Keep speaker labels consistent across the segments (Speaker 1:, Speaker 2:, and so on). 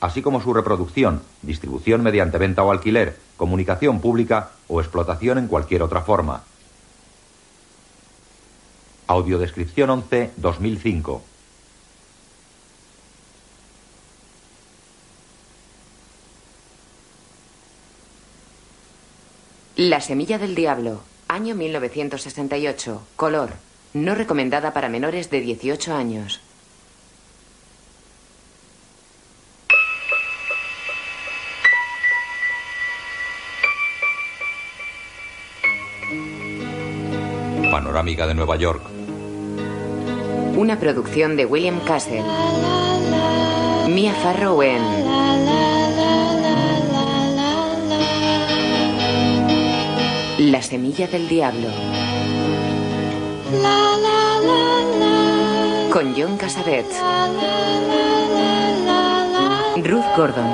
Speaker 1: así como su reproducción, distribución mediante venta o alquiler, comunicación pública o explotación en cualquier otra forma. Audiodescripción 11 2005.
Speaker 2: La semilla del diablo, año 1968, color, no recomendada para menores de 18 años.
Speaker 1: Panorámica de Nueva York.
Speaker 2: Una producción de William Castle. Mia Farrow en La semilla del diablo. Con John Cassavetes. Ruth Gordon.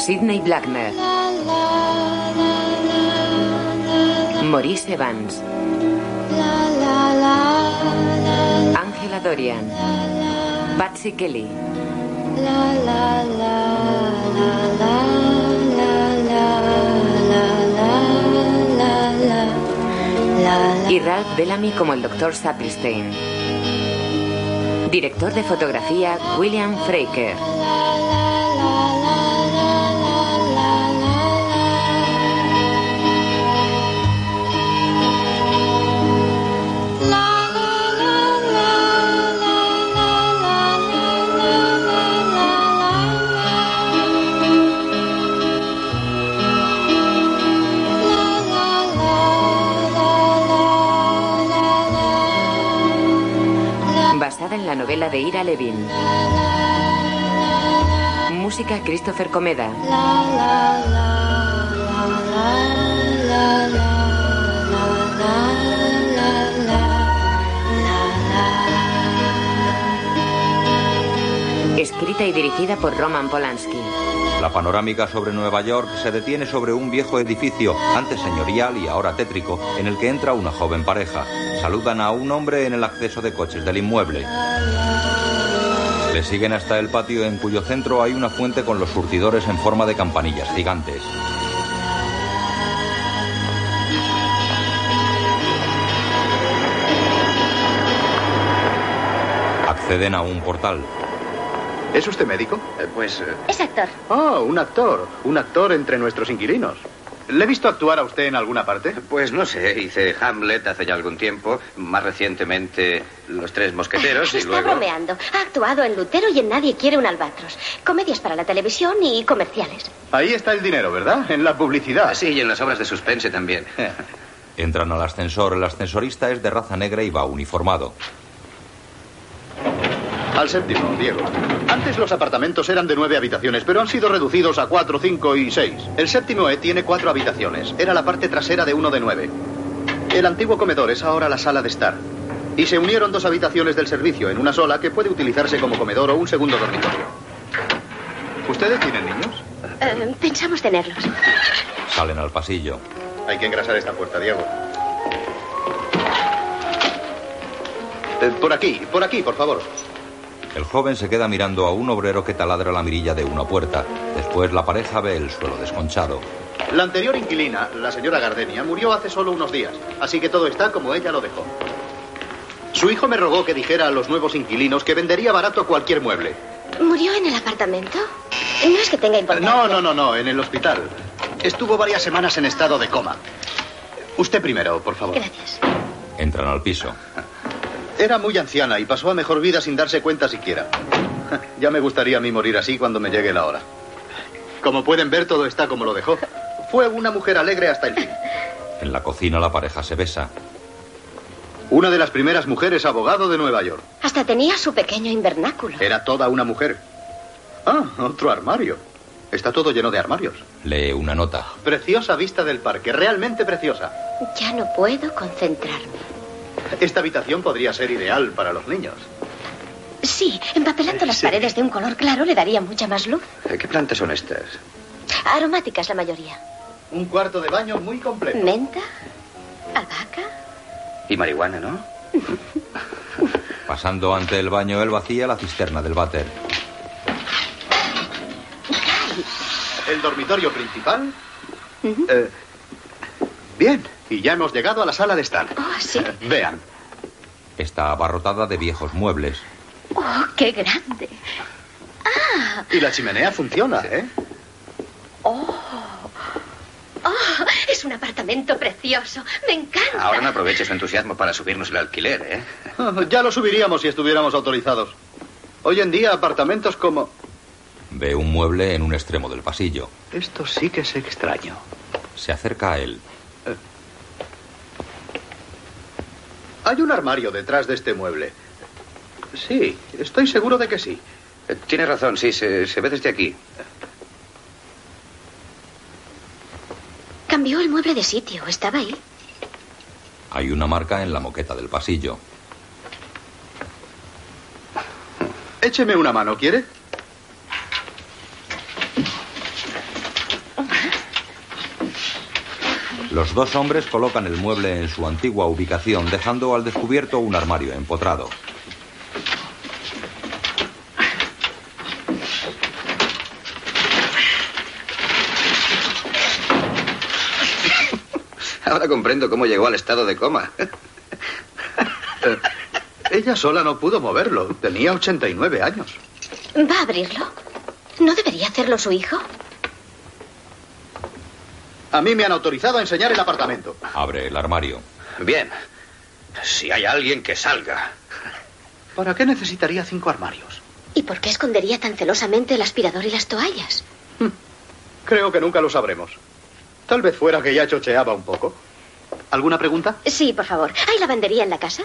Speaker 2: Sidney Blackmer. Maurice Evans. Angela Dorian. Patsy Kelly. Y Ralph Bellamy como el Dr. Saperstein. Director de fotografía William Fraker. Basada en la novela de Ira Levin. Música Christopher Comeda. Escrita y dirigida por Roman Polanski.
Speaker 1: La panorámica sobre Nueva York se detiene sobre un viejo edificio, antes señorial y ahora tétrico, en el que entra una joven pareja. Saludan a un hombre en el acceso de coches del inmueble. Le siguen hasta el patio en cuyo centro hay una fuente con los surtidores en forma de campanillas gigantes. Acceden a un portal.
Speaker 3: ¿Es usted médico? pues...
Speaker 4: Es actor.
Speaker 3: Oh, un actor. Un actor entre nuestros inquilinos. ¿Le he visto actuar a usted en alguna parte?
Speaker 5: Pues no sé, hice Hamlet hace ya algún tiempo, más recientemente Los Tres Mosqueteros y
Speaker 4: Está
Speaker 5: luego...
Speaker 4: bromeando. Ha actuado en Lutero y en Nadie quiere un albatros. Comedias para la televisión y comerciales.
Speaker 3: Ahí está el dinero, ¿verdad? En la publicidad.
Speaker 5: Ah, sí, y en las obras de suspense también.
Speaker 1: Entran al ascensor. El ascensorista es de raza negra y va uniformado.
Speaker 3: Al séptimo, Diego. Antes los apartamentos eran de nueve habitaciones, pero han sido reducidos a cuatro, cinco y seis. El séptimo E tiene cuatro habitaciones. Era la parte trasera de uno de nueve. El antiguo comedor es ahora la sala de estar. Y se unieron dos habitaciones del servicio en una sola que puede utilizarse como comedor o un segundo dormitorio. ¿Ustedes tienen niños?
Speaker 4: Eh, pensamos tenerlos.
Speaker 1: Salen al pasillo.
Speaker 3: Hay que engrasar esta puerta, Diego. Eh, por aquí, por aquí, por favor.
Speaker 1: El joven se queda mirando a un obrero que taladra la mirilla de una puerta. Después la pareja ve el suelo desconchado.
Speaker 3: La anterior inquilina, la señora Gardenia, murió hace solo unos días, así que todo está como ella lo dejó. Su hijo me rogó que dijera a los nuevos inquilinos que vendería barato cualquier mueble.
Speaker 4: ¿Murió en el apartamento? No es que tenga importancia.
Speaker 3: No, no, no, no, en el hospital. Estuvo varias semanas en estado de coma. Usted primero, por favor.
Speaker 4: Gracias.
Speaker 1: Entran al piso.
Speaker 3: Era muy anciana y pasó a mejor vida sin darse cuenta siquiera. Ya me gustaría a mí morir así cuando me llegue la hora. Como pueden ver, todo está como lo dejó. Fue una mujer alegre hasta el fin.
Speaker 1: En la cocina la pareja se besa.
Speaker 3: Una de las primeras mujeres abogado de Nueva York.
Speaker 4: Hasta tenía su pequeño invernáculo.
Speaker 3: Era toda una mujer. Ah, otro armario. Está todo lleno de armarios.
Speaker 1: Lee una nota.
Speaker 3: Preciosa vista del parque, realmente preciosa.
Speaker 4: Ya no puedo concentrarme.
Speaker 3: Esta habitación podría ser ideal para los niños.
Speaker 4: Sí, empapelando las
Speaker 5: Sí.
Speaker 4: paredes de un color claro le daría mucha más luz.
Speaker 5: Eh, ¿Qué plantas son estas?
Speaker 4: Aromáticas la mayoría.
Speaker 3: Un cuarto de baño muy completo.
Speaker 4: Menta, albahaca.
Speaker 5: Y marihuana, ¿no?
Speaker 1: Pasando ante el baño, él vacía la cisterna del váter.
Speaker 3: El dormitorio principal.
Speaker 5: Eh,
Speaker 3: Bien. Y ya hemos llegado a la sala de estar. Eh,
Speaker 4: Oh, sí.
Speaker 3: Vean.
Speaker 1: Está abarrotada de viejos muebles.
Speaker 4: Oh, qué grande. Ah,
Speaker 3: Y la chimenea funciona, ¿eh?
Speaker 4: Oh, es un apartamento precioso. Me encanta.
Speaker 5: Ahora no aproveche su entusiasmo para subirnos el alquiler, ¿eh?
Speaker 3: Ya lo subiríamos si estuviéramos autorizados. Hoy en día apartamentos como...
Speaker 1: Ve un mueble en un extremo del pasillo.
Speaker 5: Esto sí que es extraño.
Speaker 1: Se acerca a él.
Speaker 3: Hay un armario detrás de este mueble. Sí, estoy seguro de que sí.
Speaker 5: Tiene razón, sí, se, Eh, se ve desde aquí.
Speaker 4: Cambió el mueble de sitio. Estaba ahí.
Speaker 1: Hay una marca en la moqueta del pasillo.
Speaker 3: Écheme una mano, ¿quiere?
Speaker 1: Los dos hombres colocan el mueble en su antigua ubicación, dejando al descubierto un armario empotrado.
Speaker 5: Ahora comprendo cómo llegó al estado de coma.
Speaker 3: Ella sola no pudo moverlo. Tenía 89 años.
Speaker 4: ¿Va a abrirlo? ¿No debería hacerlo su hijo?
Speaker 3: A mí me han autorizado a enseñar el apartamento.
Speaker 1: Abre el armario.
Speaker 5: Bien. Si hay alguien que salga.
Speaker 3: ¿Para qué necesitaría cinco armarios?
Speaker 4: ¿Y por qué escondería tan celosamente el aspirador y las toallas?
Speaker 3: Creo que nunca lo sabremos. Tal vez fuera que ya chocheaba un poco. ¿Alguna pregunta?
Speaker 4: Sí, por favor. ¿Hay lavandería en la casa?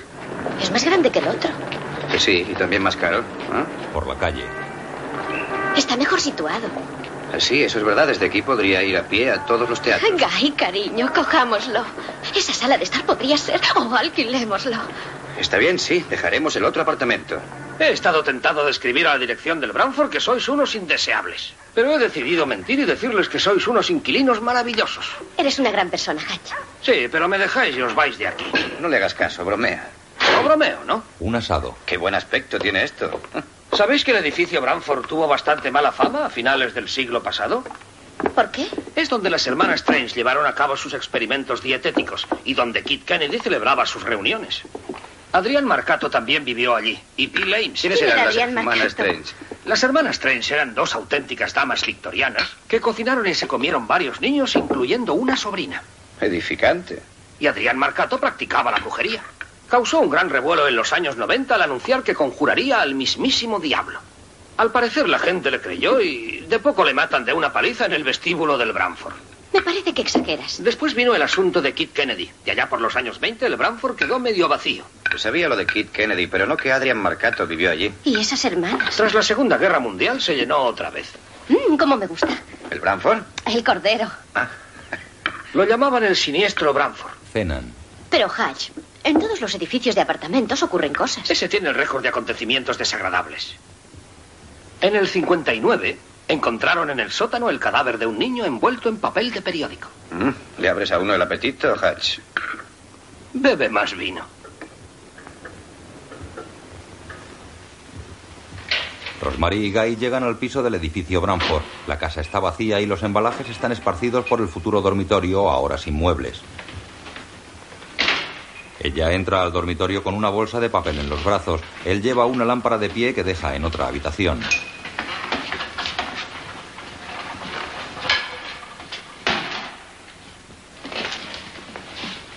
Speaker 4: Es más grande que el otro.
Speaker 5: Eh, Sí, y también más caro. ¿no?
Speaker 1: Por la calle.
Speaker 4: Está mejor situado.
Speaker 5: Eh, Sí, eso es verdad. Desde aquí podría ir a pie a todos los teatros.
Speaker 4: Guy, cariño, cojámoslo. Esa sala de estar podría ser. O alquilémoslo.
Speaker 5: Está bien, sí. Dejaremos el otro apartamento.
Speaker 6: He estado tentado de escribir a la dirección del Branford que sois unos indeseables. Pero he decidido mentir y decirles que sois unos inquilinos maravillosos.
Speaker 4: Eres una gran persona, Hatch.
Speaker 6: Sí, pero me dejáis y os vais de aquí.
Speaker 5: No le hagas caso, bromea.
Speaker 6: No bromeo, ¿no?
Speaker 1: Un asado.
Speaker 5: Qué buen aspecto tiene esto.
Speaker 6: ¿Sabéis que el edificio Branford tuvo bastante mala fama a finales del siglo pasado?
Speaker 4: ¿Por qué?
Speaker 6: Es donde las hermanas Strange llevaron a cabo sus experimentos dietéticos y donde Kit Kennedy celebraba sus reuniones. Adrián Marcato también vivió allí y Bill Ames.
Speaker 5: ¿Quiénes
Speaker 4: Mira,
Speaker 5: eran las
Speaker 4: Adrián
Speaker 5: hermanas
Speaker 4: Marcato.
Speaker 5: Strange?
Speaker 6: Las hermanas Trench eran dos auténticas damas victorianas que cocinaron y se comieron varios niños, incluyendo una sobrina.
Speaker 5: Edificante.
Speaker 6: Y Adrián Marcato practicaba la brujería. Causó un gran revuelo en los años 90 al anunciar que conjuraría al mismísimo diablo. Al parecer la gente le creyó y de poco le matan de una paliza en el vestíbulo del Branford.
Speaker 4: Me parece que exageras.
Speaker 6: Después vino el asunto de Kit Kennedy. Y allá por los años 20 el Branford quedó medio vacío.
Speaker 5: Pues Sabía lo de Kit Kennedy, pero no que Adrian Marcato vivió allí.
Speaker 4: ¿Y esas hermanas?
Speaker 6: Tras la Segunda Guerra Mundial se llenó otra vez.
Speaker 4: Mm, ¿Cómo me gusta?
Speaker 5: ¿El Branford?
Speaker 4: El cordero.
Speaker 6: Lo llamaban el siniestro Branford.
Speaker 1: Cenan.
Speaker 4: Pero, Hatch, en todos los edificios de apartamentos ocurren cosas.
Speaker 6: Ese tiene el récord de acontecimientos desagradables. En el 59 encontraron en el sótano el cadáver de un niño envuelto en papel de periódico.
Speaker 5: Mm, ¿Le abres a uno el apetito, Hatch?
Speaker 6: Bebe más vino.
Speaker 1: Rosemary y Guy llegan al piso del edificio Branford. La casa está vacía y los embalajes están esparcidos por el futuro dormitorio, ahora sin muebles. Ella entra al dormitorio con una bolsa de papel en los brazos. Él lleva una lámpara de pie que deja en otra habitación.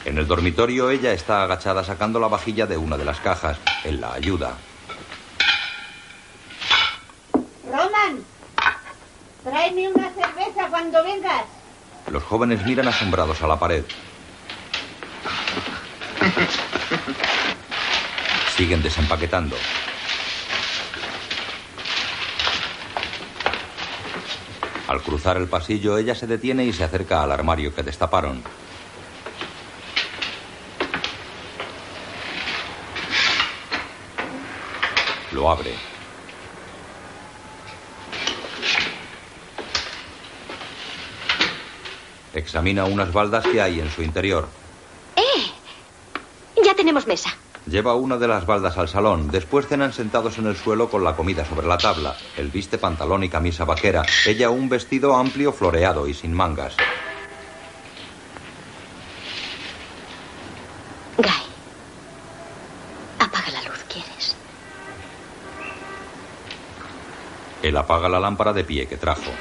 Speaker 1: En el dormitorio ella está agachada sacando la vajilla de una de las cajas. Él la ayuda.
Speaker 7: Roman, tráeme una cerveza cuando vengas.
Speaker 1: Los jóvenes miran asombrados a la pared. Siguen desempaquetando. Al cruzar el pasillo, ella se detiene y se acerca al armario que destaparon. Lo abre. Examina unas baldas que hay en su interior.
Speaker 2: ¡Eh! Ya tenemos mesa.
Speaker 1: Lleva una de las baldas al salón. Después cenan sentados en el suelo con la comida sobre la tabla. Él viste pantalón y camisa vaquera. Ella un vestido amplio, floreado y sin mangas.
Speaker 2: Guy. Apaga la luz, ¿quieres?
Speaker 1: Él apaga la lámpara de pie que trajo.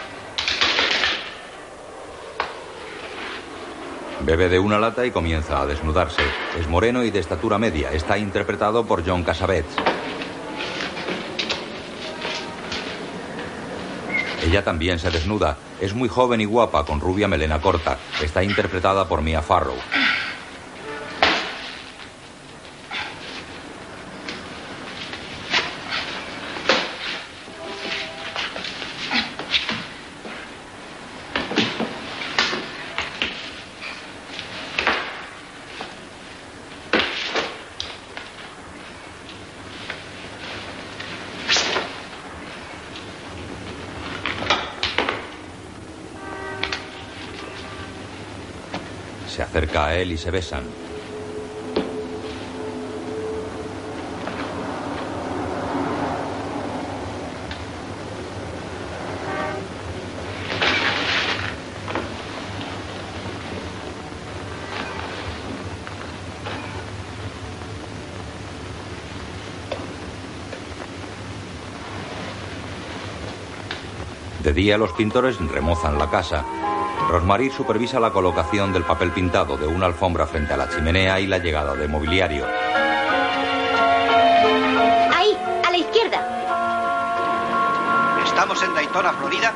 Speaker 1: Bebe de una lata y comienza a desnudarse. Es moreno y de estatura media. Está interpretado por John Cassavetes. Ella también se desnuda. Es muy joven y guapa, con rubia melena corta. Está interpretada por Mia Farrow. Se acerca a él y se besan. De día los pintores remozan la casa. Rosmarie supervisa la colocación del papel pintado de una alfombra frente a la chimenea y la llegada de mobiliario.
Speaker 2: Ahí, a la izquierda.
Speaker 5: Estamos en Daytona, Florida.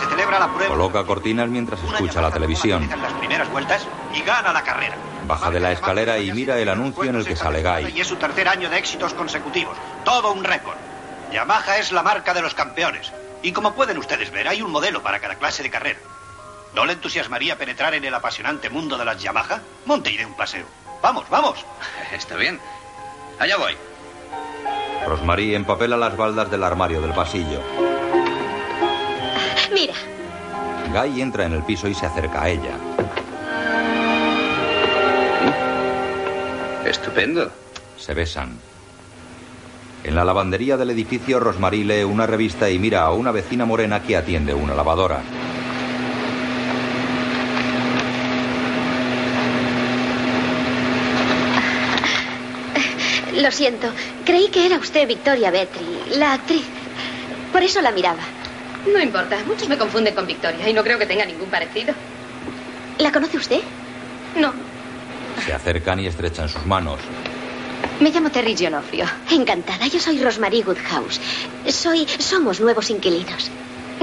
Speaker 5: Se celebra la prueba.
Speaker 1: Coloca cortinas mientras
Speaker 5: Una
Speaker 1: escucha la
Speaker 5: llamada
Speaker 1: televisión.
Speaker 5: en las primeras vueltas y gana la carrera.
Speaker 1: Baja de la escalera y mira el anuncio en el que sale
Speaker 5: Y
Speaker 1: Guy.
Speaker 5: es su tercer año de éxitos consecutivos. Todo un récord. Yamaha es la marca de los campeones. Y como pueden ustedes ver, hay un modelo para cada clase de carrera. ¿No le entusiasmaría penetrar en el apasionante mundo de las Yamaha? Monte y de un paseo. Vamos, vamos.
Speaker 8: Está bien. Allá voy.
Speaker 1: Rosmarie empapela las baldas del armario del pasillo.
Speaker 2: Mira.
Speaker 1: Guy entra en el piso y se acerca a ella.
Speaker 8: Estupendo.
Speaker 1: Se besan. En la lavandería del edificio, Rosmarie lee una revista y mira a una vecina morena que atiende una lavadora.
Speaker 2: Lo siento. Creí que era usted Victoria Betri, la actriz. Por eso la miraba.
Speaker 4: No importa, muchos me confunden con Victoria y no creo que tenga ningún parecido.
Speaker 2: ¿La conoce usted?
Speaker 4: No,
Speaker 1: Se acercan y estrechan sus manos.
Speaker 4: me llamo Terry Gianofrio.
Speaker 2: Encantada, yo soy Rosemary Goodhouse. Soy. Somos nuevos inquilinos.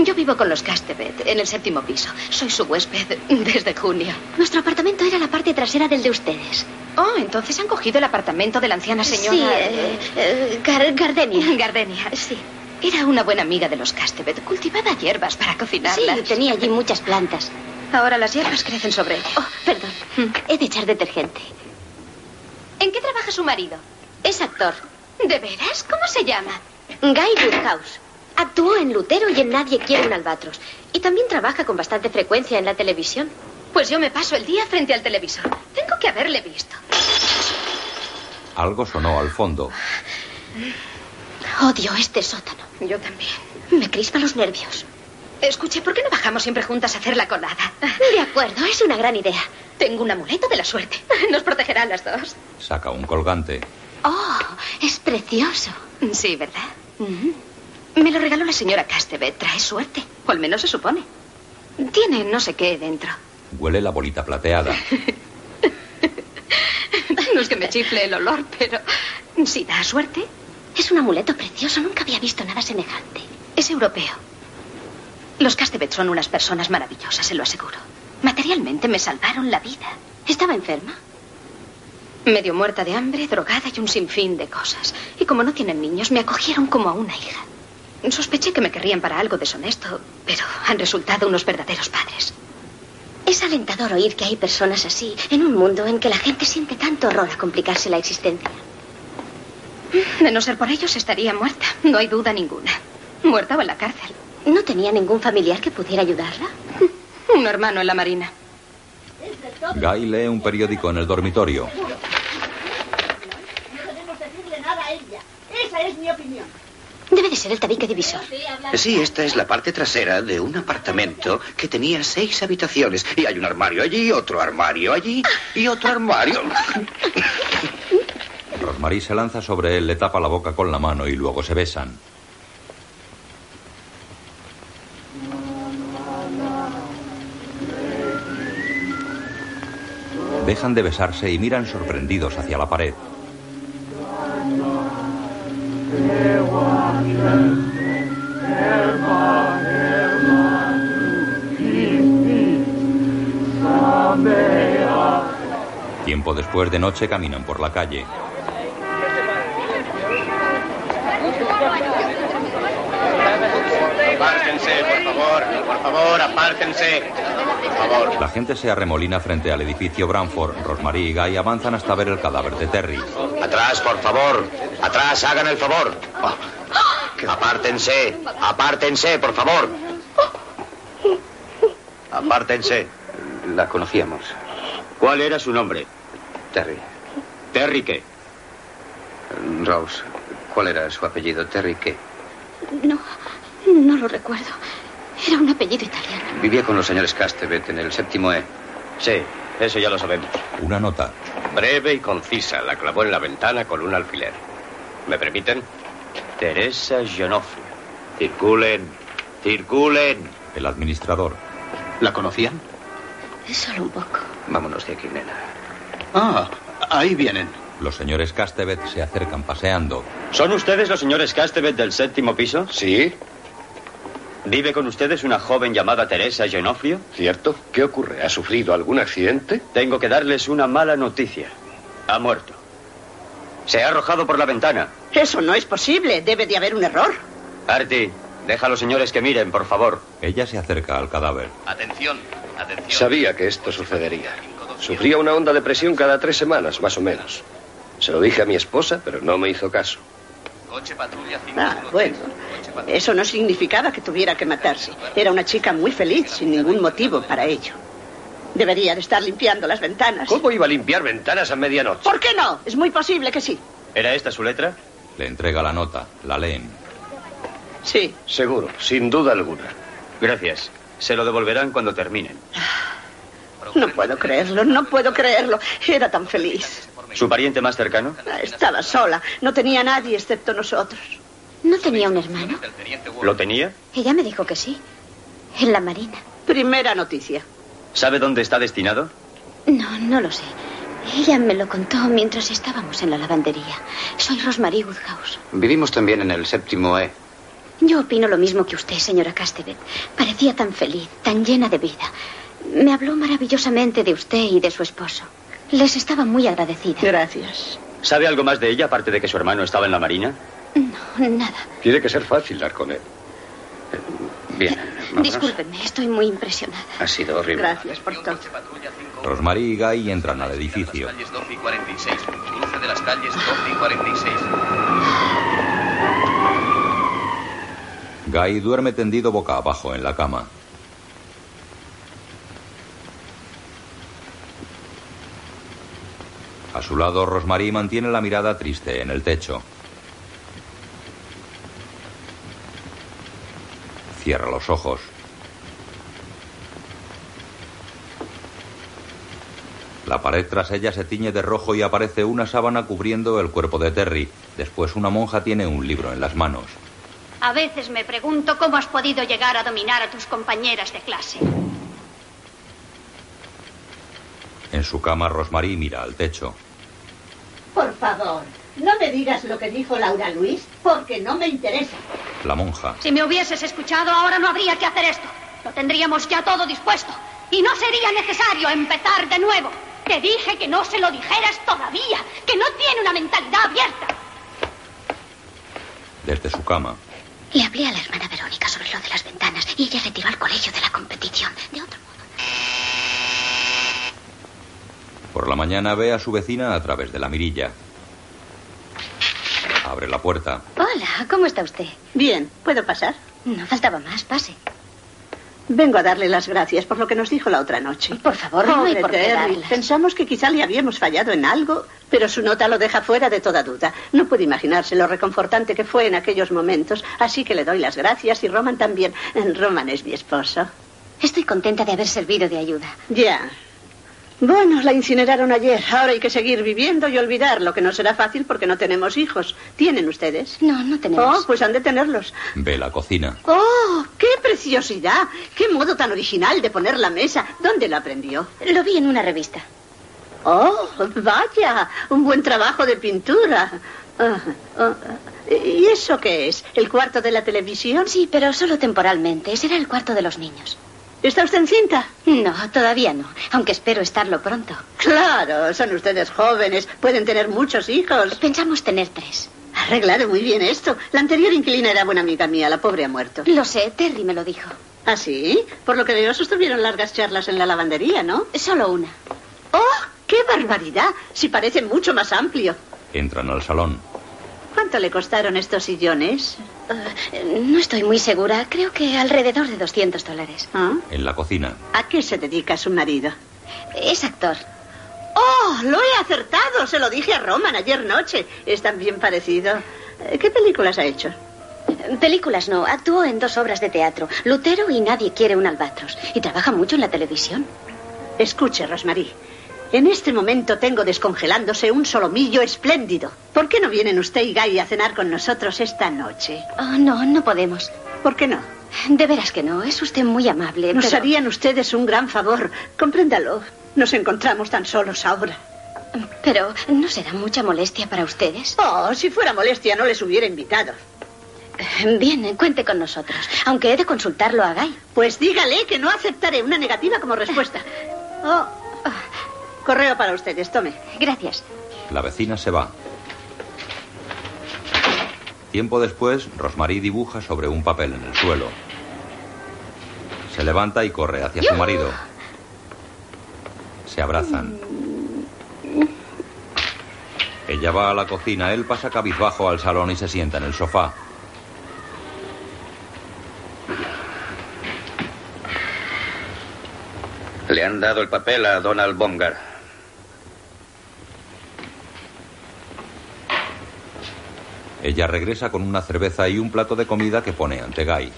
Speaker 4: Yo vivo con los Castevet, en el séptimo piso. Soy su huésped desde junio.
Speaker 2: Nuestro apartamento era la parte trasera del de ustedes.
Speaker 4: Oh, entonces han cogido el apartamento de la anciana señora...
Speaker 2: Sí, eh, eh, Gar- Gardenia.
Speaker 4: Gardenia.
Speaker 2: Sí.
Speaker 4: Era una buena amiga de los Castevet. Cultivaba hierbas para cocinarlas.
Speaker 2: Sí, tenía allí muchas plantas.
Speaker 4: Ahora las hierbas crecen sobre ella.
Speaker 2: Oh, perdón. He de echar detergente.
Speaker 4: ¿En qué trabaja su marido?
Speaker 2: Es actor.
Speaker 4: ¿De veras? ¿Cómo se llama?
Speaker 2: Guy Woodhouse. Actuó en Lutero y en Nadie quiere un albatros. Y también trabaja con bastante frecuencia en la televisión.
Speaker 4: Pues yo me paso el día frente al televisor. Tengo que haberle visto.
Speaker 1: Algo sonó al fondo.
Speaker 2: Odio este sótano.
Speaker 4: Yo también.
Speaker 2: Me crispa los nervios.
Speaker 4: Escuche, ¿por qué no bajamos siempre juntas a hacer la colada?
Speaker 2: De acuerdo, es una gran idea.
Speaker 4: Tengo un amuleto de la suerte. Nos protegerá a las dos.
Speaker 1: Saca un colgante.
Speaker 2: Oh, es precioso.
Speaker 4: Sí, ¿verdad? Me lo regaló la señora Castebet. Trae suerte. O al menos se supone. Tiene no sé qué dentro.
Speaker 1: Huele la bolita plateada.
Speaker 4: No es que me chifle el olor, pero si da suerte,
Speaker 2: Es un amuleto precioso. Nunca había visto nada semejante.
Speaker 4: es europeo. Los Castebet son unas personas maravillosas, se lo aseguro. Materialmente me salvaron la vida.
Speaker 2: ¿Estaba enferma?
Speaker 4: Medio muerta de hambre, drogada y un sinfín de cosas. Y como no tienen niños, me acogieron como a una hija.
Speaker 9: Sospeché que me querrían para algo deshonesto, pero han resultado unos verdaderos padres.
Speaker 4: Es alentador oír que hay personas así en un mundo en que la gente siente tanto horror a complicarse la existencia.
Speaker 9: De no ser por ellos estaría muerta, no hay duda ninguna. Muerta o en la cárcel.
Speaker 4: ¿No tenía ningún familiar que pudiera ayudarla?
Speaker 9: Un hermano en la marina.
Speaker 1: Guy lee un periódico en el dormitorio.
Speaker 10: No podemos decirle nada a ella. Esa es mi opinión.
Speaker 4: Debe de ser el tabique divisor.
Speaker 5: Sí, esta es la parte trasera de un apartamento que tenía seis habitaciones. Y hay un armario allí, otro armario allí y otro armario.
Speaker 1: Rosmarie se lanza sobre él, le tapa la boca con la mano y luego se besan. Dejan de besarse y miran sorprendidos hacia la pared. Tiempo después de noche caminan por la calle.
Speaker 11: Apártense, por favor, por favor, apártense. Por favor.
Speaker 1: La gente se arremolina frente al edificio Branford. Rosmarie y Guy avanzan hasta ver el cadáver de Terry.
Speaker 5: Atrás, por favor. Atrás, hagan el favor. Ah, Apártense. Apártense, por favor.
Speaker 11: Apártense.
Speaker 5: La conocíamos.
Speaker 11: ¿Cuál era su nombre?
Speaker 5: Terry.
Speaker 11: Terry qué.
Speaker 5: Rose. ¿Cuál era su apellido? Terry qué.
Speaker 9: No, no lo recuerdo. Era un apellido italiano.
Speaker 5: Vivía con los señores Castevet en el séptimo E.
Speaker 12: Sí, eso ya lo sabemos.
Speaker 1: Una nota.
Speaker 12: Breve y concisa, la clavó en la ventana con un alfiler. ¿Me permiten? Teresa Genofre. Circulen, circulen.
Speaker 1: El administrador.
Speaker 11: ¿La conocían?
Speaker 4: Solo un poco.
Speaker 5: Vámonos de aquí, nena.
Speaker 11: Ah, ahí vienen.
Speaker 1: Los señores Castevet se acercan paseando.
Speaker 12: ¿Son ustedes los señores Castevet del séptimo piso?
Speaker 11: Sí,
Speaker 12: ¿Vive con ustedes una joven llamada Teresa Genofrio?
Speaker 11: cierto. ¿Qué ocurre? ¿Ha sufrido algún accidente?
Speaker 12: Tengo que darles una mala noticia. Ha muerto. Se ha arrojado por la ventana.
Speaker 13: Eso no es posible. Debe de haber un error.
Speaker 12: Arti, deja a los señores que miren, por favor.
Speaker 1: Ella se acerca al cadáver.
Speaker 3: Atención, atención.
Speaker 12: Sabía que esto sucedería. Sufría una onda de presión cada tres semanas, más o menos. Se lo dije a mi esposa, pero no me hizo caso.
Speaker 3: Coche patrulla
Speaker 13: Ah, bueno. Eso no significaba que tuviera que matarse. Era una chica muy feliz, sin ningún motivo para ello. Debería de estar limpiando las ventanas.
Speaker 12: ¿Cómo iba a limpiar ventanas a medianoche?
Speaker 13: ¿Por qué no? Es muy posible que sí.
Speaker 12: ¿Era esta su letra?
Speaker 1: Le entrega la nota. La leen.
Speaker 13: Sí.
Speaker 12: Seguro, sin duda alguna. Gracias. Se lo devolverán cuando terminen.
Speaker 13: No puedo creerlo, no puedo creerlo. Era tan feliz.
Speaker 12: ¿Su pariente más cercano?
Speaker 13: Estaba sola. No tenía a nadie excepto nosotros.
Speaker 4: ¿No tenía un hermano?
Speaker 12: ¿Lo tenía?
Speaker 4: Ella me dijo que sí. En la marina.
Speaker 13: Primera noticia.
Speaker 12: ¿Sabe dónde está destinado?
Speaker 4: No, no lo sé. Ella me lo contó mientras estábamos en la lavandería. Soy Rosmarie Woodhouse.
Speaker 5: Vivimos también en el séptimo E.
Speaker 4: Yo opino lo mismo que usted, señora Castevet. Parecía tan feliz, tan llena de vida. Me habló maravillosamente de usted y de su esposo. Les estaba muy agradecida.
Speaker 13: Gracias.
Speaker 12: ¿Sabe algo más de ella aparte de que su hermano estaba en la marina?
Speaker 4: No, nada.
Speaker 12: Tiene que ser fácil dar con él.
Speaker 5: Bien. vámonos.
Speaker 4: Discúlpenme, estoy muy impresionada.
Speaker 5: Ha sido horrible.
Speaker 13: Gracias por todo.
Speaker 1: Rosmarie y Guy entran al edificio.
Speaker 3: Las calles 12 y 46. Cruce de las calles 12 y 46.
Speaker 1: Guy duerme tendido boca abajo en la cama. A su lado, Rosmarie mantiene la mirada triste en el techo. Cierra los ojos. La pared tras ella se tiñe de rojo y aparece una sábana cubriendo el cuerpo de Terry. Después una monja tiene un libro en las manos.
Speaker 14: A veces me pregunto cómo has podido llegar a dominar a tus compañeras de clase.
Speaker 1: En su cama, Rosmarie mira al techo.
Speaker 10: Por favor, no me digas lo que dijo Laura Luis, porque no me interesa.
Speaker 1: La monja.
Speaker 14: Si me hubieses escuchado, ahora no habría que hacer esto. Lo tendríamos ya todo dispuesto. Y no sería necesario empezar de nuevo. Te dije que no se lo dijeras todavía, que no tiene una mentalidad abierta.
Speaker 1: Desde su cama,
Speaker 4: Le hablé a la hermana Verónica sobre lo de las ventanas y ella retiró al colegio de la competición. De otro modo.
Speaker 1: Por la mañana ve a su vecina a través de la mirilla. Abre la puerta.
Speaker 4: Hola, ¿cómo está usted?
Speaker 13: Bien, ¿puedo pasar?
Speaker 4: No faltaba más, pase.
Speaker 13: Vengo a darle las gracias por lo que nos dijo la otra noche. Por
Speaker 4: favor, no hay por qué darlas.
Speaker 13: Pensamos que quizá le habíamos fallado en algo, pero su nota lo deja fuera de toda duda. No puede imaginarse lo reconfortante que fue en aquellos momentos, así que le doy las gracias y Roman también. Eh, Roman es mi esposo.
Speaker 4: Estoy contenta de haber servido de ayuda.
Speaker 13: Ya. Bueno, la incineraron ayer. Ahora hay que seguir viviendo y olvidar, lo que no será fácil porque no tenemos hijos. ¿Tienen ustedes?
Speaker 4: No, no
Speaker 13: Oh, pues han de tenerlos.
Speaker 1: Ve la cocina.
Speaker 13: ¡Oh! ¡Qué preciosidad! ¡Qué modo tan original de poner la mesa! ¿Dónde lo aprendió?
Speaker 4: Lo vi en una revista.
Speaker 13: ¡Oh! ¡Vaya! Un buen trabajo de pintura. Ah, ah, ¿Y eso qué es? ¿El cuarto de la televisión?
Speaker 4: Sí, pero solo temporalmente. Será el cuarto de los niños.
Speaker 13: ¿Está usted encinta?
Speaker 4: No, todavía no, aunque espero estarlo pronto.
Speaker 13: Claro, son ustedes jóvenes, pueden tener muchos hijos.
Speaker 4: Pensamos tener tres.
Speaker 13: Arreglado muy bien esto. La anterior inquilina era buena amiga mía, la pobre ha muerto.
Speaker 4: Lo sé, Terry me lo dijo.
Speaker 13: ¿Ah, sí? Por lo que veo, sostuvieron largas charlas en la lavandería, ¿no?
Speaker 4: Solo una.
Speaker 13: ¡Oh! ¡Qué barbaridad! Si parece mucho más amplio.
Speaker 1: Entran al salón.
Speaker 13: ¿Cuánto le costaron estos sillones?
Speaker 4: Ah, No estoy muy segura, creo que alrededor de 200 dólares.
Speaker 13: ¿Ah?
Speaker 1: En la cocina.
Speaker 13: ¿A qué se dedica su marido?
Speaker 4: Es actor.
Speaker 13: ¡Oh! ¡Lo he acertado! Se lo dije a Roman ayer noche. Es tan bien parecido. Eh, ¿Qué películas ha hecho?
Speaker 4: Películas no, actuó en dos obras de teatro, Lutero y Nadie quiere un albatros, y trabaja mucho en la televisión.
Speaker 13: Escuche, Rosmarie. En este momento tengo descongelándose un solomillo espléndido. ¿Por qué no vienen usted y Guy a cenar con nosotros esta noche?
Speaker 4: Oh, no, no podemos.
Speaker 13: ¿Por qué no?
Speaker 4: De veras que no, es usted muy amable,
Speaker 13: Nos
Speaker 4: pero-
Speaker 13: harían ustedes un gran favor. Compréndalo. Nos encontramos tan solos ahora.
Speaker 4: Pero no será mucha molestia para ustedes.
Speaker 13: Oh, si fuera molestia no les hubiera invitado.
Speaker 4: Eh, Bien, cuente con nosotros, aunque he de consultarlo a Guy.
Speaker 13: Pues dígale que no aceptaré una negativa como respuesta. Oh, correo para ustedes, tome.
Speaker 4: oh. Gracias.
Speaker 1: La vecina se va. Tiempo después, Rosmarie dibuja sobre un papel en el suelo. Se levanta y corre hacia su
Speaker 4: ¡Yujú!
Speaker 1: marido. Se abrazan. Ella va a la cocina, él pasa cabizbajo al salón y se sienta en el sofá.
Speaker 5: Le han dado el papel a Donald Bongar.
Speaker 1: Ella regresa con una cerveza y un plato de comida que pone ante Guy.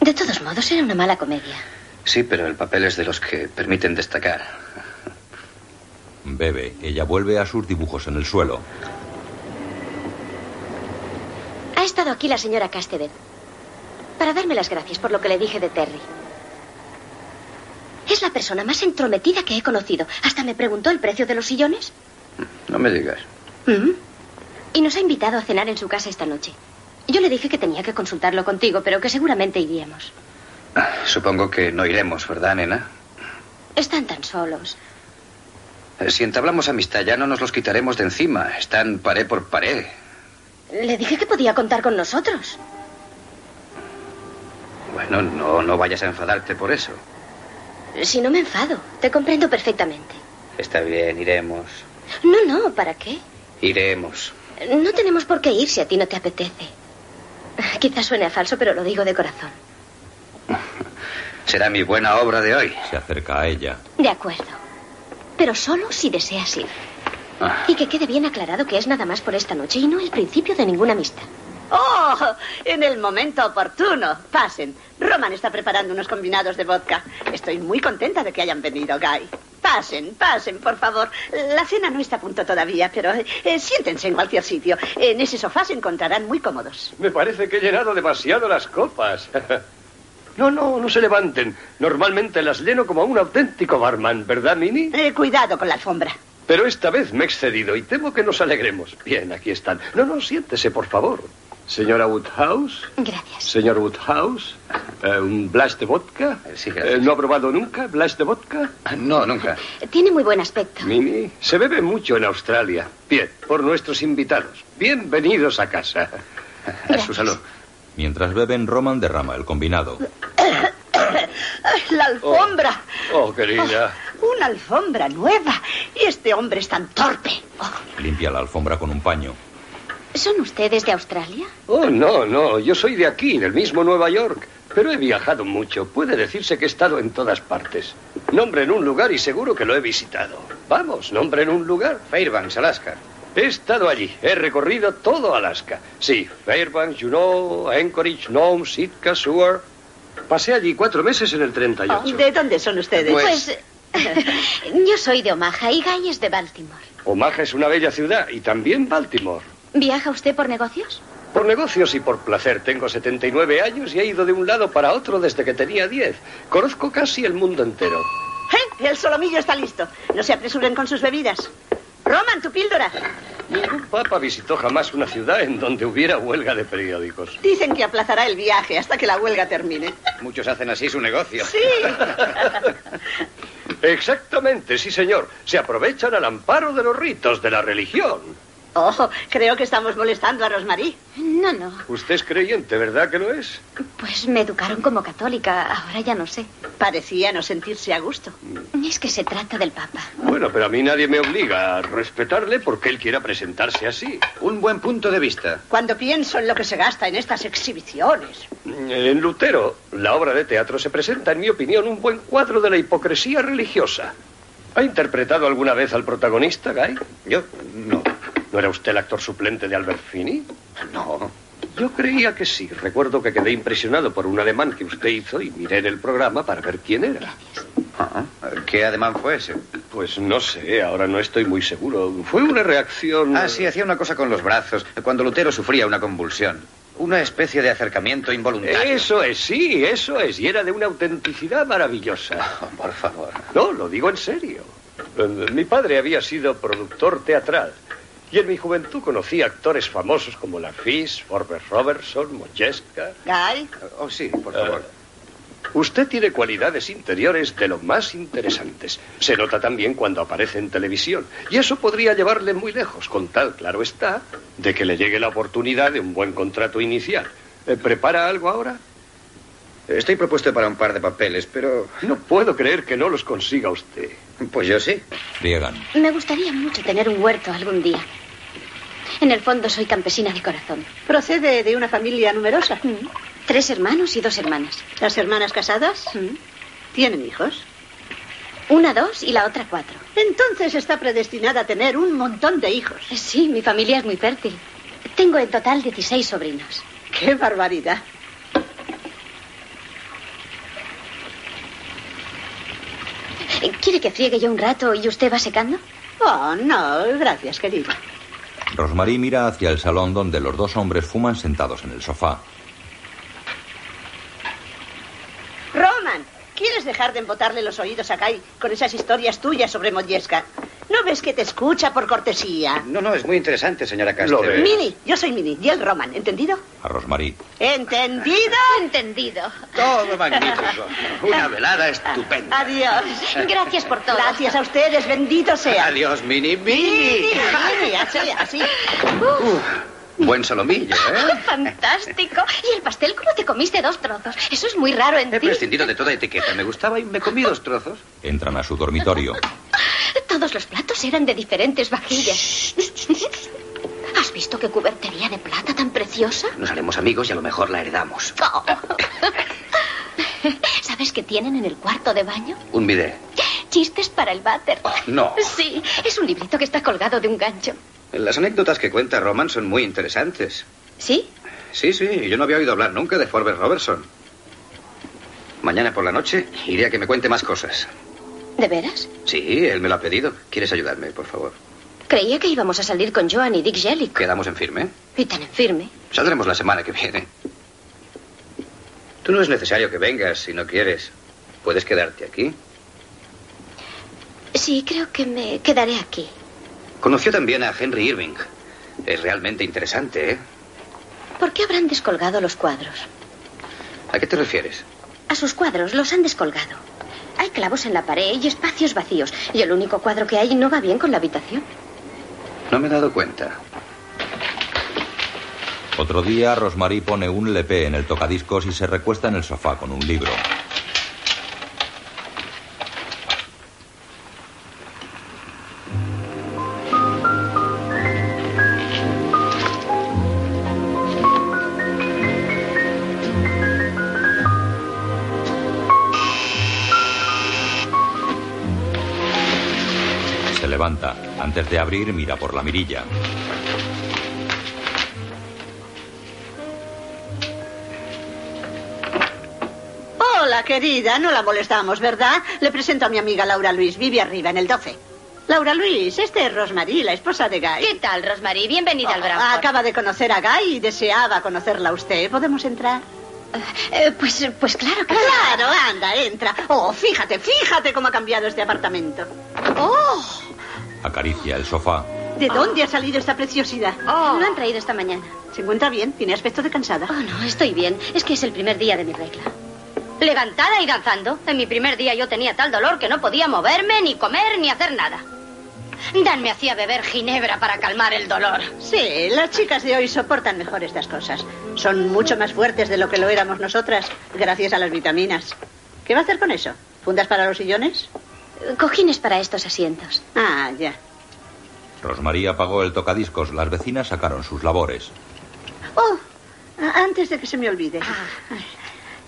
Speaker 4: De todos modos, era una mala comedia.
Speaker 5: Sí, pero el papel es de los que permiten destacar.
Speaker 1: Bebe, ella vuelve a sus dibujos en el suelo.
Speaker 4: Ha estado aquí la señora Castevet para darme las gracias por lo que le dije de Terry. Es la persona más entrometida que he conocido. Hasta me preguntó el precio de los sillones.
Speaker 5: No me digas.
Speaker 4: Mm. Y nos ha invitado a cenar en su casa esta noche. Yo le dije que tenía que consultarlo contigo, pero que seguramente iríamos.
Speaker 5: Supongo que no iremos, ¿verdad, nena?
Speaker 4: Están tan solos.
Speaker 5: Eh, Si entablamos amistad ya no nos los quitaremos de encima. Están pared por pared.
Speaker 4: Le dije que podía contar con nosotros.
Speaker 5: Bueno, no, no vayas a enfadarte por eso.
Speaker 4: Si no me enfado, te comprendo perfectamente.
Speaker 5: Está bien, iremos.
Speaker 4: No, no, ¿para qué?
Speaker 5: Iremos.
Speaker 4: No tenemos por qué ir si a ti no te apetece. Quizás suene a falso, pero lo digo de corazón.
Speaker 5: Será mi buena obra de hoy.
Speaker 1: Se acerca a ella.
Speaker 4: De acuerdo. Pero solo si deseas ir. Y que quede bien aclarado que es nada más por esta noche y no el principio de ninguna amistad.
Speaker 13: ¡Oh! En el momento oportuno. Pasen. Roman está preparando unos combinados de vodka. Estoy muy contenta de que hayan venido, Guy. Pasen, pasen, por favor. La cena no está a punto todavía, pero eh, siéntense en cualquier sitio. En ese sofá se encontrarán muy cómodos.
Speaker 6: Me parece que he llenado demasiado las copas. No, no, no se levanten. Normalmente las lleno como un auténtico barman, ¿verdad, Mini?
Speaker 13: Eh, cuidado con la alfombra.
Speaker 6: Pero esta vez me he excedido y temo que nos alegremos. Bien, aquí están. No, no, siéntese, por favor.
Speaker 12: Señora Woodhouse.
Speaker 4: Gracias.
Speaker 12: Señor Woodhouse. eh, ¿Un blast de vodka?
Speaker 5: Eh,
Speaker 12: Sí, ¿No ha probado nunca blast de vodka?
Speaker 5: Ah, No, nunca.
Speaker 4: Tiene muy buen aspecto.
Speaker 12: Mimi, se bebe mucho en Australia. Bien, por nuestros invitados. Bienvenidos a casa.
Speaker 1: A su salud. Mientras beben, Roman derrama el combinado.
Speaker 13: Ay, La alfombra.
Speaker 12: Oh, querida.
Speaker 13: Una alfombra nueva. Y este hombre es tan torpe.
Speaker 1: Oh. Limpia la alfombra con un paño.
Speaker 4: ¿Son ustedes de Australia?
Speaker 12: Oh, no, no. Yo soy de aquí, del mismo Nueva York. Pero he viajado mucho. Puede decirse que he estado en todas partes. Nombren un lugar y seguro que lo he visitado. Vamos, nombren un lugar. Fairbanks, Alaska. He estado allí. He recorrido todo Alaska. Sí, Fairbanks, Juneau, Anchorage, Nome, Sitka, Seward. Pasé allí cuatro meses en el 38.
Speaker 13: ¿De dónde son ustedes?
Speaker 12: Pues-
Speaker 4: eh, Yo soy de Omaha y Guy es de Baltimore.
Speaker 12: Omaha es una bella ciudad y también Baltimore.
Speaker 4: ¿Viaja usted por negocios?
Speaker 12: Por negocios y por placer. Tengo 79 años y he ido de un lado para otro desde que tenía 10. Conozco casi el mundo entero.
Speaker 13: ¡Eh! El solomillo está listo. No se apresuren con sus bebidas. Roman, tu píldora.
Speaker 12: Ningún papa visitó jamás una ciudad en donde hubiera huelga de periódicos.
Speaker 13: Dicen que aplazará el viaje hasta que la huelga termine.
Speaker 12: Muchos hacen así su negocio.
Speaker 13: Sí.
Speaker 12: Exactamente, sí, señor. Se aprovechan al amparo de los ritos de la religión.
Speaker 13: Oh, creo que estamos molestando a Rosmarie.
Speaker 4: No, no.
Speaker 12: Usted es creyente, ¿verdad que lo es?
Speaker 4: Pues me educaron como católica. Ahora ya no sé.
Speaker 13: Parecía no sentirse a gusto.
Speaker 4: Es que se trata del Papa.
Speaker 12: Bueno, pero a mí nadie me obliga a respetarle porque él quiera presentarse así. Un buen punto de vista.
Speaker 13: Cuando pienso en lo que se gasta en estas exhibiciones.
Speaker 12: En Lutero, la obra de teatro se presenta, en mi opinión, un buen cuadro de la hipocresía religiosa. ¿Ha interpretado alguna vez al protagonista, Guy? Yo, no. ¿No era usted el actor suplente de Albert Finney? No. Yo creía que sí. Recuerdo que quedé impresionado por un ademán que usted hizo y miré en el programa para ver quién era. Ah, ¿Qué ademán fue ese? Pues no sé, ahora no estoy muy seguro. Fue una reacción...
Speaker 5: Ah, sí, hacía una cosa con los brazos, cuando Lutero sufría una convulsión. Una especie de acercamiento involuntario.
Speaker 12: Eso es, sí, eso es. Y era de una autenticidad maravillosa. Oh, por favor. No, lo digo en serio. Eh, Mi padre había sido productor teatral. Y en mi juventud conocí actores famosos como Lafitte, Forbes Robertson, Mocheska.
Speaker 13: Guy.
Speaker 12: Oh, sí, por favor. Eh, usted tiene cualidades interiores de lo más interesantes. Se nota también cuando aparece en televisión. Y eso podría llevarle muy lejos, con tal, claro está, de que le llegue la oportunidad de un buen contrato inicial. Eh, ¿Prepara algo ahora?
Speaker 5: Estoy propuesto para un par de papeles, pero...
Speaker 12: No puedo creer que no los consiga usted.
Speaker 5: Pues yo sí.
Speaker 1: Riegan.
Speaker 4: Me gustaría mucho tener un huerto algún día. En el fondo soy campesina de corazón. Mm.
Speaker 13: Procede de una familia numerosa.
Speaker 4: Tres hermanos y dos hermanas. Mm.
Speaker 13: ¿Las hermanas casadas? ¿Tienen hijos?
Speaker 4: Una dos y la otra cuatro.
Speaker 13: Entonces está predestinada a tener un montón de hijos.
Speaker 4: Eh, Sí, mi familia es muy fértil. Tengo en total 16 sobrinos.
Speaker 13: ¡Qué barbaridad!
Speaker 4: Eh, ¿Quiere que friegue yo un rato y usted va secando?
Speaker 13: Oh, no, gracias, querida.
Speaker 1: Rosmarie mira hacia el salón donde los dos hombres fuman sentados en el sofá.
Speaker 13: Roman, ¿quieres dejar de embotarle los oídos a Kai con esas historias tuyas sobre Moyeska? ¿No ves que te escucha por cortesía?
Speaker 5: No, no, es muy interesante, señora
Speaker 1: Lo
Speaker 5: Castro.
Speaker 1: veo.
Speaker 13: Mini, Este, yo soy Mini y el Roman, ¿entendido?
Speaker 1: A Rosmarie.
Speaker 13: ¿Entendido?
Speaker 4: Entendido.
Speaker 5: Todo magnífico. Una velada estupenda.
Speaker 13: Adiós.
Speaker 4: Gracias por todo.
Speaker 13: Gracias a ustedes, bendito sea.
Speaker 5: Adiós, Mini Mini.
Speaker 13: Mini, Mini, así, así.
Speaker 5: Buen solomillo, ¿eh?
Speaker 4: Fantástico. ¿Y el pastel cómo te comiste dos trozos? Eso es muy raro en
Speaker 5: He
Speaker 4: ti.
Speaker 5: prescindido de toda etiqueta. Me gustaba y me comí dos trozos.
Speaker 1: Entran a su dormitorio.
Speaker 4: Todos los platos eran de diferentes vajillas. ¿Has visto qué cubertería de plata tan preciosa?
Speaker 5: Nos haremos amigos y a lo mejor la heredamos.
Speaker 4: Oh. ¿Sabes qué tienen en el cuarto de baño?
Speaker 5: Un bidet.
Speaker 4: Chistes para el váter.
Speaker 5: No.
Speaker 4: Sí, es un librito que está colgado de un gancho.
Speaker 5: Las anécdotas que cuenta Roman son muy interesantes.
Speaker 4: ¿Sí?
Speaker 5: Sí, sí, yo no había oído hablar nunca de Forbes Robertson. Mañana por la noche iré a que me cuente más cosas.
Speaker 4: ¿De veras?
Speaker 5: Sí, él me lo ha pedido. ¿Quieres ayudarme, por favor?
Speaker 4: Creía que íbamos a salir con Joan y Dick Jellic.
Speaker 5: Quedamos en firme.
Speaker 4: Y tan en firme.
Speaker 5: Saldremos la semana que viene. Tú no es necesario que vengas si no quieres. Puedes quedarte aquí.
Speaker 4: Sí, creo que me quedaré aquí.
Speaker 5: Conoció también a Henry Irving. Es realmente interesante, ¿eh?
Speaker 4: ¿Por qué habrán descolgado los cuadros?
Speaker 5: ¿A qué te refieres?
Speaker 4: A sus cuadros los han descolgado. Hay clavos en la pared y espacios vacíos. Y el único cuadro que hay no va bien con la habitación.
Speaker 5: No me he dado cuenta.
Speaker 1: Otro día, Rosmarie pone un lepé en el tocadiscos y se recuesta en el sofá con un libro. Se levanta. Antes de abrir, mira por la mirilla.
Speaker 13: Hola, querida. No la molestamos, ¿verdad? Le presento a mi amiga Laura Luis. Vive arriba, en el 12. Laura Luis, este es Rosmarie, la esposa de Guy.
Speaker 11: ¿Qué tal, Rosmarie? Bienvenida al
Speaker 13: Oh,
Speaker 11: Bradford.
Speaker 13: Acaba de conocer a Guy y deseaba conocerla a usted. ¿Podemos entrar?
Speaker 4: Eh,
Speaker 13: pues, pues claro, claro, anda, entra. Oh, fíjate, fíjate cómo ha cambiado este apartamento. Oh,
Speaker 1: Acaricia el sofá.
Speaker 13: ¿de dónde ha salido esta preciosidad?
Speaker 4: Lo han traído esta mañana.
Speaker 13: ¿Se encuentra bien? ¿Tiene aspecto de cansada?
Speaker 4: Oh, no, estoy bien. Es que es el primer día de mi regla.
Speaker 11: Levantada y danzando. En mi primer día yo tenía tal dolor que no podía moverme, ni comer, ni hacer nada. Dan me hacía beber ginebra para calmar el dolor.
Speaker 13: Sí, las chicas de hoy soportan mejor estas cosas. Son mucho más fuertes de lo que lo éramos nosotras, gracias a las vitaminas. ¿Qué va a hacer con eso? ¿Fundas para los sillones?
Speaker 4: Cojines para estos asientos.
Speaker 13: Ah, ya.
Speaker 1: Rosmarie apagó el tocadiscos. Las vecinas sacaron sus labores.
Speaker 13: Oh, a- antes de que se me olvide.
Speaker 4: Ah.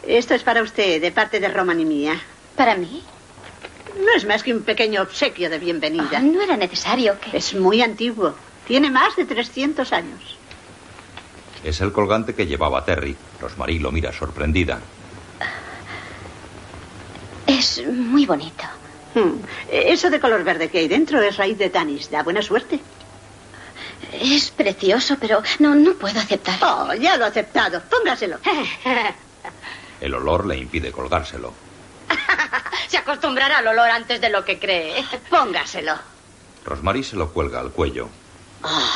Speaker 13: Esto es para usted, de parte de Roman y mía.
Speaker 4: ¿Para mí?
Speaker 13: No es más que un pequeño obsequio de bienvenida.
Speaker 4: Ah, no era necesario que...
Speaker 13: Es muy antiguo. Tiene más de 300 años.
Speaker 1: Es el colgante que llevaba Terry. Rosmarie lo mira sorprendida.
Speaker 4: Es muy bonito.
Speaker 13: Hmm, Eso de color verde que hay dentro es raíz de tanis. Da buena suerte.
Speaker 4: Es precioso, pero no, no puedo aceptar.
Speaker 13: Oh, ya lo he aceptado. Póngaselo.
Speaker 1: El olor le impide colgárselo.
Speaker 11: Se acostumbrará al olor antes de lo que cree.
Speaker 13: Póngaselo.
Speaker 1: Rosmarie se lo cuelga al cuello.
Speaker 4: Ah,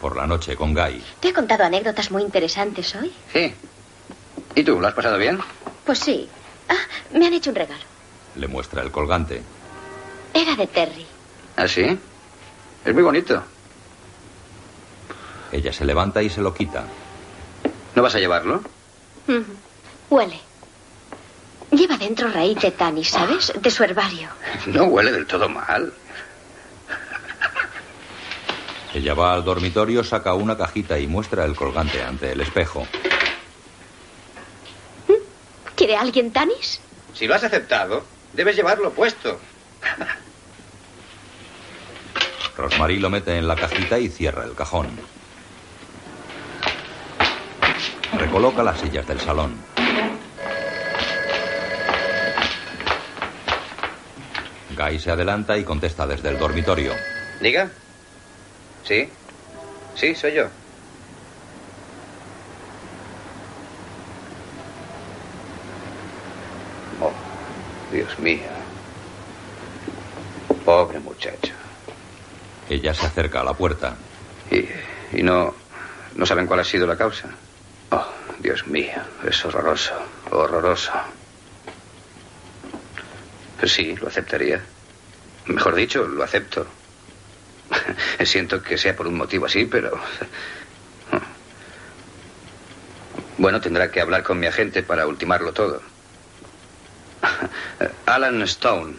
Speaker 1: Por la noche con Guy.
Speaker 4: Te he contado anécdotas muy interesantes hoy.
Speaker 5: Sí. ¿Y tú? ¿Lo has pasado bien?
Speaker 4: Pues sí. Ah, me han hecho un regalo.
Speaker 1: Le muestra el colgante.
Speaker 4: Era de Terry.
Speaker 5: ¿Ah, sí? Es muy bonito.
Speaker 1: Ella se levanta y se lo quita.
Speaker 5: ¿No vas a llevarlo?
Speaker 4: Ujú. Huele. Lleva dentro raíz de tanis, ¿sabes? De su herbario.
Speaker 5: No huele del todo mal.
Speaker 1: Ella va al dormitorio, saca una cajita y muestra el colgante ante el espejo.
Speaker 4: ¿Quiere alguien tanis?
Speaker 5: Si lo has aceptado, debes llevarlo puesto.
Speaker 1: Rosmarie lo mete en la cajita y cierra el cajón. Recoloca las sillas del salón. Guy se adelanta y contesta desde el dormitorio.
Speaker 5: Diga. Sí. Sí, soy yo. Oh, Dios mío. Pobre muchacho.
Speaker 1: Ella se acerca a la puerta.
Speaker 5: Y, y no. No saben cuál ha sido la causa. Oh, Dios mío. Es horroroso. Horroroso. Sí, lo aceptaría. Mejor dicho, lo acepto. Eh, Siento que sea por un motivo así, pero. Bueno, tendrá que hablar con mi agente para ultimarlo todo. Alan Stone.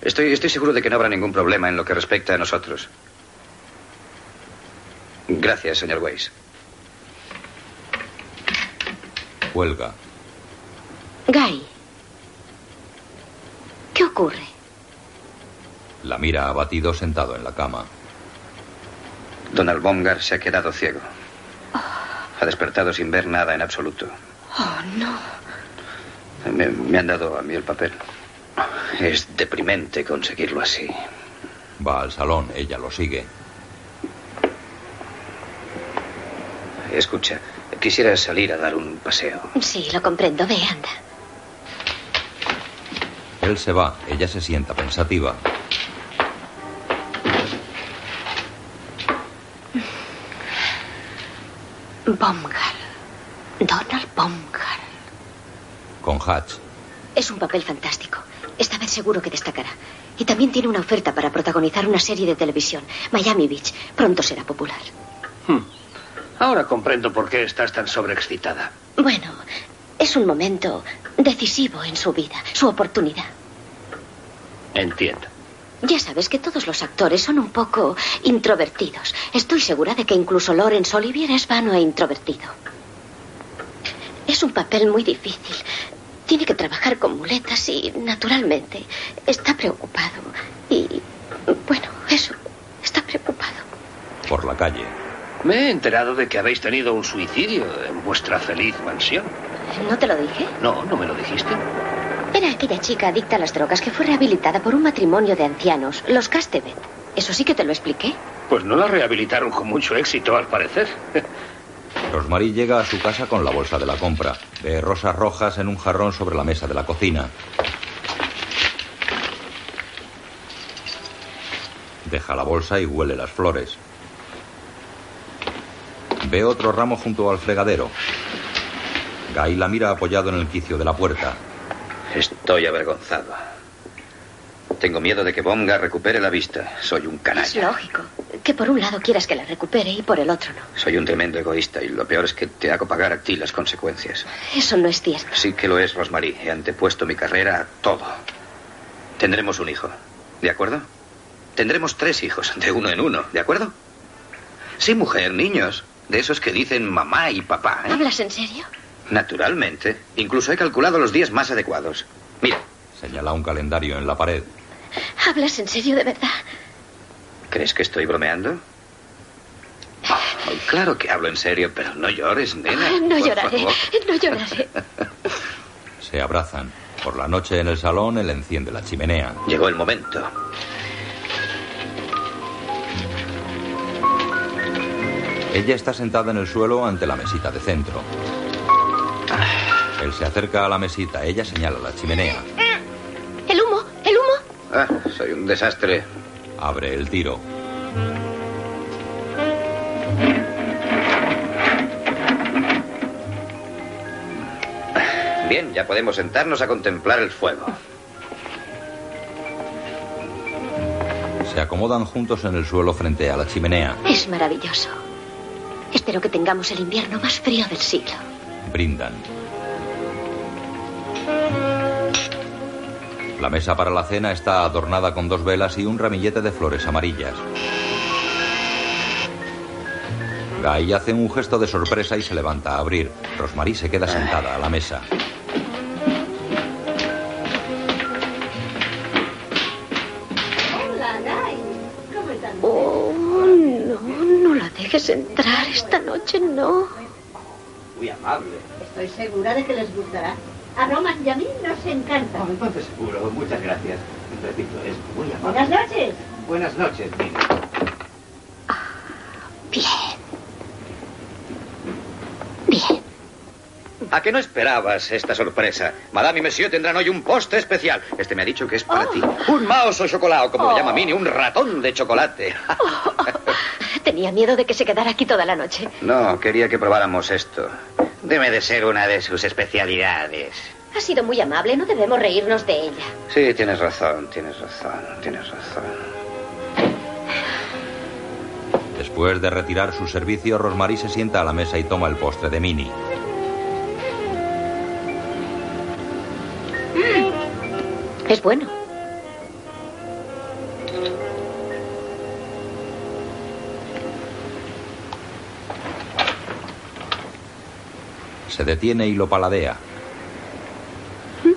Speaker 5: Estoy, estoy seguro de que no habrá ningún problema en lo que respecta a nosotros. Gracias, señor Weiss.
Speaker 1: Huelga.
Speaker 4: Guy. ¿Qué ocurre?
Speaker 1: La mira abatido sentado en la cama.
Speaker 5: Don Albongar se ha quedado ciego. Ha despertado sin ver nada en absoluto.
Speaker 4: Oh, no.
Speaker 5: Me, me han dado a mí el papel. Es deprimente conseguirlo así.
Speaker 1: Va al salón, ella lo sigue.
Speaker 5: Escucha, quisiera salir a dar un paseo.
Speaker 4: Sí, lo comprendo. Ve, anda.
Speaker 1: Él se va, ella se sienta pensativa.
Speaker 4: Baumgarl. Donald Baumgarl.
Speaker 1: Con Hatch.
Speaker 4: Es un papel fantástico. Esta vez seguro que destacará. Y también tiene una oferta para protagonizar una serie de televisión, Miami Beach. Pronto será popular.
Speaker 6: Ahora comprendo por qué estás tan sobreexcitada.
Speaker 4: Bueno, es un momento decisivo en su vida, su oportunidad.
Speaker 6: Entiendo.
Speaker 4: Ya sabes que todos los actores son un poco introvertidos. Estoy segura de que incluso Laurence Olivier es vano e introvertido. Es un papel muy difícil. Tiene que trabajar con muletas y, naturalmente, está preocupado. Y, bueno, eso, está preocupado.
Speaker 1: Por la calle.
Speaker 6: Me he enterado de que habéis tenido un suicidio en vuestra feliz mansión.
Speaker 4: ¿No te lo dije?
Speaker 6: No, no me lo dijiste.
Speaker 4: Era aquella chica adicta a las drogas que fue rehabilitada por un matrimonio de ancianos, los Castevet. Eso sí que te lo expliqué.
Speaker 6: Pues no la rehabilitaron con mucho éxito, al parecer.
Speaker 1: Rosmarie llega a su casa con la bolsa de la compra. Ve rosas rojas en un jarrón sobre la mesa de la cocina. Deja la bolsa y huele las flores. Ve otro ramo junto al fregadero. Guy la mira apoyado en el quicio de la puerta.
Speaker 5: Estoy avergonzado. Tengo miedo de que Bonga recupere la vista. Soy un
Speaker 4: Es
Speaker 5: canalla.
Speaker 4: lógico que por un lado quieras que la recupere y por el otro no.
Speaker 5: Soy un tremendo egoísta y lo peor es que te hago pagar a ti las consecuencias.
Speaker 4: Eso no es cierto.
Speaker 5: Sí que lo es, Rosmarie. He antepuesto mi carrera a todo. Tendremos un hijo, ¿de acuerdo? Tendremos tres hijos, de uno en uno, ¿de acuerdo? Sí, mujer, niños. De esos que dicen mamá y papá, ¿eh?
Speaker 4: ¿Hablas en serio?
Speaker 5: Naturalmente. Incluso he calculado los días más adecuados. Mira.
Speaker 1: Señala un calendario en la pared.
Speaker 4: ¿Hablas en serio de verdad?
Speaker 5: ¿Crees que estoy bromeando? Oh, claro que hablo en serio, pero no llores, nena.
Speaker 4: no
Speaker 5: por
Speaker 4: lloraré,
Speaker 5: favor.
Speaker 4: no lloraré.
Speaker 1: Se abrazan. Por la noche en el salón, él enciende la chimenea.
Speaker 5: Llegó el momento.
Speaker 1: Ella está sentada en el suelo ante la mesita de centro. Él se acerca a la mesita. Ella señala la chimenea.
Speaker 11: El humo, el humo.
Speaker 5: Ah, soy un desastre.
Speaker 1: Abre el tiro.
Speaker 5: Bien, ya podemos sentarnos a contemplar el fuego.
Speaker 1: Se acomodan juntos en el suelo frente a la chimenea.
Speaker 4: Es maravilloso. Espero que tengamos el invierno más frío del siglo.
Speaker 1: Brindan. La mesa para la cena está adornada con dos velas y un ramillete de flores amarillas. Guy hace un gesto de sorpresa y se levanta a abrir. Rosmarie se queda sentada a la mesa.
Speaker 7: Hola, Guy. ¿Cómo están?
Speaker 4: Oh, no, no la dejes entrar esta noche, no.
Speaker 15: Muy amable.
Speaker 7: Estoy segura de que les gustará. A Roman y a mí nos
Speaker 13: Oh,
Speaker 7: encanta.
Speaker 15: Entonces seguro, muchas gracias. Repito, es muy
Speaker 7: Buenas noches.
Speaker 15: Buenas noches, Nina.
Speaker 5: ¿A qué no esperabas esta sorpresa? Madame y Monsieur tendrán hoy un postre especial. Este me ha dicho que es para ti. Un maos o chocolate, como lo
Speaker 4: Oh.
Speaker 5: llama Mini, un ratón de chocolate.
Speaker 4: Tenía miedo de que se quedara aquí toda la noche.
Speaker 5: No, quería que probáramos esto. Debe de ser una de sus especialidades.
Speaker 4: Ha sido muy amable, no debemos reírnos de ella.
Speaker 5: Sí, tienes razón, tienes razón, tienes razón.
Speaker 1: Después de retirar su servicio, Rosmarie se sienta a la mesa y toma el postre de Mini.
Speaker 4: Es bueno.
Speaker 1: Se detiene y lo paladea.
Speaker 4: ¿Mm?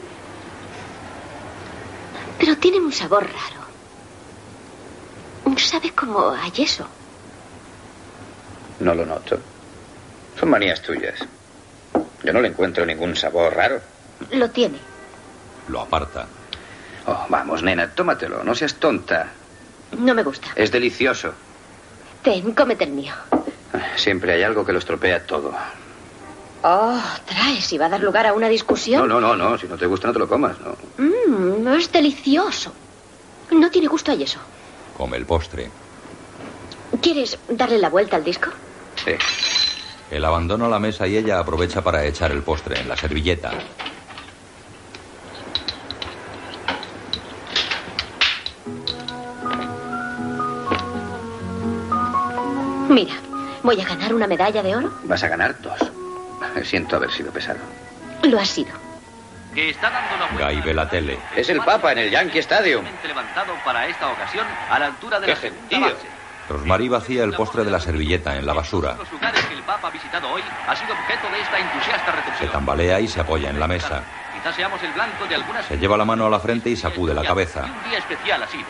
Speaker 4: Pero tiene un sabor raro. Sabe como a yeso.
Speaker 5: No lo noto. Son manías tuyas. Yo no le encuentro ningún sabor raro.
Speaker 4: Lo tiene.
Speaker 1: Lo aparta.
Speaker 5: Oh, vamos, nena, tómatelo, no seas tonta.
Speaker 4: No me gusta.
Speaker 5: Es delicioso.
Speaker 4: Ten, cómete el mío.
Speaker 5: Siempre hay algo que lo estropea todo.
Speaker 4: Oh, traes y va a dar lugar a una
Speaker 5: No,
Speaker 4: discusión.
Speaker 5: no, no, no. Si no te gusta, no te lo comas, no.
Speaker 4: Mmm, es delicioso. No tiene gusto a yeso.
Speaker 1: Come el postre.
Speaker 4: ¿Quieres darle la vuelta al disco?
Speaker 5: Sí.
Speaker 1: Él abandona la mesa y ella aprovecha para echar el postre en la servilleta.
Speaker 4: Mira, voy a ganar una medalla de oro.
Speaker 5: Vas a ganar dos. Siento haber sido pesado.
Speaker 4: Lo ha sido.
Speaker 16: que está dando la
Speaker 1: Guy ve la tele.
Speaker 5: Es el Papa en el Yankee Stadium.
Speaker 16: fuente levantado para esta ocasión a la altura de
Speaker 5: Qué
Speaker 16: la segunda base.
Speaker 1: Rosmarie vacía el postre de la servilleta en la basura.
Speaker 16: Los lugares que el Papa ha visitado hoy ha sido objeto de esta entusiasta
Speaker 1: Se
Speaker 16: recepción.
Speaker 1: tambalea y se apoya en la mesa.
Speaker 16: Quizás seamos el blanco de algunas...
Speaker 1: Se lleva la mano a la frente y sacude la cabeza.
Speaker 16: Un día especial ha sido.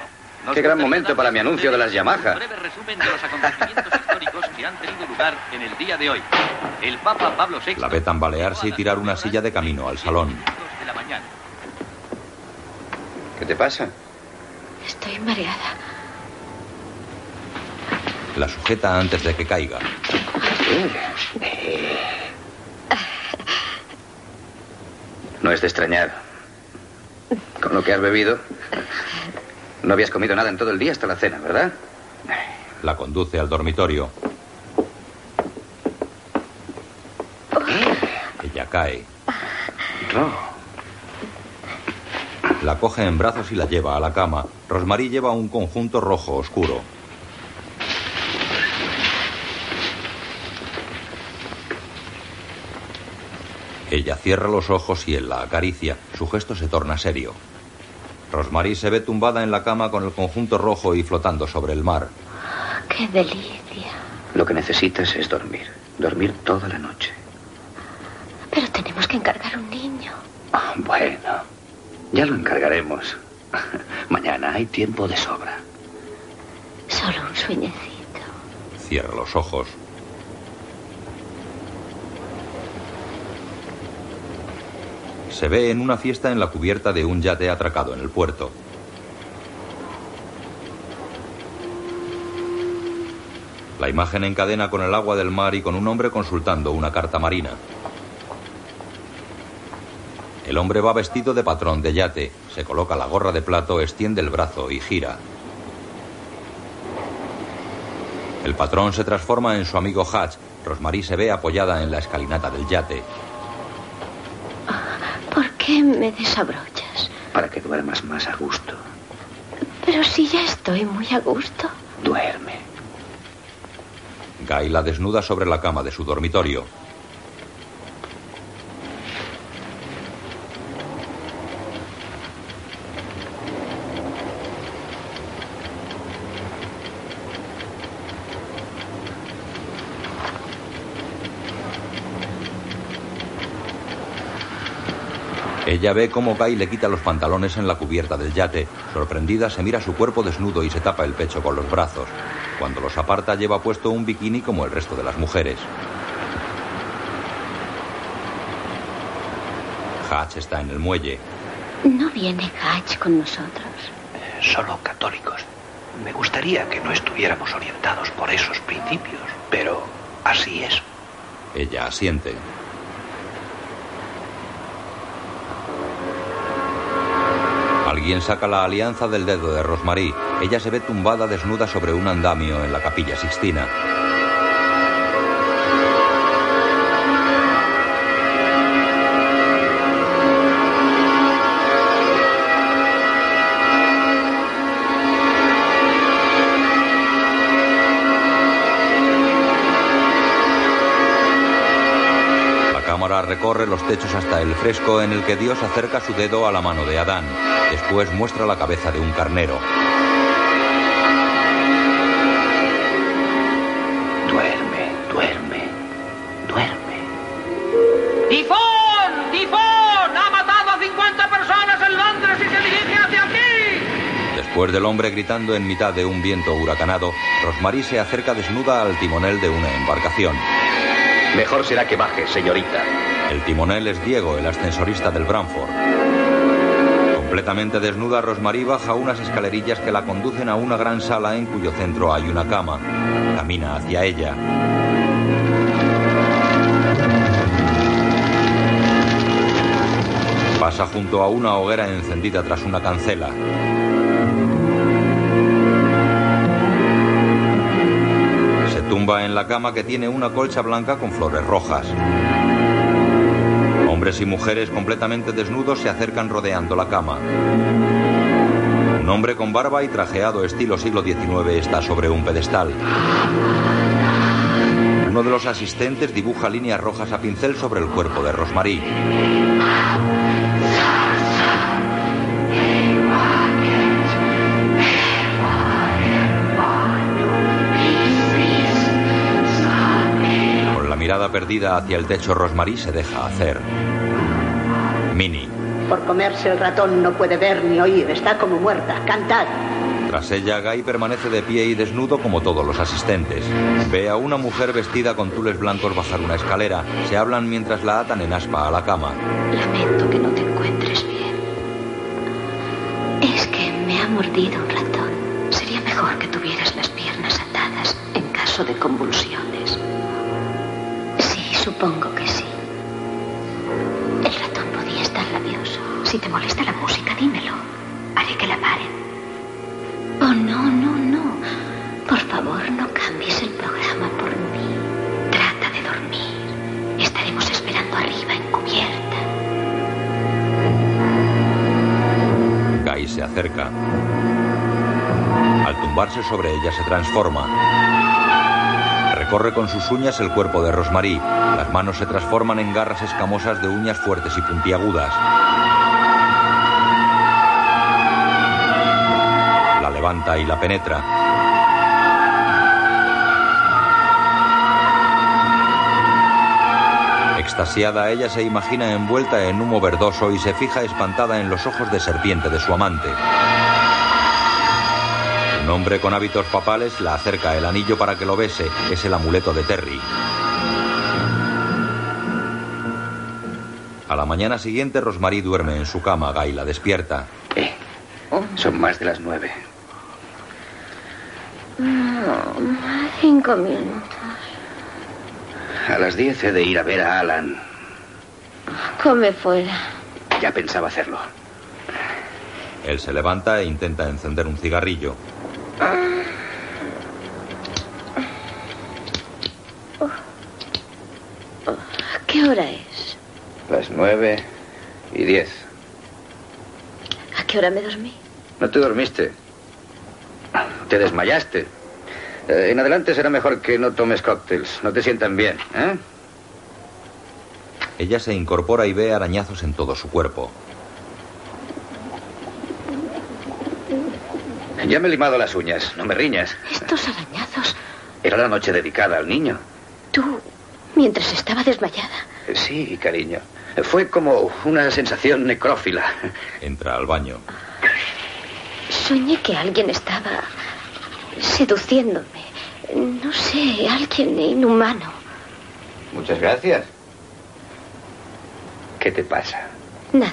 Speaker 5: Qué gran momento para mi anuncio de las Yamaha.
Speaker 16: Un breve resumen de los acontecimientos históricos que han tenido lugar en el día de hoy. El Papa Pablo VI
Speaker 1: La ve tambalearse y tirar una silla de camino al salón.
Speaker 16: de la mañana.
Speaker 5: ¿Qué te pasa?
Speaker 4: Estoy mareada.
Speaker 1: La sujeta antes de que caiga.
Speaker 5: No es de extrañar. Con lo que has bebido. No habías comido nada en todo el día hasta la cena, ¿verdad?
Speaker 1: La conduce al dormitorio. Ella cae. La coge en brazos y la lleva a la cama. Rosmarie lleva un conjunto rojo oscuro. Ella cierra los ojos y él la acaricia. Su gesto se torna serio. Rosmarie se ve tumbada en la cama con el conjunto rojo y flotando sobre el mar.
Speaker 4: Qué delicia.
Speaker 5: Lo que necesitas es dormir. Dormir toda la noche.
Speaker 4: Pero tenemos que encargar un niño.
Speaker 5: Ah, Bueno, ya lo encargaremos. Mañana hay tiempo de sobra.
Speaker 4: Solo un sueñecito.
Speaker 1: Cierra los ojos. Se ve en una fiesta en la cubierta de un yate atracado en el puerto. La imagen encadena con el agua del mar y con un hombre consultando una carta marina. El hombre va vestido de patrón de yate, se coloca la gorra de plato, extiende el brazo y gira. El patrón se transforma en su amigo Hatch. Rosmarie se ve apoyada en la escalinata del yate.
Speaker 4: ¿Por qué me desabrocha?
Speaker 5: Para que duermas más a gusto.
Speaker 4: Pero si ya estoy muy a gusto.
Speaker 5: Duerme.
Speaker 1: Guy la desnuda sobre la cama de su dormitorio. Ella ve cómo Guy le quita los pantalones en la cubierta del yate. Sorprendida, se mira su cuerpo desnudo y se tapa el pecho con los brazos. Cuando los aparta, lleva puesto un bikini como el resto de las mujeres. Hatch está en el muelle.
Speaker 4: No viene Hatch con nosotros.
Speaker 17: Solo católicos. Me gustaría que no estuviéramos orientados por esos principios, pero así es.
Speaker 1: Ella asiente. Alguien saca la alianza del dedo de Rosmarie. Ella se ve tumbada desnuda sobre un andamio en la capilla sixtina. La cámara recorre los techos hasta el fresco en el que Dios acerca su dedo a la mano de Adán. Después muestra la cabeza de un carnero.
Speaker 5: Duerme, duerme, duerme.
Speaker 16: ¡Tifón! ¡Tifón! ¡Ha matado a 50 personas en Londres y se dirige hacia aquí!
Speaker 1: Después del hombre gritando en mitad de un viento huracanado, Rosmarie se acerca desnuda al timonel de una embarcación.
Speaker 5: Mejor será que baje, señorita.
Speaker 1: El timonel es Diego, el ascensorista del Branford. Completamente desnuda, Rosmarie baja unas escalerillas que la conducen a una gran sala en cuyo centro hay una cama. Camina hacia ella. Pasa junto a una hoguera encendida tras una cancela. Se tumba en la cama que tiene una colcha blanca con flores rojas. Hombres y mujeres completamente desnudos se acercan rodeando la cama. Un hombre con barba y trajeado estilo siglo XIX está sobre un pedestal. Uno de los asistentes dibuja líneas rojas a pincel sobre el cuerpo de Rosmarie. Con la mirada perdida hacia el techo, Rosmarie se deja hacer. Mini.
Speaker 7: Por comerse el ratón no puede ver ni oír, está como muerta. Cantad.
Speaker 1: Tras ella, Guy permanece de pie y desnudo como todos los asistentes. Ve a una mujer vestida con tules blancos bajar una escalera. Se hablan mientras la atan en aspa a la cama.
Speaker 4: Lamento que no te encuentres bien. Es que me ha mordido un ratón. Sería mejor que tuvieras las piernas atadas en caso de convulsiones. Sí, supongo que sí. El ratón podía estar rabioso. Si te molesta la música, dímelo. Haré que la paren. Oh, no, no, no. Por favor, no cambies el programa por mí. Trata de dormir. Estaremos esperando arriba encubierta.
Speaker 1: Guy se acerca. Al tumbarse sobre ella se transforma. Recorre con sus uñas el cuerpo de Rosmarie. Las manos se transforman en garras escamosas de uñas fuertes y puntiagudas. La levanta y la penetra. Extasiada, ella se imagina envuelta en humo verdoso y se fija espantada en los ojos de serpiente de su amante. Un hombre con hábitos papales la acerca el anillo para que lo bese. Es el amuleto de Terry. A la mañana siguiente, Rosmarie duerme en su cama. Guy la despierta.
Speaker 5: Son más de las nueve.
Speaker 4: cinco minutos.
Speaker 5: A las diez he de ir a ver a Alan.
Speaker 4: Come fuera.
Speaker 5: Ya pensaba hacerlo.
Speaker 1: Él se levanta e intenta encender un cigarrillo.
Speaker 4: ¿Qué hora es?
Speaker 5: Las nueve y diez.
Speaker 4: ¿A qué hora me dormí?
Speaker 5: No te dormiste. Te desmayaste. Eh, en adelante será mejor que no tomes cócteles. No te sientan bien, ¿eh?
Speaker 1: Ella se incorpora y ve arañazos en todo su cuerpo.
Speaker 5: Ya me he limado las uñas. No me riñas.
Speaker 4: Estos arañazos.
Speaker 5: Era la noche dedicada al niño. Eh,
Speaker 4: Tú, mientras estaba desmayada.
Speaker 5: Sí, cariño. Eh, Fue como una sensación necrófila.
Speaker 1: Entra al baño.
Speaker 4: Soñé que alguien estaba seduciéndome. No sé, alguien inhumano.
Speaker 5: Muchas gracias. ¿Qué te pasa?
Speaker 4: Nada.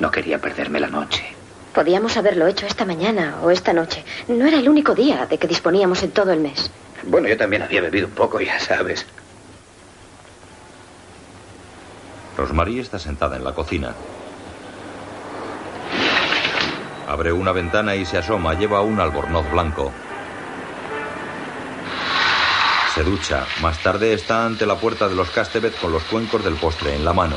Speaker 5: No quería perderme la noche.
Speaker 4: Podíamos haberlo hecho esta mañana o esta noche. No era el único día de que disponíamos en todo el mes.
Speaker 5: Bueno, yo también había bebido un poco, ya sabes.
Speaker 1: Rosmarie está sentada en la cocina. Abre una ventana y se asoma. Lleva un albornoz blanco. Se ducha. Más tarde está ante la puerta de los Castevet con los cuencos del postre en la mano.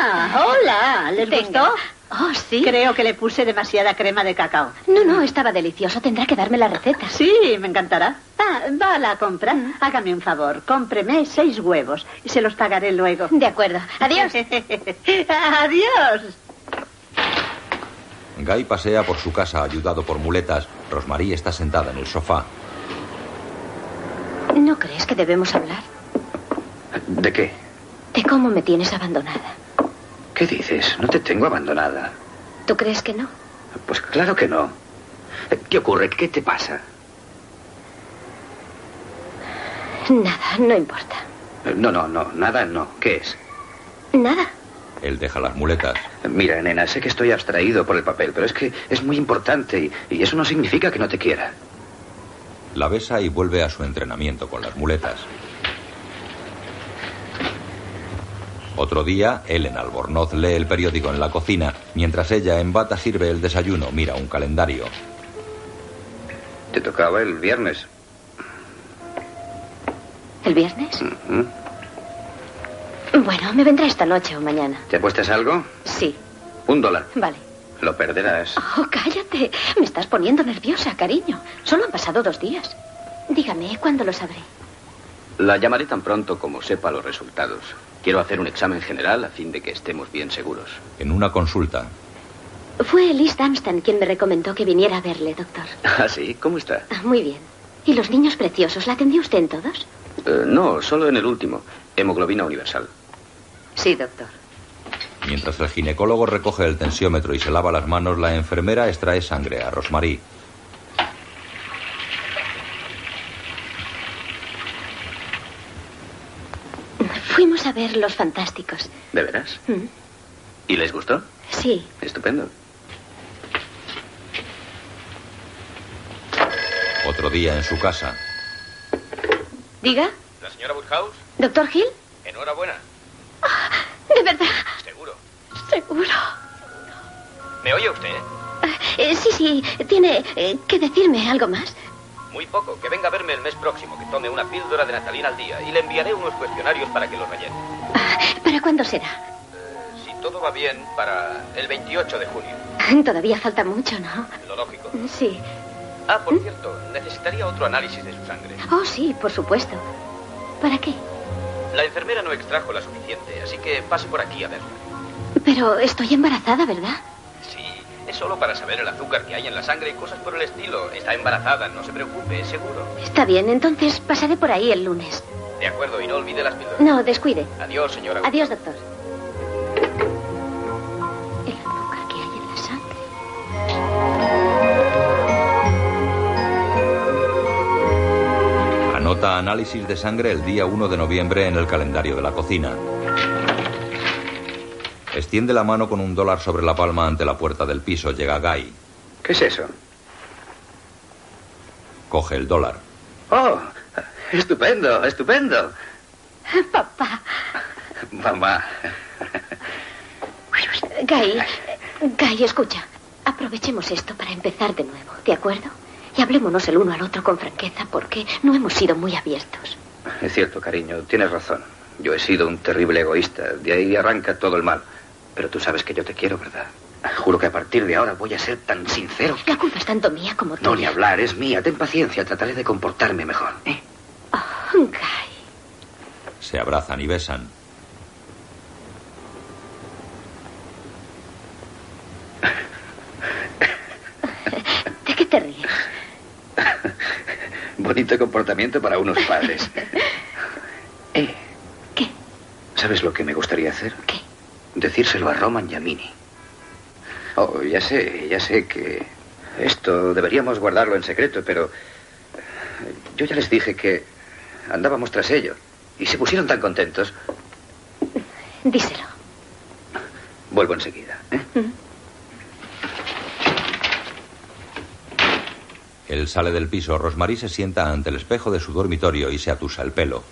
Speaker 7: Ah, hola. ¿Les gustó?
Speaker 4: Oh, sí.
Speaker 7: Creo que le puse demasiada crema de cacao.
Speaker 4: No, no, estaba delicioso. Tendrá que darme la receta. Mm.
Speaker 7: Sí, me encantará. Ah, va a la compra. Hágame un favor. Cómpreme seis huevos y se los pagaré luego.
Speaker 4: De acuerdo. Adiós.
Speaker 7: Adiós.
Speaker 1: Guy pasea por su casa ayudado por muletas. Rosmarie está sentada en el sofá.
Speaker 4: ¿No crees que debemos hablar?
Speaker 5: ¿De qué?
Speaker 4: De cómo me tienes abandonada.
Speaker 5: ¿Qué dices? No te tengo abandonada.
Speaker 4: ¿Tú crees que no?
Speaker 5: Pues claro que no. ¿Qué ocurre? ¿Qué te pasa?
Speaker 4: Nada, no importa.
Speaker 5: No, no, no, nada no. ¿Qué es?
Speaker 4: Nada.
Speaker 1: Él deja las muletas.
Speaker 5: Mira, nena, sé que estoy abstraído por el papel, pero es que es muy importante y, y eso no significa que no te quiera.
Speaker 1: La besa y vuelve a su entrenamiento con las muletas. Otro día, él en Albornoz lee el periódico en la cocina, mientras ella en bata sirve el desayuno, mira un calendario.
Speaker 5: Te tocaba el viernes.
Speaker 4: ¿El viernes?
Speaker 5: ¿Mm?
Speaker 4: Bueno, me vendrá esta noche o mañana.
Speaker 5: ¿Te apuestas algo?
Speaker 4: Sí,
Speaker 5: Un dólar.
Speaker 4: vale.
Speaker 5: Lo perderás.
Speaker 4: Oh, cállate. Me estás poniendo nerviosa, cariño. Solo han pasado dos días. Dígame, ¿cuándo lo sabré?
Speaker 5: La llamaré tan pronto como sepa los resultados. Quiero hacer un examen general a fin de que estemos bien seguros.
Speaker 1: En una consulta.
Speaker 4: Fue Liz Dunstan quien me recomendó que viniera a verle, doctor.
Speaker 5: ¿Ah, sí? ¿Cómo está?
Speaker 4: Ah, Muy bien. ¿Y los niños preciosos? ¿La atendió usted en todos?
Speaker 5: Eh, no, solo en el último. Hemoglobina universal.
Speaker 4: Sí, doctor.
Speaker 1: Mientras el ginecólogo recoge el tensiómetro y se lava las manos, la enfermera extrae sangre a Rosmarie.
Speaker 4: Fuimos a ver Los Fantásticos.
Speaker 5: ¿De veras?
Speaker 4: Mm,
Speaker 5: ¿Y les gustó?
Speaker 4: Sí.
Speaker 5: Estupendo.
Speaker 1: Otro día en su casa.
Speaker 4: ¿Diga?
Speaker 18: ¿La señora Woodhouse?
Speaker 4: ¿Doctor Hill?
Speaker 18: Enhorabuena.
Speaker 4: De verdad,
Speaker 18: Seguro.
Speaker 4: seguro.
Speaker 18: ¿Me oye usted?
Speaker 4: Eh, sí, sí, tiene eh, que decirme algo más.
Speaker 18: Muy poco. Que venga a verme el mes próximo, que tome una píldora de natalina al día y le enviaré unos cuestionarios para que los rellene.
Speaker 4: Ah, ¿Para cuándo será?
Speaker 18: Si todo va bien, para el 28 de junio.
Speaker 4: Todavía falta mucho, ¿no?
Speaker 18: Lo lógico.
Speaker 4: Sí.
Speaker 18: Ah, por cierto, necesitaría otro análisis de su sangre.
Speaker 4: Oh, sí, por supuesto. ¿Para qué?
Speaker 18: La enfermera no extrajo la suficiente, así que pase por aquí a verla.
Speaker 4: Pero estoy embarazada, ¿verdad?
Speaker 18: Sí, es solo para saber el azúcar que hay en la sangre y cosas por el estilo. Está embarazada, no se preocupe, es seguro.
Speaker 4: Está bien, entonces pasaré por ahí el lunes.
Speaker 18: De acuerdo, y no olvide las píldoras.
Speaker 4: No, descuide.
Speaker 18: Adiós, señora.
Speaker 4: Adiós, doctor. El azúcar que hay en la sangre.
Speaker 1: Anota análisis de sangre el día 1 de noviembre en el calendario de la cocina. Extiende la mano con un dólar sobre la palma ante la puerta del piso. Llega Guy.
Speaker 5: ¿Qué es eso?
Speaker 1: Coge el dólar.
Speaker 5: ¡Oh! Estupendo, estupendo.
Speaker 4: Papá.
Speaker 5: Mamá.
Speaker 4: Guy, Guy, escucha. Aprovechemos esto para empezar de nuevo, ¿de acuerdo? Y hablémonos el uno al otro con franqueza porque no hemos sido muy abiertos.
Speaker 5: Es cierto, cariño, tienes razón. Yo he sido un terrible egoísta. De ahí arranca todo el mal. Pero tú sabes que yo te quiero, ¿verdad? Juro que a partir de ahora voy a ser tan sincero.
Speaker 4: La culpa es tanto mía como tuya.
Speaker 5: No ni hablar, es mía. Ten paciencia, trataré de comportarme mejor.
Speaker 4: Oh, Guy.
Speaker 1: Se abrazan y besan.
Speaker 4: ¿De qué te ríes?
Speaker 5: Bonito comportamiento para unos padres. Eh,
Speaker 4: ¿Qué?
Speaker 5: ¿Sabes lo que me gustaría hacer? ¿Qué? Decírselo a Roman y a Minnie. Oh, ya sé, ya sé que esto deberíamos guardarlo en secreto, pero eh, yo ya les dije que andábamos tras ello y se pusieron tan contentos.
Speaker 4: Díselo.
Speaker 5: Vuelvo enseguida. ¿eh?
Speaker 1: Él sale del piso. Rosmarie se sienta ante el espejo de su dormitorio y se atusa el pelo.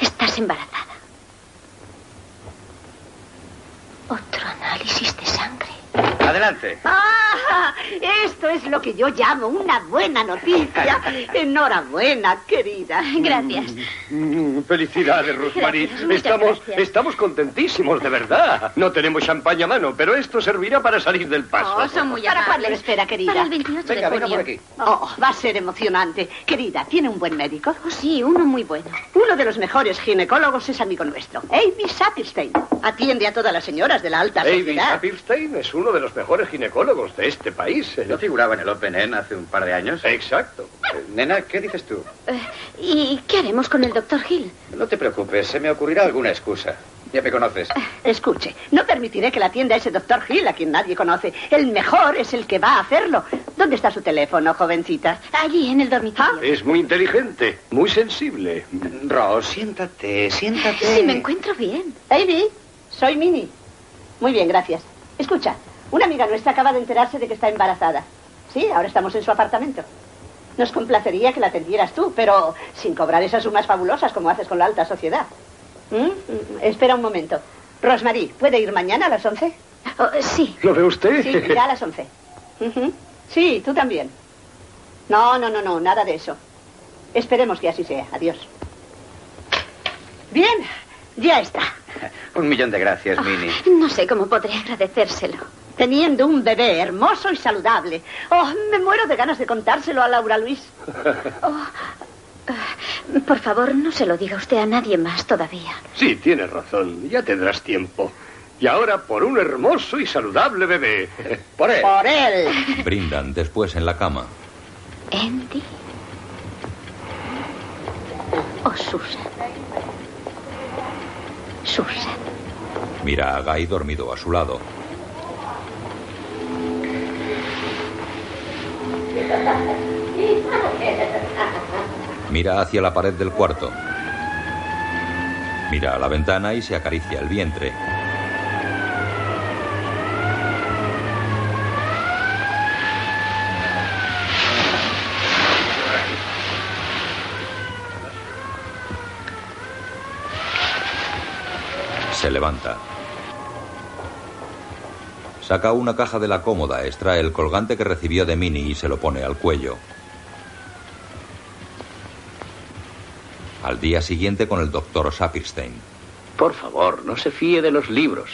Speaker 4: Estás embarazada. Otro análisis de sangre.
Speaker 5: Adelante.
Speaker 13: ¡Ah! Esto es lo que yo llamo una buena noticia. Enhorabuena, querida. Gracias.
Speaker 12: Mm, Felicidades, Rosmarie.
Speaker 13: Gracias, muchas
Speaker 12: Estamos,
Speaker 13: gracias.
Speaker 12: estamos contentísimos, de verdad. No tenemos champaña a mano, pero esto servirá para salir del paso.
Speaker 13: Oh, ¿Para cuándo lo espera, querida?
Speaker 4: Para el 28
Speaker 12: Venga,
Speaker 4: de
Speaker 12: venga
Speaker 4: junio.
Speaker 12: por aquí.
Speaker 13: Oh, va a ser emocionante. Querida, ¿tiene un buen médico?
Speaker 4: Oh, sí, uno muy bueno.
Speaker 13: Uno de los mejores ginecólogos es amigo nuestro, Avis Sapirstein. Atiende a todas las señoras de la alta
Speaker 12: David
Speaker 13: sociedad.
Speaker 12: Sapirstein es uno de los mejores ginecólogos de este país.
Speaker 5: ¿No figuraba en el Open End hace un par de años? Eh,
Speaker 12: Exacto.
Speaker 5: Nena, ¿qué dices tú?
Speaker 4: Eh, ¿Y qué haremos con el doctor Hill?
Speaker 5: No te preocupes, se me ocurrirá alguna excusa. Ya me conoces.
Speaker 13: Escuche, no permitiré que la atienda ese doctor Hill a quien nadie conoce. El mejor es el que va a hacerlo. ¿Dónde está su teléfono, jovencita? Ah,
Speaker 4: Allí, en el dormitorio.
Speaker 12: Es muy inteligente, muy sensible.
Speaker 5: Ros, siéntate, siéntate.
Speaker 4: Sí, me encuentro bien.
Speaker 13: Eh, Amy, soy Minnie. Muy bien, gracias. Escucha, una amiga nuestra acaba de enterarse de que está embarazada. Sí, ahora estamos en su apartamento. Nos complacería que la atendieras tú, pero sin cobrar esas sumas fabulosas como haces con la alta sociedad. ¿Mm? Mm, Espera un momento. Rosmarie, ¿puede ir mañana a las 11?
Speaker 4: Oh, sí.
Speaker 12: ¿Lo ve usted?
Speaker 13: Sí, irá a las 11. Ujú.
Speaker 7: Sí, tú también. No, no, no, no, nada de eso. Esperemos que así sea. Adiós.
Speaker 13: Bien, ya está.
Speaker 5: Un millón de gracias, Mini.
Speaker 13: No sé cómo podré agradecérselo. Teniendo un bebé hermoso y saludable. Oh, me muero de ganas de contárselo a Laura Luis.
Speaker 4: Oh, eh, Por favor, no se lo diga usted a nadie más todavía.
Speaker 12: Sí, tienes razón. Ya tendrás tiempo. Y ahora por un hermoso y saludable bebé. Por él.
Speaker 13: Por él.
Speaker 1: Brindan después en la cama.
Speaker 4: Andy. Oh, Susan. Susan.
Speaker 1: Mira a Guy dormido a su lado. Mira hacia la pared del cuarto. Mira a la ventana y se acaricia el vientre. Se levanta. Saca una caja de la cómoda, extrae el colgante que recibió de Minnie y se lo pone al cuello. Al día siguiente con el doctor Sapirstein.
Speaker 19: Por favor, no se fíe de los libros.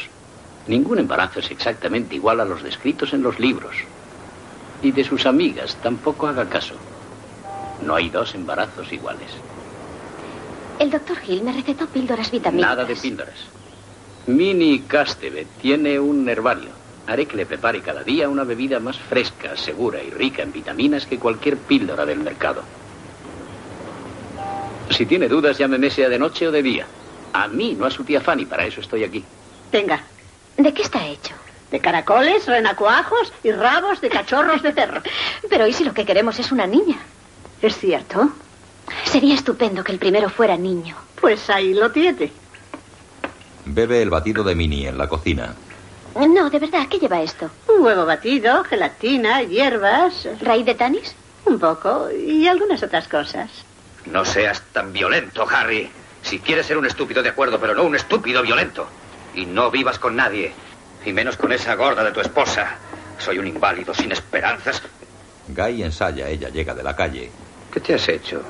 Speaker 19: Ningún embarazo es exactamente igual a los descritos en los libros. Y de sus amigas tampoco haga caso. No hay dos embarazos iguales.
Speaker 4: El doctor Hill me recetó píldoras vitamínicas.
Speaker 19: Nada de píldoras. Mini Castebet tiene un herbario. Haré que le prepare cada día una bebida más fresca, segura y rica en vitaminas que cualquier píldora del mercado. Si tiene dudas, llámeme sea de noche o de día. A mí, no a su tía Fanny, para eso estoy aquí.
Speaker 13: Tenga.
Speaker 4: ¿De qué está hecho?
Speaker 13: De caracoles, renacuajos y rabos de cachorros de perro.
Speaker 4: Pero ¿y si lo que queremos es una niña?
Speaker 13: ¿Es cierto?
Speaker 4: Sería estupendo que el primero fuera niño.
Speaker 13: Pues ahí lo tiene.
Speaker 1: Bebe el batido de Minnie en la cocina.
Speaker 4: Eh, No, de verdad, ¿qué lleva esto?
Speaker 13: Un huevo batido, gelatina, hierbas.
Speaker 4: ¿Raíz de tanis?
Speaker 13: Un poco. Y algunas otras cosas.
Speaker 5: No seas tan violento, Harry. Si quieres ser un estúpido, de acuerdo, pero no un estúpido violento. Y no vivas con nadie. Y menos con esa gorda de tu esposa. Soy un inválido sin esperanzas.
Speaker 1: Guy ensaya, ella llega de la calle.
Speaker 5: ¿Qué te has hecho?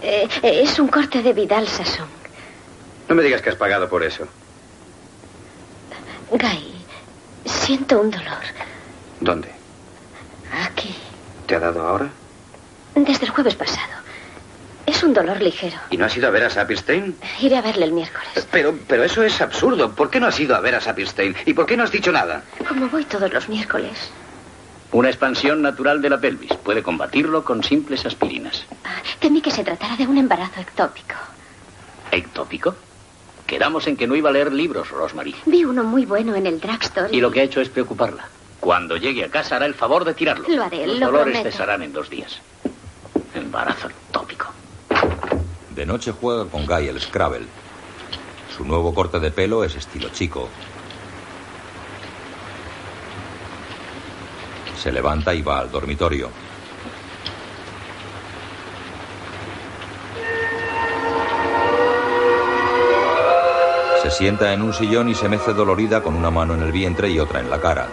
Speaker 4: Eh, eh, es un corte de Vidal Sasson.
Speaker 5: No me digas que has pagado por eso.
Speaker 4: Guy, siento un dolor.
Speaker 5: ¿Dónde?
Speaker 4: Aquí.
Speaker 5: ¿Te ha dado ahora?
Speaker 4: Desde el jueves pasado. Es un dolor ligero.
Speaker 5: ¿Y no has ido a ver a Sapirstein?
Speaker 4: Iré a verle el miércoles.
Speaker 5: Pero, pero eso es absurdo. ¿Por qué no has ido a ver a Sapirstein? ¿Y por qué no has dicho nada?
Speaker 4: Como voy todos los miércoles.
Speaker 19: Una expansión natural de la pelvis. Puede combatirlo con simples aspirinas.
Speaker 4: Ah, Temí que se tratara de un embarazo ectópico.
Speaker 19: ¿Ectópico? Quedamos en que no iba a leer libros, Rosemary.
Speaker 4: Vi uno muy bueno en el drugstore.
Speaker 19: Y lo que ha hecho es preocuparla. Cuando llegue a casa hará el favor de tirarlo.
Speaker 4: Lo haré,
Speaker 19: Los
Speaker 4: lo
Speaker 19: dolores
Speaker 4: prometo.
Speaker 19: cesarán en dos días. Embarazo ectópico.
Speaker 1: De noche juega con Guy el Scrabble. Su nuevo corte de pelo es estilo chico. Se levanta y va al dormitorio. Se sienta en un sillón y se mece dolorida con una mano en el vientre y otra en la cara.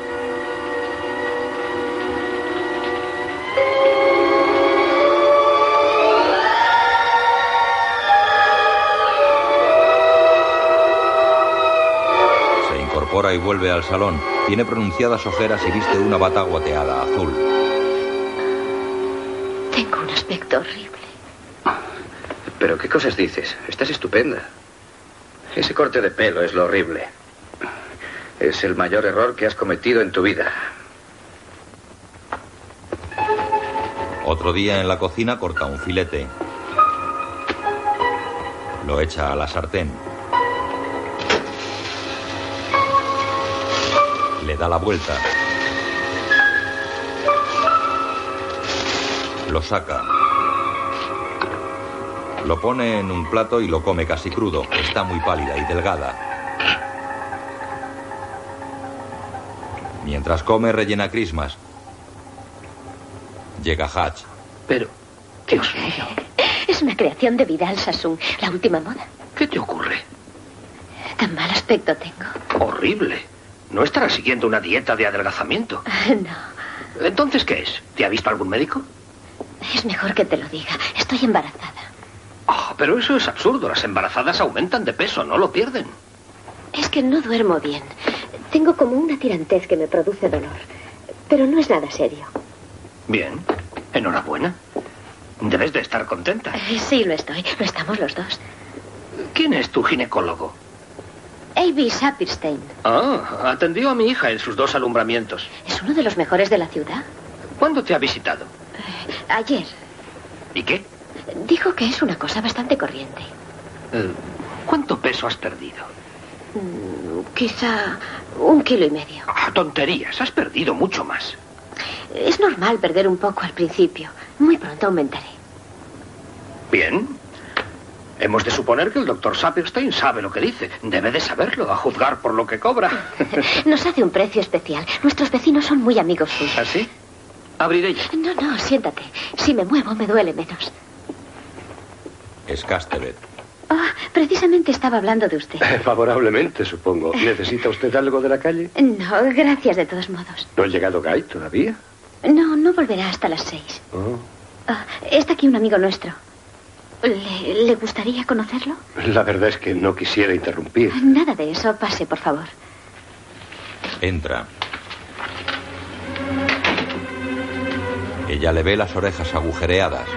Speaker 1: Se incorpora y vuelve al salón. Tiene pronunciadas ojeras y viste una bata guateada azul.
Speaker 4: Tengo un aspecto horrible.
Speaker 5: ¿Pero qué cosas dices? Estás estupenda. Ese corte de pelo es lo horrible. Es el mayor error que has cometido en tu vida.
Speaker 1: Otro día en la cocina corta un filete. Lo echa a la sartén. Le da la vuelta. Lo saca. Lo pone en un plato y lo come casi crudo. Está muy pálida y delgada. Mientras come, rellena crismas. Llega Hatch.
Speaker 19: Pero, Dios mío,
Speaker 4: Es una creación de Vidal Sassoon, la última moda.
Speaker 19: ¿qué te ocurre?
Speaker 4: Tan mal aspecto tengo.
Speaker 6: Horrible. No estará siguiendo una dieta de adelgazamiento.
Speaker 4: No.
Speaker 6: ¿Entonces qué es? ¿Te ha visto algún médico?
Speaker 4: Es mejor que te lo diga. Estoy embarazada.
Speaker 6: Ah, pero eso es absurdo. Las embarazadas aumentan de peso, no lo pierden.
Speaker 4: Es que no duermo bien. Tengo como una tirantez que me produce dolor. Pero no es nada serio.
Speaker 6: Bien. Enhorabuena. Debes de estar contenta.
Speaker 4: Eh, Sí, lo estoy. Lo estamos los dos.
Speaker 6: ¿Quién es tu ginecólogo?
Speaker 4: A.B. Sapirstein.
Speaker 6: Ah, atendió a mi hija en sus dos alumbramientos.
Speaker 4: Es uno de los mejores de la ciudad.
Speaker 6: ¿Cuándo te ha visitado?
Speaker 4: Ayer
Speaker 6: ¿Y qué?
Speaker 4: dijo que es una cosa bastante corriente.
Speaker 6: Eh, ¿Cuánto peso has perdido?
Speaker 4: Mm, Quizá un kilo y medio.
Speaker 6: Ah, tonterías, has perdido mucho más.
Speaker 4: Es normal perder un poco al principio. Muy pronto aumentaré.
Speaker 6: Bien. Hemos de suponer que el doctor Sapirstein sabe lo que dice. Debe de saberlo, a juzgar por lo que cobra.
Speaker 4: Nos hace un precio especial. Nuestros vecinos son muy amigos suyos.
Speaker 6: ¿Así? Abriré ya.
Speaker 4: No, no, siéntate. Si me muevo, me duele menos.
Speaker 1: Es Castevet.
Speaker 4: Ah, precisamente estaba hablando de usted.
Speaker 12: Favorablemente, supongo. ¿Necesita usted algo de la calle?
Speaker 4: No, gracias de todos modos.
Speaker 12: ¿No ha llegado Guy todavía?
Speaker 4: No, no volverá hasta las seis.
Speaker 12: Oh,
Speaker 4: Ah, está aquí un amigo nuestro. ¿Le, le gustaría conocerlo?
Speaker 12: la verdad es que no quisiera interrumpir.
Speaker 4: Nada de eso. Pase, por favor.
Speaker 1: Entra. Ella le ve las orejas agujereadas.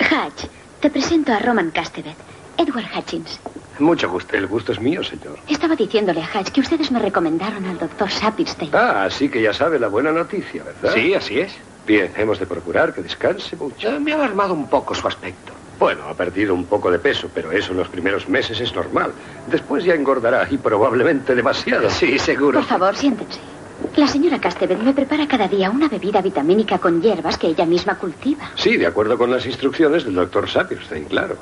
Speaker 4: Hatch, te presento a Roman Castevet. Edward Hutchins.
Speaker 12: Mucho gusto. El gusto es mío, señor.
Speaker 4: Estaba diciéndole a Hatch que ustedes me recomendaron al doctor Sapirstein.
Speaker 12: Ah, así que ya sabe la buena noticia, ¿verdad?
Speaker 6: Sí, así es. Eh,
Speaker 12: Bien, hemos de procurar que descanse mucho.
Speaker 6: me ha alarmado un poco su aspecto.
Speaker 12: Bueno, ha perdido un poco de peso, pero eso en los primeros meses es normal. Después ya engordará y probablemente demasiado. Sí, seguro.
Speaker 4: Por favor, siéntense. La señora Castevet me prepara cada día una bebida vitamínica con hierbas que ella misma cultiva.
Speaker 12: Sí, de acuerdo con las instrucciones del doctor Sapirstein, claro.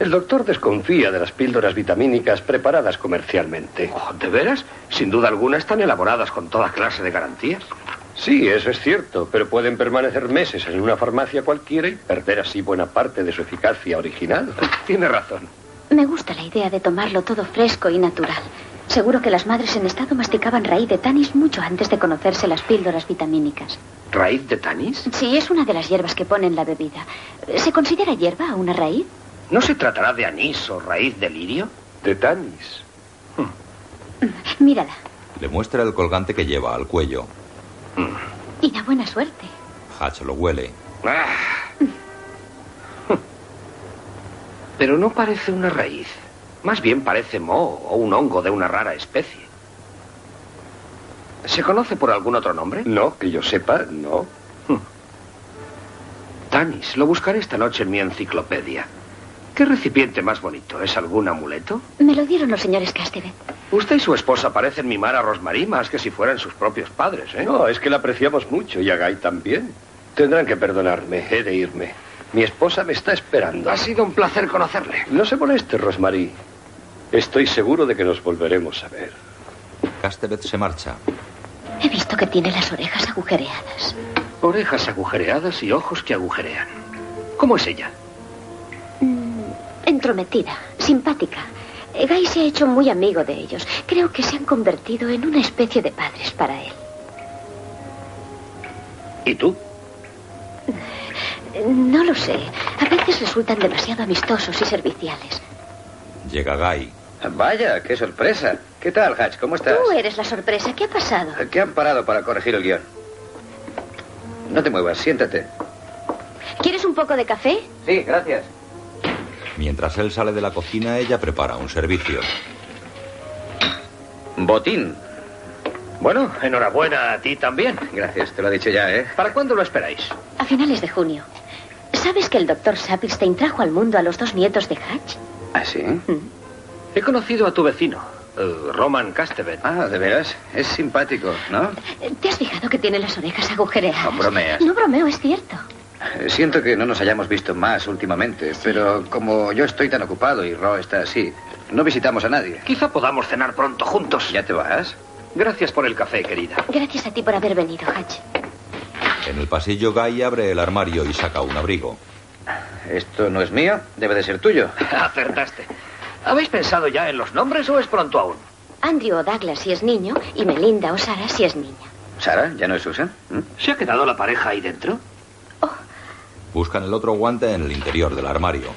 Speaker 12: El doctor desconfía de las píldoras vitamínicas preparadas comercialmente.
Speaker 6: Oh, ¿De veras? Sin duda alguna están elaboradas con toda clase de garantías.
Speaker 12: Sí, eso es cierto, pero pueden permanecer meses en una farmacia cualquiera y perder así buena parte de su eficacia original.
Speaker 6: Tiene razón.
Speaker 4: Me gusta la idea de tomarlo todo fresco y natural. Seguro que las madres en estado masticaban raíz de tanis mucho antes de conocerse las píldoras vitamínicas.
Speaker 6: ¿Raíz de tanis?
Speaker 4: Sí, es una de las hierbas que pone en la bebida. ¿Se considera hierba a una raíz?
Speaker 6: ¿No se tratará de anís o raíz de lirio?
Speaker 12: De tanis.
Speaker 4: Mírala.
Speaker 1: Le muestra el colgante que lleva al cuello.
Speaker 4: Y da buena suerte.
Speaker 1: Hatch lo huele.
Speaker 6: Ah. Pero no parece una raíz. Más bien parece moho o un hongo de una rara especie. ¿Se conoce por algún otro nombre? Hmm.
Speaker 12: No, que yo sepa, no.
Speaker 6: Tanis, lo buscaré esta noche en mi enciclopedia. ¿Qué recipiente más bonito? ¿Es algún amuleto?
Speaker 4: Me lo dieron los señores Castevet.
Speaker 6: Usted y su esposa parecen mimar a Rosmarie más que si fueran sus propios padres, ¿eh?
Speaker 12: No, es que la apreciamos mucho y a Guy también. Tendrán que perdonarme, he de irme. Mi esposa me está esperando.
Speaker 6: Ha sido un placer conocerle.
Speaker 12: No se moleste, Rosmarie. Estoy seguro de que nos volveremos a ver.
Speaker 1: Castevet se marcha.
Speaker 4: He visto que tiene las orejas agujereadas.
Speaker 6: Orejas agujereadas y ojos que agujerean. ¿Cómo es ella?
Speaker 4: Mm, Entrometida, simpática. Eh, Guy se ha hecho muy amigo de ellos. Creo que se han convertido en una especie de padres para él.
Speaker 6: ¿Y tú?
Speaker 4: Eh, No lo sé. A veces resultan demasiado amistosos y serviciales.
Speaker 1: Llega Guy.
Speaker 5: Vaya, qué sorpresa. ¿Qué tal, Hatch? ¿Cómo estás?
Speaker 4: Tú eres la sorpresa. ¿Qué ha pasado?
Speaker 5: ¿Qué han parado para corregir el guión? No te muevas, siéntate.
Speaker 4: ¿Quieres un poco de café?
Speaker 5: Sí, gracias.
Speaker 1: Mientras él sale de la cocina, ella prepara un servicio.
Speaker 5: Botín.
Speaker 6: Bueno, enhorabuena a ti también.
Speaker 5: Gracias, te lo he dicho ya, ¿eh?
Speaker 6: ¿Para cuándo lo esperáis?
Speaker 4: A finales de junio. ¿Sabes que el doctor Sapirstein trajo al mundo a los dos nietos de Hatch?
Speaker 5: ¿Ah, sí?
Speaker 6: Hmm. He conocido a tu vecino, eh, Roman Castevet.
Speaker 5: Ah, de veras. Es simpático, ¿no?
Speaker 4: Eh, ¿Te has fijado que tiene las orejas agujereadas?
Speaker 5: No bromeas.
Speaker 4: No bromeo, es cierto.
Speaker 5: Eh, Siento que no nos hayamos visto más últimamente, pero como yo estoy tan ocupado y Ro está así, no visitamos a nadie.
Speaker 6: Quizá podamos cenar pronto juntos.
Speaker 5: ¿Ya te vas?
Speaker 6: Gracias por el café, querida.
Speaker 4: Gracias a ti por haber venido, Hatch.
Speaker 1: En el pasillo, Guy abre el armario y saca un abrigo.
Speaker 5: Esto no es mío, debe de ser tuyo.
Speaker 6: Acertaste. ¿Habéis pensado ya en los nombres o es pronto aún?
Speaker 4: Andrew o Douglas si es niño y Melinda o Sara si es niña.
Speaker 5: Sara, ¿ya no es Susan?
Speaker 6: ¿Se ha quedado la pareja ahí dentro?
Speaker 1: Buscan el otro guante en el interior del armario.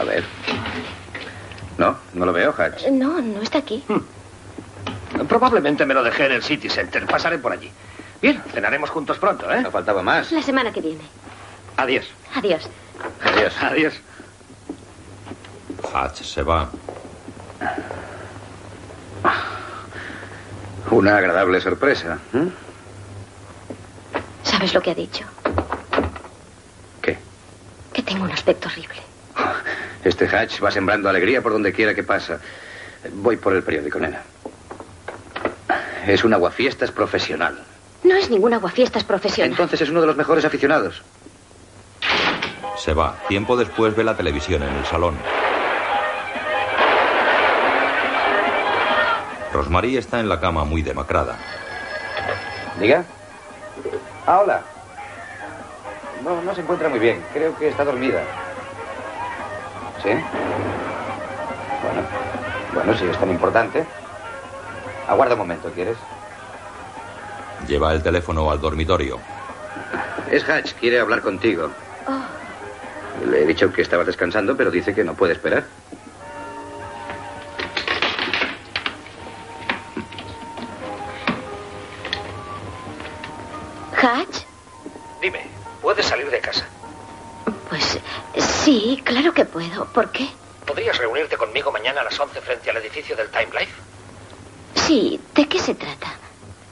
Speaker 5: A ver. No, no lo veo, Hatch.
Speaker 4: No, no está aquí.
Speaker 5: Hmm.
Speaker 6: Probablemente me lo dejé en el City Center. Pasaré por allí. Bien, cenaremos juntos pronto, ¿eh? No
Speaker 5: faltaba más.
Speaker 4: La semana que viene.
Speaker 6: Adiós.
Speaker 4: Adiós.
Speaker 5: Adiós.
Speaker 6: Adiós.
Speaker 1: Hatch se va.
Speaker 5: Una agradable sorpresa.
Speaker 6: ¿Mm?
Speaker 5: ¿eh?
Speaker 4: ¿Sabes lo que ha dicho?
Speaker 5: ¿Qué?
Speaker 4: Que tengo un aspecto horrible.
Speaker 5: Este Hatch va sembrando alegría por donde quiera que pasa. Voy por el periódico, nena. Es un aguafiestas profesional.
Speaker 4: No es ningún aguafiestas profesional.
Speaker 5: Entonces es uno de los mejores aficionados.
Speaker 1: Se va. Tiempo después ve la televisión en el salón. Rosmarie está en la cama muy demacrada.
Speaker 5: ¿Diga? Ah, hola. No, no se encuentra muy bien. Creo que está dormida. ¿Sí? Bueno, bueno, si es tan importante. Aguarda un momento, ¿quieres?
Speaker 1: Lleva el teléfono al dormitorio.
Speaker 5: Es Hatch, quiere hablar contigo. Le he dicho que estabas descansando, pero dice que no puede esperar.
Speaker 4: ¿Hatch?
Speaker 6: Dime, ¿puedes salir de casa?
Speaker 4: Pues sí, claro que puedo. ¿Por qué?
Speaker 6: ¿Podrías reunirte conmigo mañana a las 11 frente al edificio del Time Life?
Speaker 4: Sí, ¿de qué se trata?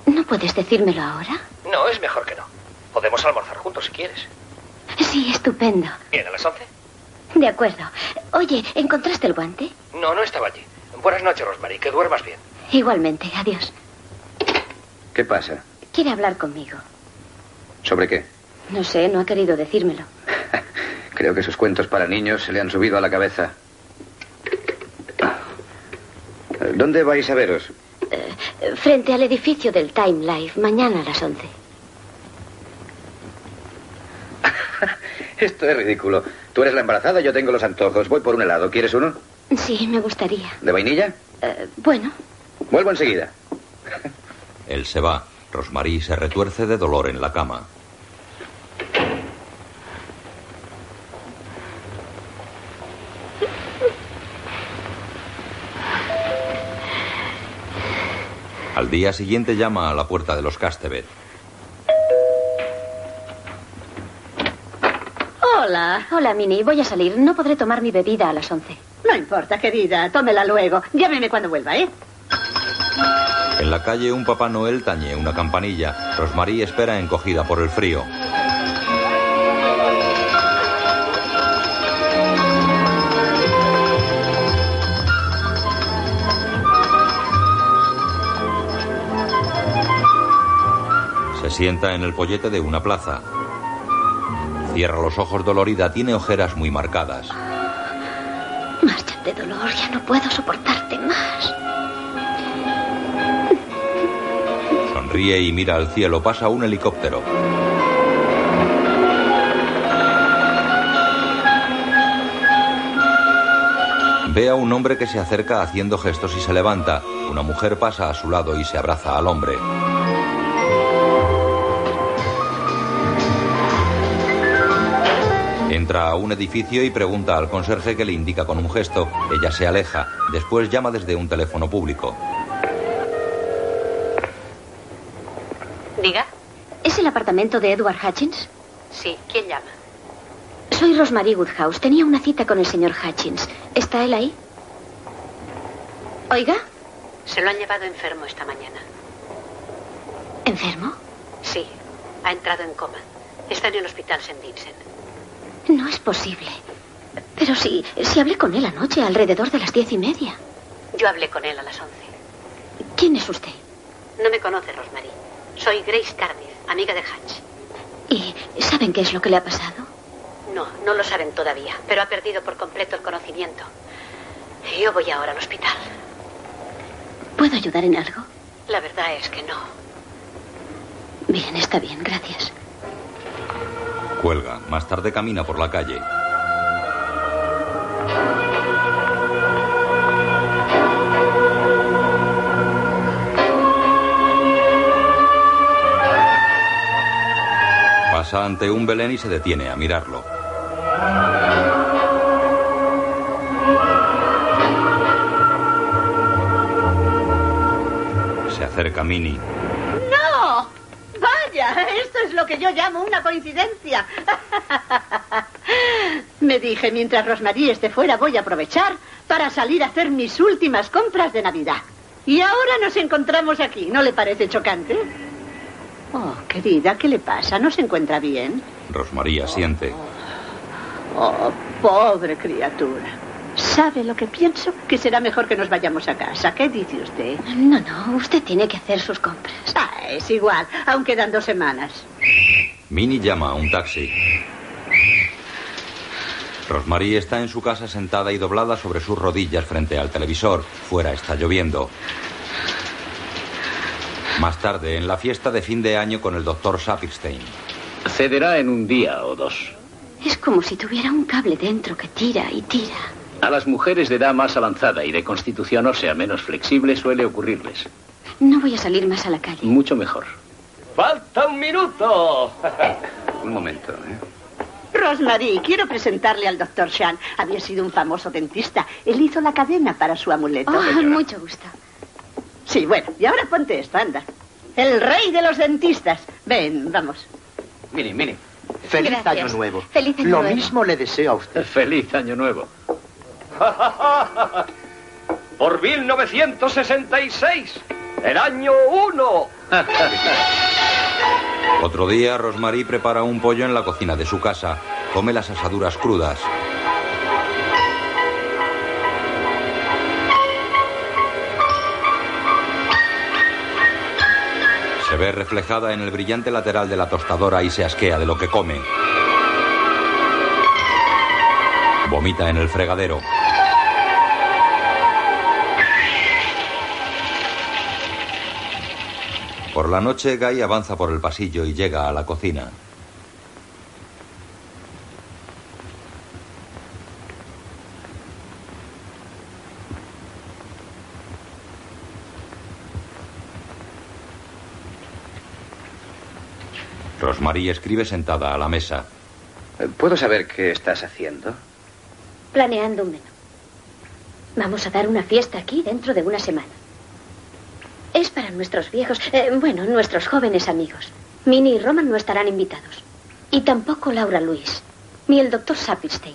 Speaker 4: ¿No puedes decírmelo ahora?
Speaker 6: No, es mejor que no. Podemos almorzar juntos si quieres.
Speaker 4: Sí, estupendo.
Speaker 6: Bien, a las 11.
Speaker 4: De acuerdo. Oye, ¿encontraste el guante?
Speaker 6: No, no estaba allí. Buenas noches, Rosemary. Que duermas bien.
Speaker 4: Igualmente, adiós.
Speaker 5: ¿Qué pasa?
Speaker 4: Quiere hablar conmigo.
Speaker 5: ¿Sobre qué?
Speaker 4: No sé, no ha querido decírmelo.
Speaker 5: Creo que sus cuentos para niños se le han subido a la cabeza. ¿Dónde vais a veros?
Speaker 4: Eh, Frente al edificio del Time Life, mañana a las 11.
Speaker 5: Esto es ridículo. Tú eres la embarazada, yo tengo los antojos. Voy por un helado. ¿Quieres uno?
Speaker 4: Sí, me gustaría.
Speaker 5: ¿De vainilla?
Speaker 4: Eh, bueno,
Speaker 5: Vuelvo enseguida.
Speaker 1: Él se va. Rosmarie se retuerce de dolor en la cama. Al día siguiente llama a la puerta de los Castebet.
Speaker 4: Hola. Hola, Mini. Voy a salir. No podré tomar mi bebida a las 11.
Speaker 7: No importa, querida. Tómela luego. Llámeme cuando vuelva, ¿eh?
Speaker 1: En la calle un Papá Noel tañe una campanilla. Rosmarie espera encogida por el frío. Se sienta en el pollete de una plaza. Cierra los ojos dolorida, tiene ojeras muy marcadas.
Speaker 4: Márchate, dolor. Ya no puedo soportarte más.
Speaker 1: Sonríe y mira al cielo. Pasa un helicóptero. Ve a un hombre que se acerca haciendo gestos y se levanta. Una mujer pasa a su lado y se abraza al hombre. Entra a un edificio y pregunta al conserje que le indica con un gesto. Ella se aleja. Después llama desde un teléfono público.
Speaker 4: Diga. ¿Es el apartamento de Edward Hutchins?
Speaker 20: Sí, ¿quién llama?
Speaker 4: Soy Rosemary Woodhouse. Tenía una cita con el señor Hutchins. ¿Está él ahí? Oiga,
Speaker 20: Se lo han llevado enfermo esta mañana.
Speaker 4: ¿enfermo?
Speaker 20: Sí, ha entrado en coma. Está en el hospital St. Vincent.
Speaker 4: No es posible. Pero sí, sí hablé con él anoche, alrededor de las diez y media.
Speaker 20: Yo hablé con él a las 11.
Speaker 4: ¿Quién es usted?
Speaker 20: No me conoce, Rosemary. Soy Grace Cardiff, amiga de Hatch.
Speaker 4: ¿Y saben qué es lo que le ha pasado?
Speaker 20: No, no lo saben todavía, pero ha perdido por completo el conocimiento. Yo voy ahora al hospital.
Speaker 4: ¿Puedo ayudar en algo?
Speaker 20: La verdad es que no.
Speaker 4: Bien, está bien, gracias.
Speaker 1: Cuelga. Más tarde camina por la calle. Pasa ante un Belén y se detiene a mirarlo. Se acerca Minnie.
Speaker 13: ¡No! Vaya, esto es lo que yo llamo una coincidencia. Me dije, mientras Rosmarie esté fuera, voy a aprovechar para salir a hacer mis últimas compras de Navidad. Y ahora nos encontramos aquí. ¿No le parece chocante? Oh, querida, ¿qué le pasa? ¿No se encuentra bien?
Speaker 1: Rosmaría siente.
Speaker 13: Oh, pobre criatura. ¿Sabe lo que pienso? Que será mejor que nos vayamos a casa. ¿Qué dice usted?
Speaker 4: No, no, usted tiene que hacer sus compras.
Speaker 13: Ah, es igual. Aún quedan dos semanas.
Speaker 1: Minnie llama a un taxi. Rosmarie está en su casa sentada y doblada sobre sus rodillas frente al televisor. Fuera está lloviendo. Más tarde, en la fiesta de fin de año con el doctor Sapirstein.
Speaker 19: Cederá en un día o dos.
Speaker 4: Es como si tuviera un cable dentro que tira y tira.
Speaker 19: A las mujeres de edad más avanzada y de constitución ósea menos flexible suele ocurrirles.
Speaker 4: No voy a salir más a la calle.
Speaker 19: Mucho mejor.
Speaker 12: ¡Falta un minuto!
Speaker 5: Un momento, ¿eh?
Speaker 13: Rosmarie, quiero presentarle al doctor Shan. Había sido un famoso dentista. Él hizo la cadena para su amuleto.
Speaker 4: Oh, mucho gusto.
Speaker 13: Sí, bueno, y ahora ponte esto, anda. El rey de los dentistas. Ven, vamos.
Speaker 6: Mire, mire. Feliz
Speaker 4: Gracias.
Speaker 6: año nuevo.
Speaker 4: Feliz año
Speaker 6: Lo
Speaker 4: nuevo.
Speaker 6: mismo le deseo a usted.
Speaker 19: Feliz año nuevo.
Speaker 12: Por 1966, el año 1.
Speaker 1: Otro día, Rosmarie prepara un pollo en la cocina de su casa. Come las asaduras crudas. Se ve reflejada en el brillante lateral de la tostadora y se asquea de lo que come. Vomita en el fregadero. Por la noche, Guy avanza por el pasillo y llega a la cocina. Rosmarie escribe sentada a la mesa.
Speaker 5: Eh, ¿Puedo saber qué estás haciendo?
Speaker 4: Planeando un menú. Vamos a dar una fiesta aquí dentro de una semana. Es para nuestros viejos, eh, bueno, nuestros jóvenes amigos. Minnie y Roman no estarán invitados. Y tampoco Laura Luis, ni el doctor Sapirstein.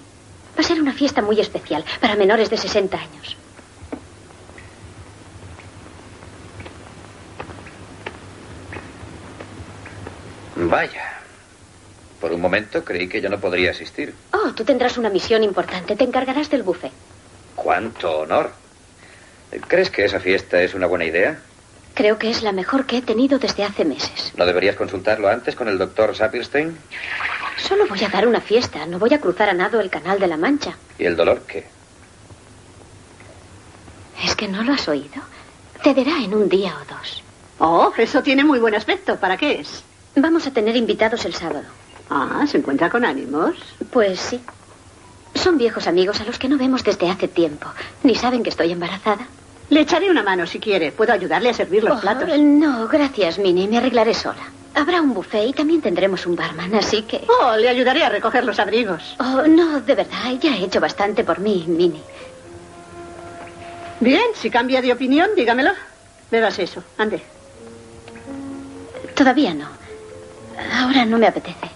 Speaker 4: Va a ser una fiesta muy especial para menores de 60 años.
Speaker 5: Vaya. Por un momento creí que yo no podría asistir.
Speaker 4: Oh, tú tendrás una misión importante. Te encargarás del buffet.
Speaker 5: ¡Cuánto honor! ¿Crees que esa fiesta es una buena idea?
Speaker 4: Creo que es la mejor que he tenido desde hace meses.
Speaker 5: ¿No deberías consultarlo antes con el doctor Sapirstein?
Speaker 4: Solo voy a dar una fiesta. No voy a cruzar a nado el Canal de la Mancha.
Speaker 5: ¿Y el dolor qué?
Speaker 4: ¿Es que no lo has oído? Cederá en un día o dos.
Speaker 13: Oh, eso tiene muy buen aspecto. ¿Para qué es?
Speaker 4: Vamos a tener invitados el sábado.
Speaker 13: Ah, ¿se encuentra con ánimos?
Speaker 4: Pues sí. Son viejos amigos a los que no vemos desde hace tiempo. Ni saben que estoy embarazada.
Speaker 13: Le echaré una mano si quiere. Puedo ayudarle a servir los
Speaker 4: Oh,
Speaker 13: platos.
Speaker 4: No, gracias, Minnie. Me arreglaré sola. Habrá un buffet y también tendremos un barman, así que...
Speaker 13: Oh, le ayudaré a recoger los abrigos.
Speaker 4: Oh, no, de verdad, ya he hecho bastante por mí, Minnie.
Speaker 13: Bien, si cambia de opinión, dígamelo. Bebas eso. Ande.
Speaker 4: Todavía no. Ahora no me apetece.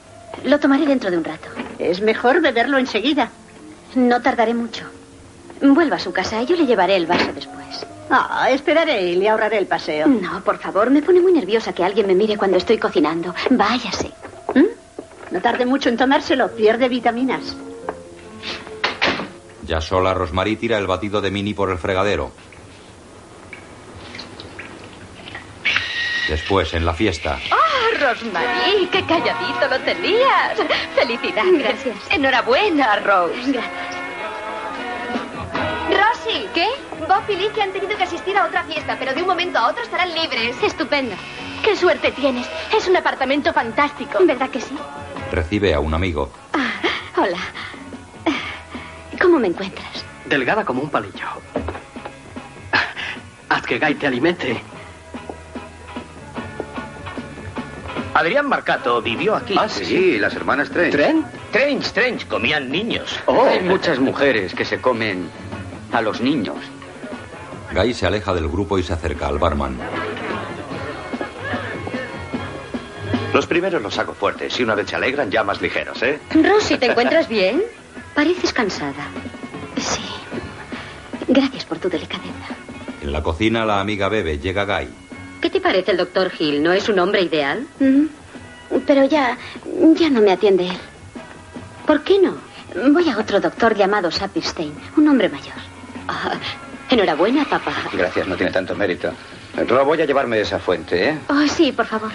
Speaker 4: Lo tomaré dentro de un rato.
Speaker 13: Es mejor beberlo enseguida.
Speaker 4: No tardaré mucho. Vuelva a su casa, yo le llevaré el vaso después.
Speaker 13: Ah, esperaré y le ahorraré el paseo.
Speaker 4: Mm. No, por favor, me pone muy nerviosa que alguien me mire cuando estoy cocinando. Váyase.
Speaker 13: ¿Mm? No tarde mucho en tomárselo. Pierde vitaminas.
Speaker 1: Ya sola, Rosmarie tira el batido de Minnie por el fregadero. Después, en la fiesta,
Speaker 21: ¡Oh, Rosmarie! ¡Qué calladito lo tenías! ¡Felicidades!
Speaker 4: Gracias.
Speaker 21: Enhorabuena, Rose.
Speaker 11: Rosy. ¿Qué? Bob y Licky han tenido que asistir a otra fiesta, pero de un momento a otro estarán libres.
Speaker 21: Estupendo. ¡Qué suerte tienes! Es un apartamento fantástico. Ah, ¿Verdad que sí?
Speaker 1: recibe a un amigo.
Speaker 4: Hola. ¿Cómo me encuentras?
Speaker 6: Delgada como un palillo. Haz que Guy te alimente.
Speaker 22: Adrián Marcato vivió aquí.
Speaker 5: Ah, sí. Sí, las hermanas Trench.
Speaker 22: ¿Tren? Trench, Trench, comían niños.
Speaker 6: Oh. Hay muchas mujeres que se comen a los niños.
Speaker 1: Guy se aleja del grupo y se acerca al barman.
Speaker 23: Los primeros los saco fuertes y una vez se alegran ya más ligeros, ¿eh?
Speaker 4: Rosy, ¿te encuentras bien?
Speaker 11: Pareces cansada. Sí. Gracias por tu delicadeza.
Speaker 1: En la cocina la amiga bebe, llega Guy.
Speaker 4: ¿Qué te parece el doctor Hill? ¿No es un hombre ideal?
Speaker 11: Mm, Pero ya, ya no me atiende él. ¿Por qué no? Voy a otro doctor llamado Sapirstein, un hombre mayor.
Speaker 4: Ah,
Speaker 11: enhorabuena, papá.
Speaker 5: Gracias, no tiene tanto mérito. Rob, voy a llevarme esa fuente, ¿eh?
Speaker 11: Oh, sí, por favor.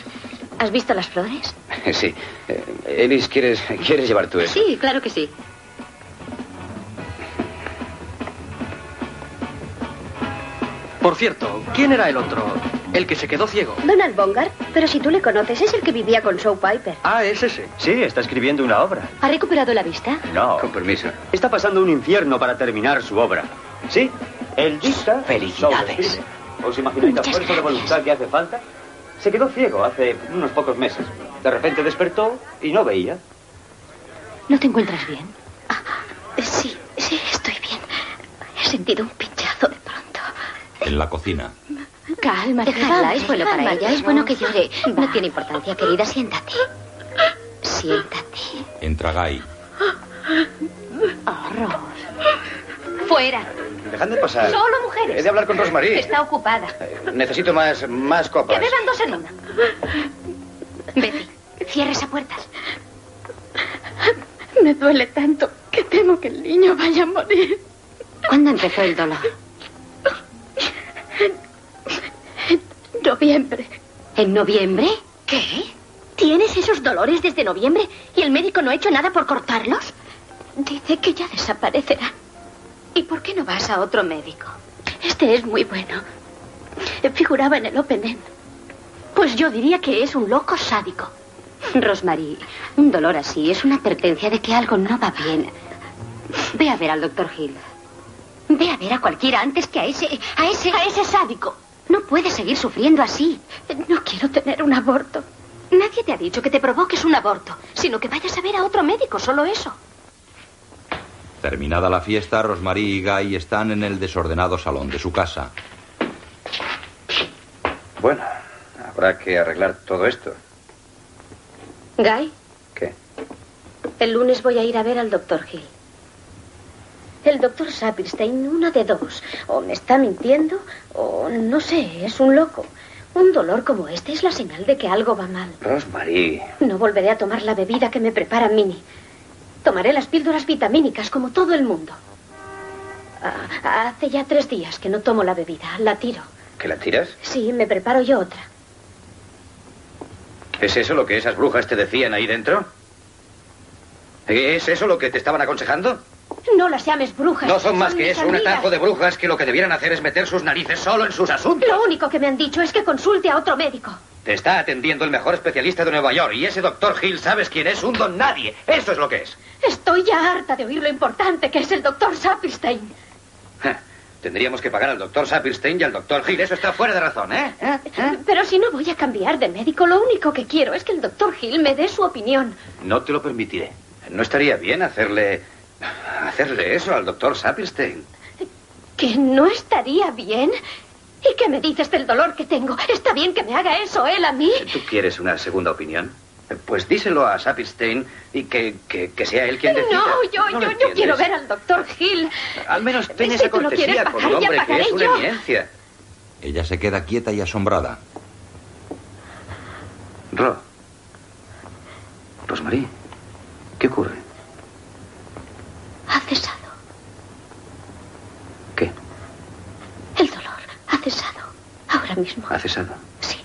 Speaker 11: ¿Has visto las flores?
Speaker 5: Sí. Eh, Elis, ¿quieres, ¿quieres llevar tú eso?
Speaker 4: Sí, claro que sí.
Speaker 6: Por cierto, ¿quién era el otro? El que se quedó ciego.
Speaker 4: Donald Bongard, pero si tú le conoces, es el que vivía con Show Piper.
Speaker 22: Ah, es ese. Sí, está escribiendo una obra.
Speaker 4: ¿Ha recuperado la vista?
Speaker 22: No. Con permiso. Está pasando un infierno para terminar su obra. Sí, el dicta. Felicidades. ¿Os imagináis la fuerza de voluntad que hace falta? Se quedó ciego hace unos pocos meses. De repente despertó y no veía.
Speaker 11: ¿No te encuentras bien? Ah, sí, sí, estoy bien. He sentido un pinchazo de pronto.
Speaker 1: En la cocina.
Speaker 11: Calma,
Speaker 4: Dejadla, es bueno para ella, es bueno que llore. No
Speaker 11: tiene importancia, querida, siéntate. Siéntate.
Speaker 1: Entra Guy.
Speaker 24: Fuera.
Speaker 5: Dejad de pasar.
Speaker 24: Solo mujeres.
Speaker 5: He de hablar con Rosmarie.
Speaker 24: Está ocupada.
Speaker 5: Necesito más, más
Speaker 24: Que
Speaker 5: copas.
Speaker 24: beban dos en una. Betty, cierra esa puerta.
Speaker 4: Me duele tanto que temo que el niño vaya a morir.
Speaker 11: ¿Cuándo empezó el dolor?
Speaker 4: Noviembre.
Speaker 11: ¿En noviembre?
Speaker 4: ¿Qué? ¿Tienes esos dolores desde noviembre y el médico no ha hecho nada por cortarlos?
Speaker 11: Dice que ya desaparecerá.
Speaker 4: ¿Y por qué no vas a otro médico? Este es muy bueno. Figuraba en el Open End. Pues yo diría que es un loco sádico.
Speaker 11: Rosmarie, un dolor así es una advertencia de que algo no va bien. Ve a ver al doctor Hill. Ve a ver a cualquiera antes que a ese. a ese. a ese sádico. No puedes seguir sufriendo así. No quiero tener un aborto.
Speaker 4: Nadie te ha dicho que te provoques un aborto, sino que vayas a ver a otro médico, solo eso.
Speaker 1: Terminada la fiesta, Rosmarie y Guy están en el desordenado salón de su casa.
Speaker 5: Bueno, habrá que arreglar todo esto.
Speaker 4: Guy.
Speaker 5: ¿Qué?
Speaker 4: El lunes voy a ir a ver al doctor Hill. El doctor Sapirstein, una de dos. O me está mintiendo, o no sé, es un loco. Un dolor como este es la señal de que algo va mal.
Speaker 5: Rosmarie.
Speaker 4: No volveré a tomar la bebida que me prepara Minnie. Tomaré las píldoras vitamínicas como todo el mundo. Ah, hace ya tres días que no tomo la bebida. La tiro.
Speaker 5: ¿Que la tiras?
Speaker 4: Sí, me preparo yo otra.
Speaker 5: ¿Es eso lo que esas brujas te decían ahí dentro? ¿Es eso lo que te estaban aconsejando?
Speaker 4: No las llames brujas.
Speaker 5: No son más que
Speaker 4: mis
Speaker 5: eso, un
Speaker 4: amigas.
Speaker 5: atajo de brujas que lo que debieran hacer es meter sus narices solo en sus asuntos.
Speaker 4: Lo único que me han dicho es que consulte a otro médico.
Speaker 5: Te está atendiendo el mejor especialista de Nueva York y ese doctor Hill, ¿sabes quién es? Un don nadie. Eso es lo que es.
Speaker 4: Estoy ya harta de oír lo importante que es el doctor Sapirstein.
Speaker 5: Tendríamos que pagar al doctor Sapirstein y al doctor Hill. Eso está fuera de razón, ¿eh?
Speaker 4: Pero si no voy a cambiar de médico, lo único que quiero es que el doctor Hill me dé su opinión.
Speaker 5: No te lo permitiré. No estaría bien hacerle. hacerle eso al doctor Sapirstein.
Speaker 4: ¿Que no estaría bien? ¿Y qué me dices del dolor que tengo? ¿Está bien que me haga eso él a mí?
Speaker 5: ¿Tú quieres una segunda opinión? Pues díselo a Sapirstein y que, que- que sea él quien decida.
Speaker 4: No, yo,
Speaker 5: lo
Speaker 4: yo, yo
Speaker 5: entiendes?
Speaker 4: quiero ver al doctor Hill.
Speaker 5: Al menos ten
Speaker 4: Si
Speaker 5: esa
Speaker 4: tú lo quieres
Speaker 5: cortesía con
Speaker 4: pagar,
Speaker 5: un
Speaker 4: ya
Speaker 5: hombre que es
Speaker 4: pagaré
Speaker 5: una
Speaker 4: yo.
Speaker 5: eminencia.
Speaker 1: Ella se queda quieta y asombrada.
Speaker 5: Ro. Rosmarie. ¿Qué ocurre?
Speaker 11: Ha cesado.
Speaker 5: ¿Qué?
Speaker 11: El dolor ha cesado. Ahora mismo.
Speaker 5: ¿Ha cesado? Sí.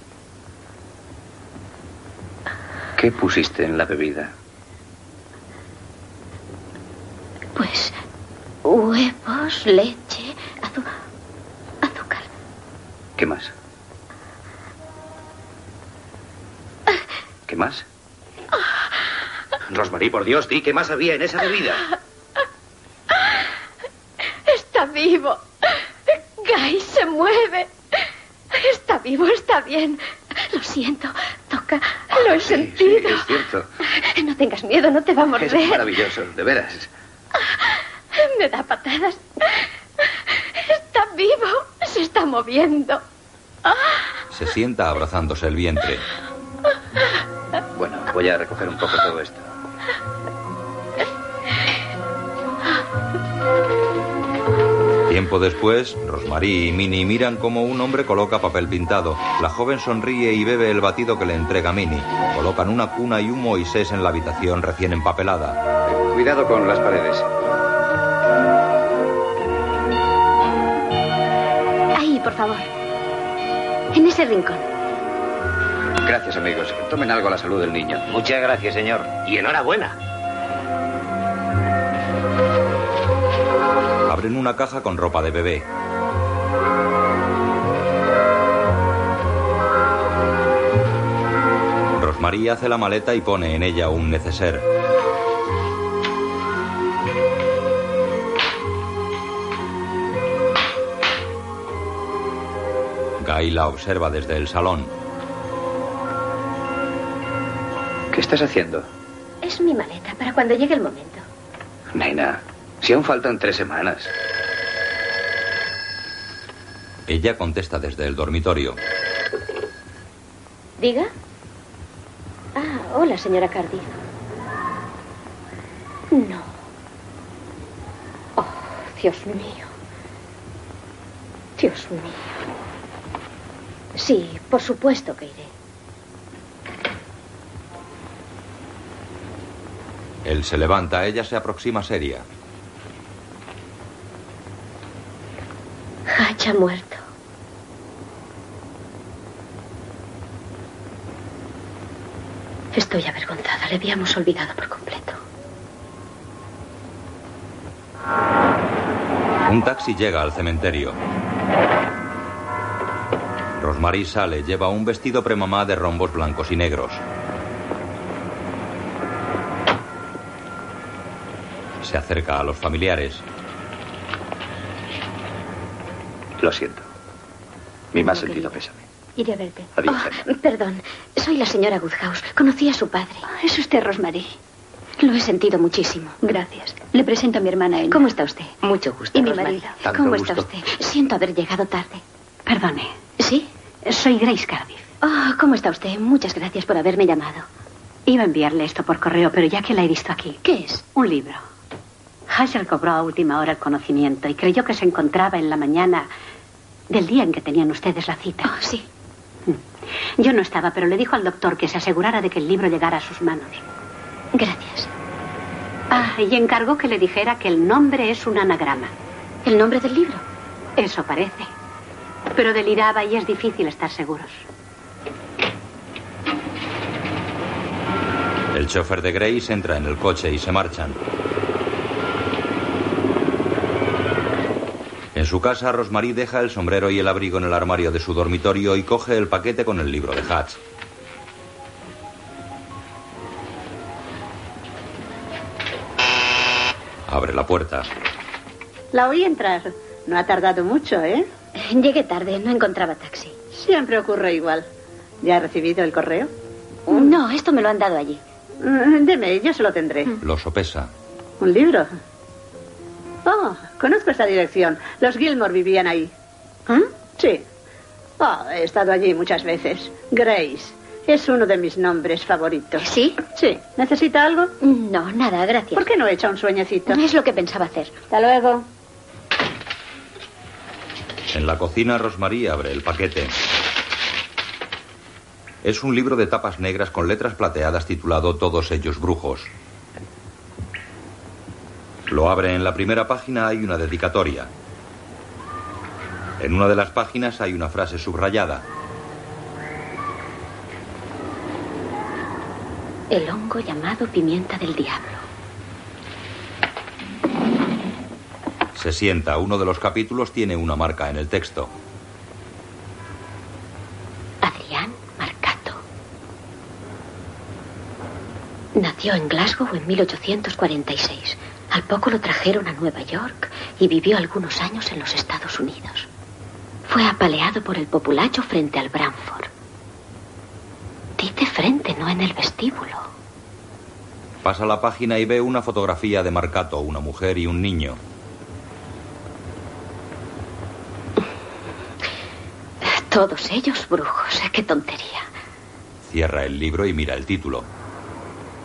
Speaker 5: ¿Qué pusiste en la bebida?
Speaker 11: Pues huevos, leche,
Speaker 5: ¿Qué más? ¿Qué más?
Speaker 4: Ah,
Speaker 5: Rosmarie, por Dios, di qué más había en esa bebida.
Speaker 4: Está vivo. Guy se
Speaker 5: Ah,
Speaker 4: mueve. Está vivo, está bien. Lo siento. Toca. Lo he sentido.
Speaker 5: Es cierto.
Speaker 4: No tengas miedo, no te va a morder.
Speaker 5: Es maravilloso, de veras.
Speaker 4: Me da patadas. Está vivo. Se está moviendo. Ah,
Speaker 1: Se sienta abrazándose el vientre.
Speaker 5: Bueno, voy a recoger un poco todo esto.
Speaker 4: ah.
Speaker 1: Tiempo después, Rosmarie y Minnie miran cómo un hombre coloca papel pintado. La joven sonríe y bebe el batido que le entrega Minnie. Colocan una cuna y un Moisés en la habitación recién empapelada.
Speaker 5: Cuidado con las paredes.
Speaker 4: Ahí, por favor. En ese rincón.
Speaker 5: Gracias, amigos. Tomen algo a la salud del niño.
Speaker 25: Muchas gracias, señor. Y enhorabuena.
Speaker 1: Abren una caja con ropa de bebé. Rosmarie hace la maleta y pone en ella un neceser. Guy la observa desde el salón.
Speaker 5: ¿Qué estás haciendo?
Speaker 4: Es mi maleta para cuando llegue el momento.
Speaker 5: Naina, si aún faltan tres semanas.
Speaker 1: Ella contesta desde el dormitorio.
Speaker 4: ¿Diga? Ah, hola, señora Cardiff. No. Oh, Dios mío. Dios mío. Sí, por supuesto que iré.
Speaker 1: Él se levanta, ella se aproxima seria.
Speaker 4: Hatch ha muerto. Estoy avergonzada. Le habíamos olvidado por completo.
Speaker 1: Un taxi llega al cementerio. Rosemary sale, lleva un vestido premamá de rombos blancos y negros. Se acerca a los familiares.
Speaker 5: Lo siento. Mi más sentido pésame.
Speaker 4: Iré a verte.
Speaker 5: Adiós,
Speaker 4: Oh, perdón, soy la señora Woodhouse. Conocí a su padre.
Speaker 11: Ah,
Speaker 4: Es usted Rosemary. Lo he sentido muchísimo. Gracias. Le presento a mi hermana Elena. ¿Cómo está usted? Mucho gusto. Y mi
Speaker 11: Rosemary.
Speaker 4: marido.
Speaker 11: Tanto
Speaker 4: ¿Cómo
Speaker 11: gusto.
Speaker 4: está usted? Siento haber llegado tarde. Perdone. ¿Sí? Soy Grace Cardiff. Oh, ¿cómo está usted? Muchas gracias por haberme llamado.
Speaker 11: Iba a enviarle esto por correo, pero ya que la he visto aquí.
Speaker 4: ¿Qué es?
Speaker 11: Un libro. Hazel cobró a última hora el conocimiento y creyó que se encontraba en la mañana del día en que tenían ustedes la cita.
Speaker 4: Oh, sí.
Speaker 11: Yo no estaba, pero le dijo al doctor que se asegurara de que el libro llegara a sus manos.
Speaker 4: Gracias.
Speaker 11: Ah, y encargó que le dijera que el nombre es un anagrama.
Speaker 4: ¿El nombre del libro?
Speaker 11: Eso parece. Pero deliraba y es difícil estar seguros.
Speaker 1: El chofer de Grace entra en el coche y se marchan. En su casa, Rosmarie deja el sombrero y el abrigo en el armario de su dormitorio y coge el paquete con el libro de Hatch. Abre la puerta.
Speaker 13: La oí entrar. No ha tardado mucho, ¿eh?
Speaker 4: Llegué tarde, no encontraba taxi.
Speaker 13: Siempre ocurre igual. ¿Ya ha recibido el correo? Mm,
Speaker 4: No, esto me lo han dado allí. Mm.
Speaker 13: Deme, yo se lo tendré.
Speaker 1: Lo sopesa.
Speaker 13: ¿Un libro? Oh, conozco esta dirección. Los Gilmore vivían ahí.
Speaker 4: ¿Mm?
Speaker 13: Sí. Oh, he estado allí muchas veces. Grace. Es uno de mis nombres favoritos.
Speaker 4: ¿Sí?
Speaker 13: Sí. ¿Necesita algo?
Speaker 4: No, nada, gracias.
Speaker 13: ¿Por qué no echa un sueñecito?
Speaker 4: Es lo que pensaba hacer.
Speaker 13: Hasta luego.
Speaker 1: En la cocina, Rosmarie abre el paquete. Es un libro de tapas negras con letras plateadas titulado Todos ellos brujos. Lo abre en la primera página hay una dedicatoria. En una de las páginas hay una frase subrayada.
Speaker 4: El hongo llamado pimienta del diablo.
Speaker 1: Se sienta, uno de los capítulos tiene una marca en el texto.
Speaker 4: Adrián Marcato. Nació en Glasgow en 1846. Al poco lo trajeron a Nueva York y vivió algunos años en los Estados Unidos. Fue apaleado por el populacho frente al Branford. Dice frente, no en el vestíbulo.
Speaker 1: Pasa la página y ve una fotografía de Marcato, una mujer y un niño.
Speaker 4: Todos ellos brujos, Ah, qué tontería.
Speaker 1: Cierra el libro y mira el título.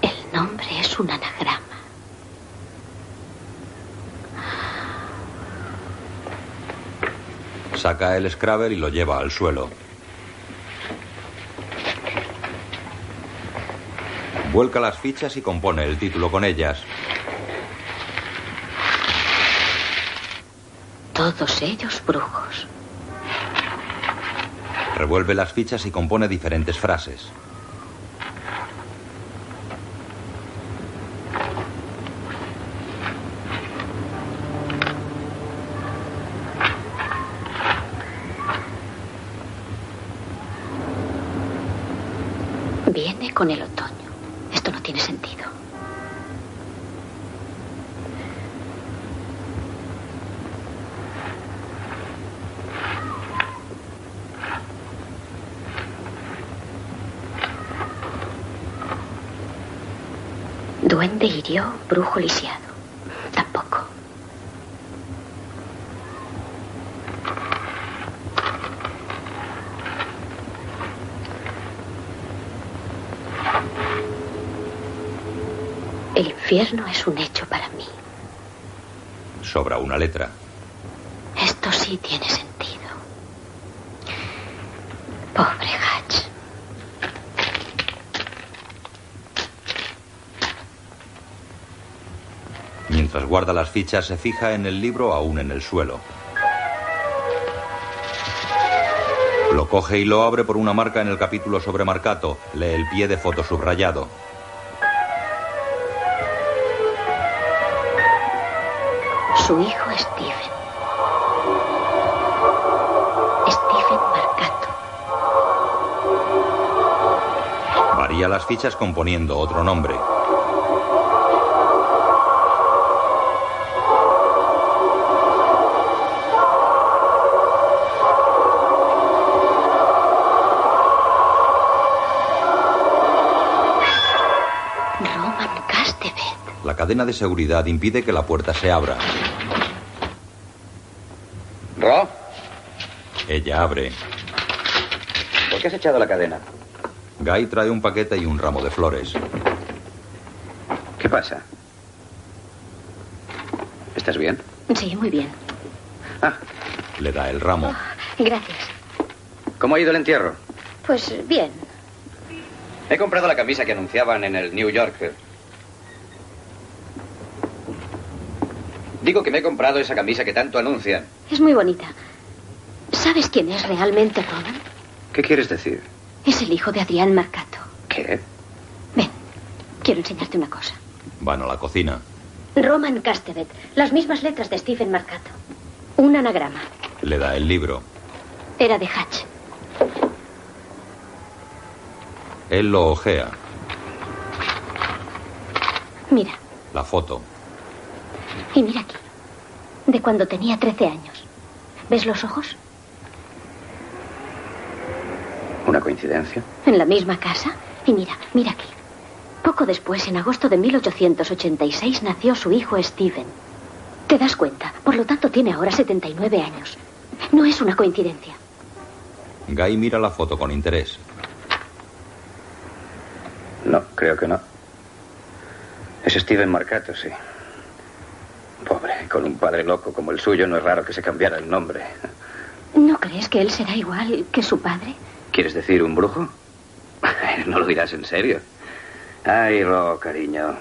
Speaker 4: El nombre es un anagrama.
Speaker 1: Saca el Scrabble y lo lleva al suelo. Vuelca las fichas y compone el título con ellas.
Speaker 4: Todos ellos brujos.
Speaker 1: Revuelve las fichas y compone diferentes frases.
Speaker 4: Viene con el otoño. Esto no tiene sentido. Duende hirió, brujo lisiado. Tampoco. El infierno es un hecho para mí.
Speaker 1: Sobra una letra.
Speaker 4: Esto sí tiene sentido. Pobre Hatch.
Speaker 1: Mientras guarda las fichas se fija en el libro aún en el suelo. Lo coge y lo abre por una marca en el capítulo sobre Marcato. Lee el pie de foto subrayado.
Speaker 4: Su hijo Stephen. Stephen Marcato.
Speaker 1: Varía las fichas componiendo otro nombre.
Speaker 4: Roman Castevet.
Speaker 1: La cadena de seguridad impide que la puerta se abra.
Speaker 5: ¿Ro?
Speaker 1: Ella abre.
Speaker 5: ¿Por qué has echado la cadena?
Speaker 1: Guy trae un paquete y un ramo de flores.
Speaker 5: ¿Qué pasa? ¿Estás bien?
Speaker 4: Sí, muy bien.
Speaker 1: Le da el ramo.
Speaker 4: Gracias.
Speaker 5: ¿Cómo ha ido el entierro?
Speaker 26: Pues bien.
Speaker 5: He comprado la camisa que anunciaban en el New Yorker. Digo que me he comprado esa camisa que tanto anuncian.
Speaker 26: Es muy bonita.
Speaker 4: ¿Sabes quién es realmente Roman?
Speaker 5: ¿Qué quieres decir?
Speaker 4: Es el hijo de Adrián Marcato.
Speaker 5: ¿Qué?
Speaker 4: Quiero enseñarte una cosa.
Speaker 1: Van a la cocina.
Speaker 26: Roman Castevet. Las mismas letras de Stephen Marcato. Un anagrama.
Speaker 1: Le da el libro.
Speaker 26: Era de Hatch.
Speaker 1: Él lo ojea.
Speaker 4: Mira,
Speaker 1: La foto.
Speaker 4: y mira aquí. De cuando tenía 13 años. ¿Ves los ojos?
Speaker 5: ¿Una coincidencia?
Speaker 4: En la misma casa. Y mira, mira aquí. Poco después, en agosto de 1886, nació su hijo Steven. ¿Te das cuenta? Por lo tanto, tiene ahora 79 años. No es una coincidencia.
Speaker 1: Guy mira la foto con interés.
Speaker 5: No, creo que no. Es Steven Marcato, sí. Pobre, con un padre loco como el suyo no es raro que se cambiara el nombre.
Speaker 4: ¿No crees que él será igual que su padre?
Speaker 5: ¿Quieres decir un brujo? no lo dirás en serio. Ay, Ro, cariño.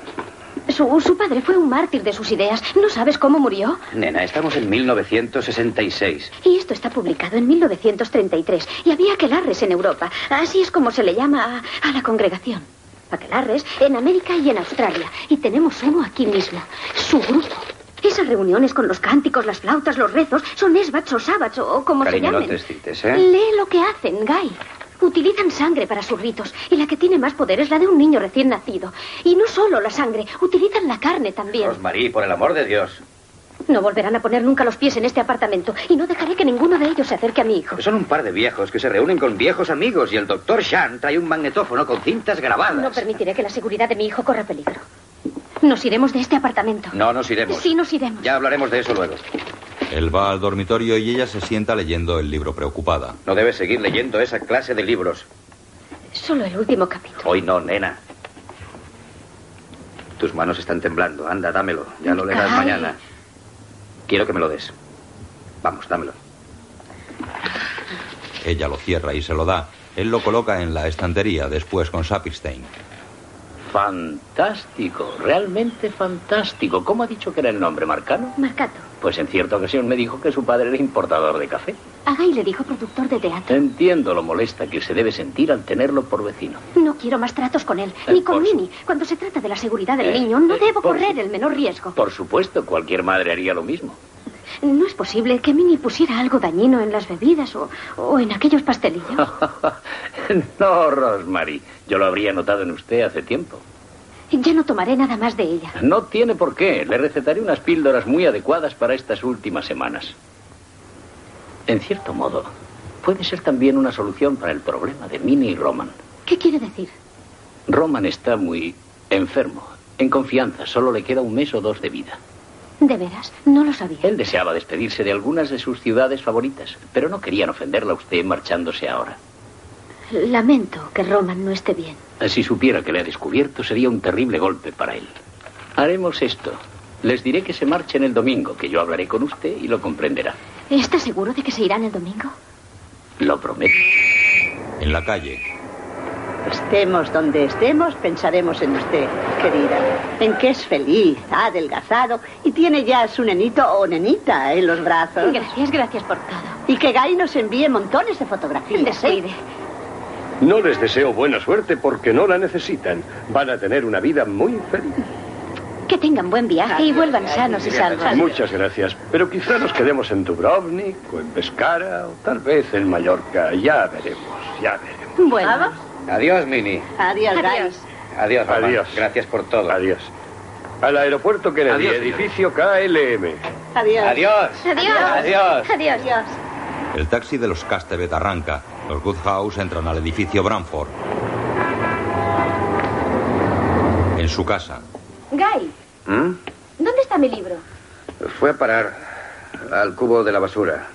Speaker 26: Su, su padre fue un mártir de sus ideas. ¿No sabes cómo murió?
Speaker 5: Nena, estamos en 1966.
Speaker 26: Y esto está publicado en 1933. Y había aquelarres en Europa. Así es como se le llama a, a la congregación. Aquelarres en América y en Australia. Y tenemos uno aquí mismo. Su grupo. Esas reuniones con los cánticos, las flautas, los rezos, son esbats o sábats o, o como
Speaker 5: cariño,
Speaker 26: se
Speaker 5: no
Speaker 26: llamen.
Speaker 5: te excites, ¿eh?
Speaker 26: Lee lo que hacen, Guy. Utilizan sangre para sus ritos y la que tiene más poder es la de un niño recién nacido. Y no solo la sangre, utilizan la carne también.
Speaker 5: Rosmarie, por el amor de Dios.
Speaker 4: No volverán a poner nunca los pies en este apartamento y no dejaré que ninguno de ellos se acerque a mi hijo.
Speaker 5: Son un par de viejos que se reúnen con viejos amigos y el doctor Shan trae un magnetófono con cintas
Speaker 4: No
Speaker 5: grabadas.
Speaker 4: permitiré que la seguridad de mi hijo corra peligro. Nos iremos de este apartamento.
Speaker 5: No nos iremos.
Speaker 4: Sí, nos iremos.
Speaker 5: Ya hablaremos de eso luego.
Speaker 1: Él va al dormitorio y ella se sienta leyendo el libro preocupada.
Speaker 5: No debes seguir leyendo esa clase de libros.
Speaker 4: Solo el último capítulo.
Speaker 5: Hoy no, nena. Tus manos están temblando. Anda, dámelo. Ya lo leerás
Speaker 4: Ay.
Speaker 5: mañana. Quiero que me lo des. Vamos, dámelo.
Speaker 1: Ella lo cierra y se lo da. Él lo coloca en la estantería, después con Saperstein.
Speaker 19: Fantástico, realmente fantástico. ¿Cómo ha dicho que era el nombre, Marcano?
Speaker 4: Marcato,
Speaker 19: Pues en cierta ocasión me dijo que su padre era importador de café.
Speaker 4: Agai le dijo productor de teatro.
Speaker 19: Entiendo lo molesta que se debe sentir al tenerlo por vecino.
Speaker 4: No quiero más tratos con él, ni con Mini. Cuando se trata de la seguridad del
Speaker 19: Eh,
Speaker 4: niño, no
Speaker 19: eh,
Speaker 4: debo
Speaker 19: por
Speaker 4: correr el menor riesgo.
Speaker 19: Por supuesto, cualquier madre haría lo mismo.
Speaker 4: No es posible que Mini pusiera algo dañino en las bebidas o, o en aquellos pastelillos.
Speaker 19: no, Rosemary, yo lo habría notado en usted hace tiempo.
Speaker 4: Ya no tomaré nada más de ella.
Speaker 19: No tiene por qué. Le recetaré unas píldoras muy adecuadas para estas últimas semanas. En cierto modo, puede ser también una solución para el problema de Minnie y Roman.
Speaker 4: ¿Qué quiere decir?
Speaker 19: Roman está muy enfermo, en confianza, solo le queda un mes o dos de vida.
Speaker 4: De veras, no lo sabía.
Speaker 19: Él deseaba despedirse de algunas de sus ciudades favoritas, pero no querían ofenderla a usted marchándose ahora.
Speaker 4: Lamento que Roman no esté bien.
Speaker 19: Si supiera que le ha descubierto, sería un terrible golpe para él. Haremos esto. Les diré que se marchen el domingo, que yo hablaré con usted y lo comprenderá.
Speaker 4: ¿Está seguro de que se irán el domingo?
Speaker 19: Lo prometo.
Speaker 1: En la calle.
Speaker 13: Estemos donde estemos, pensaremos en usted, querida. En que es feliz, ha adelgazado y tiene ya a su nenito o nenita en los brazos.
Speaker 4: Gracias, gracias por todo.
Speaker 13: Y que Guy nos envíe montones de fotografías. ¿eh? Descuide.
Speaker 12: No les deseo buena suerte porque no la necesitan. Van a tener una vida muy feliz.
Speaker 4: Que tengan buen viaje y vuelvan sanos y salvos.
Speaker 12: Muchas gracias. Pero quizá nos quedemos en Dubrovnik o en Pescara o tal vez en Mallorca. Ya veremos, ya veremos.
Speaker 4: Bueno.
Speaker 12: Adiós, Mini.
Speaker 13: Adiós, Guy.
Speaker 12: Adiós, Adiós. Gracias por todo. Adiós. Al aeropuerto Kennedy,
Speaker 5: Adiós,
Speaker 12: edificio KLM.
Speaker 13: Adiós.
Speaker 12: Adiós.
Speaker 1: Adiós.
Speaker 4: Adiós.
Speaker 13: Adiós.
Speaker 1: El taxi de los Castevet arranca. Los Goodhouse entran al edificio Branford. En su casa.
Speaker 4: Guy, ¿dónde está mi libro?
Speaker 5: Fue a parar al cubo de la basura.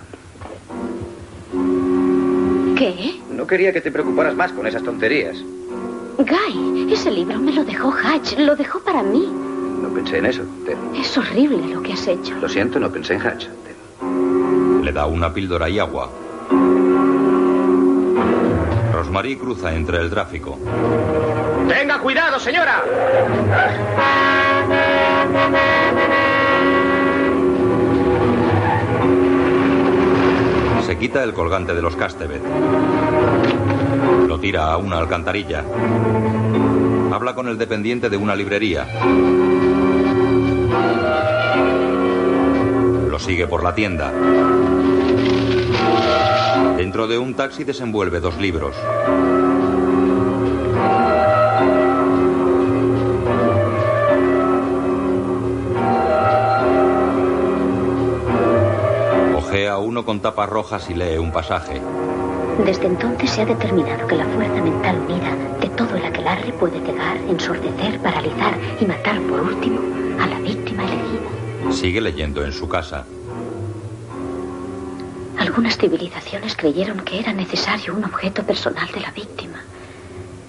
Speaker 4: ¿Qué?
Speaker 5: No quería que te preocuparas más con esas tonterías.
Speaker 4: Guy, ese libro me lo dejó Hatch, lo dejó para mí.
Speaker 5: No pensé en eso. Te-
Speaker 4: Es horrible lo que has hecho.
Speaker 5: Lo siento, no pensé en Hatch.
Speaker 1: Le da una píldora y agua. Rosmarie cruza entre el tráfico.
Speaker 6: Tenga cuidado, señora.
Speaker 1: Se quita el colgante de los Castevet. Lo tira a una alcantarilla. Habla con el dependiente de una librería. Lo sigue por la tienda. Dentro de un taxi desenvuelve dos libros. Ojea uno con tapas rojas y lee un pasaje.
Speaker 4: Desde entonces se ha determinado que la fuerza mental unida de todo el aquelarre puede cegar, ensordecer, paralizar y matar por último a la víctima elegida.
Speaker 1: Sigue leyendo en su casa.
Speaker 4: Algunas civilizaciones creyeron que era necesario un objeto personal de la víctima.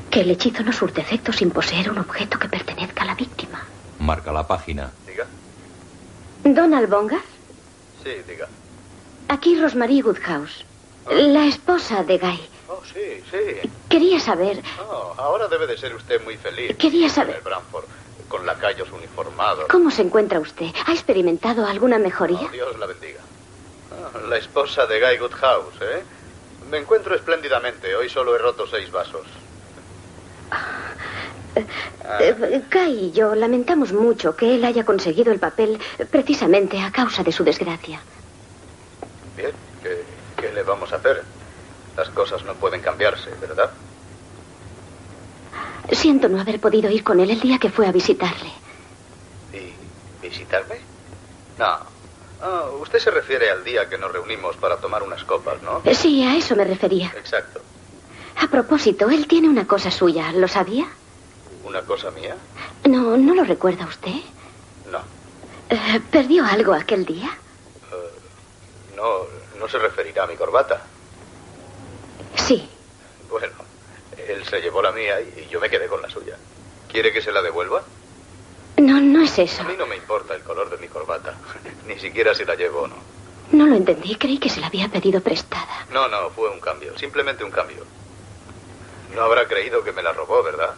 Speaker 4: Que el hechizo no surte efecto sin poseer un objeto que pertenezca a la víctima.
Speaker 1: Marca la página.
Speaker 4: Donald Bongar,
Speaker 3: Sí, diga.
Speaker 4: aquí Rosmarie Goodhouse, la esposa de Guy.
Speaker 3: Oh, sí, sí.
Speaker 4: Quería saber,
Speaker 3: Oh, ahora debe de ser usted muy feliz.
Speaker 4: Quería saber-
Speaker 3: En el Branford, con lacayos uniformados.
Speaker 4: ¿cómo se encuentra usted? ¿Ha experimentado alguna mejoría?
Speaker 3: Oh, Dios la bendiga. Ah, la esposa de Guy Goodhouse, ¿eh? Me encuentro espléndidamente. Hoy solo he roto seis vasos.
Speaker 4: Ah,
Speaker 3: Ah,
Speaker 4: Eh, Kai y yo lamentamos mucho que él haya conseguido el papel eh, precisamente a causa de su desgracia.
Speaker 3: Bien, ¿qué, qué le vamos a hacer? Las cosas no pueden cambiarse, ¿verdad?
Speaker 4: Siento no haber podido ir con él el día que fue a visitarle.
Speaker 3: ¿Y visitarme? No, Ah, usted se refiere al día que nos reunimos para tomar unas copas, ¿no?
Speaker 4: Eh, Sí, a eso me refería.
Speaker 3: Exacto.
Speaker 4: A propósito, él tiene una cosa suya, ¿lo sabía?
Speaker 3: ¿Una cosa mía?
Speaker 4: No, ¿no lo recuerda usted?
Speaker 3: No.
Speaker 4: Eh, ¿Perdió algo aquel día?
Speaker 3: Eh, No, no se referirá a mi corbata.
Speaker 4: Sí.
Speaker 3: Bueno, él se llevó la mía y yo me quedé con la suya. ¿Quiere que se la devuelva?
Speaker 4: No, no es eso.
Speaker 3: A mí no me importa el color de mi corbata. Ni siquiera si la llevo o no.
Speaker 4: No lo entendí, creí que se la había pedido prestada.
Speaker 3: No, no, fue un cambio. Simplemente un cambio. No habrá creído que me la robó, ¿verdad?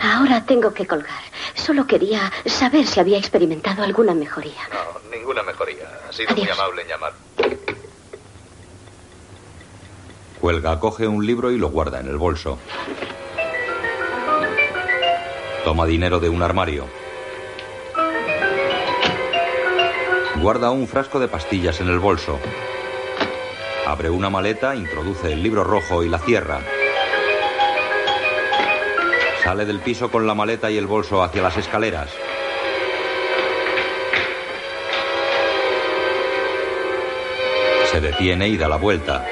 Speaker 4: Ahora tengo que colgar. Solo quería saber si había experimentado alguna mejoría.
Speaker 3: No, ninguna mejoría. Ha sido muy amable en llamar.
Speaker 1: Cuelga coge un libro y lo guarda en el bolso. Toma dinero de un armario. Guarda un frasco de pastillas en el bolso. Abre una maleta, introduce el libro rojo y la cierra. Sale del piso con la maleta y el bolso hacia las escaleras. Se detiene y da la vuelta.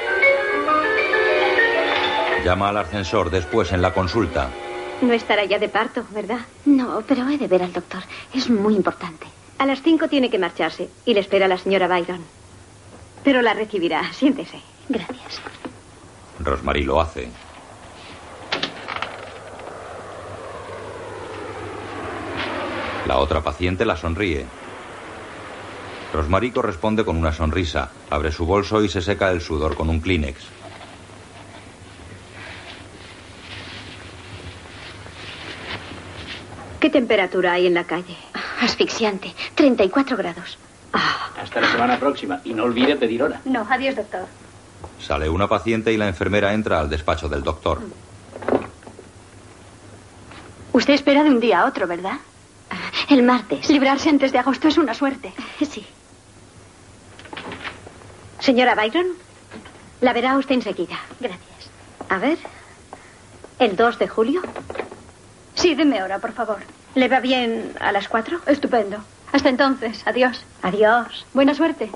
Speaker 1: Llama al ascensor después en la consulta.
Speaker 27: No estará ya de parto, ¿verdad?
Speaker 4: No, pero he de ver al doctor. Es muy importante.
Speaker 27: A las cinco tiene que marcharse y le espera la señora Byron. Pero la recibirá. Siéntese.
Speaker 4: Gracias.
Speaker 1: Rosmarie lo hace. La otra paciente la sonríe. Rosmarie corresponde con una sonrisa. Abre su bolso y se seca el sudor con un Kleenex.
Speaker 27: ¿Qué temperatura hay en la calle?
Speaker 4: Asfixiante. 34 grados.
Speaker 19: Hasta la semana próxima. Y no olvide pedir hora.
Speaker 27: No, adiós, doctor.
Speaker 1: Sale una paciente y la enfermera entra al despacho del doctor.
Speaker 28: Usted espera de un día a otro, ¿verdad?
Speaker 27: Ah,
Speaker 4: El martes.
Speaker 28: Librarse antes de agosto es una suerte.
Speaker 4: Sí.
Speaker 27: Señora Byron, la verá usted enseguida.
Speaker 4: Gracias.
Speaker 27: A ver. ¿El 2 de julio?
Speaker 28: Sí, deme hora, por favor.
Speaker 27: ¿Le va bien a las 4?
Speaker 28: Estupendo. Hasta entonces. Adiós.
Speaker 27: Adiós.
Speaker 28: Buena suerte.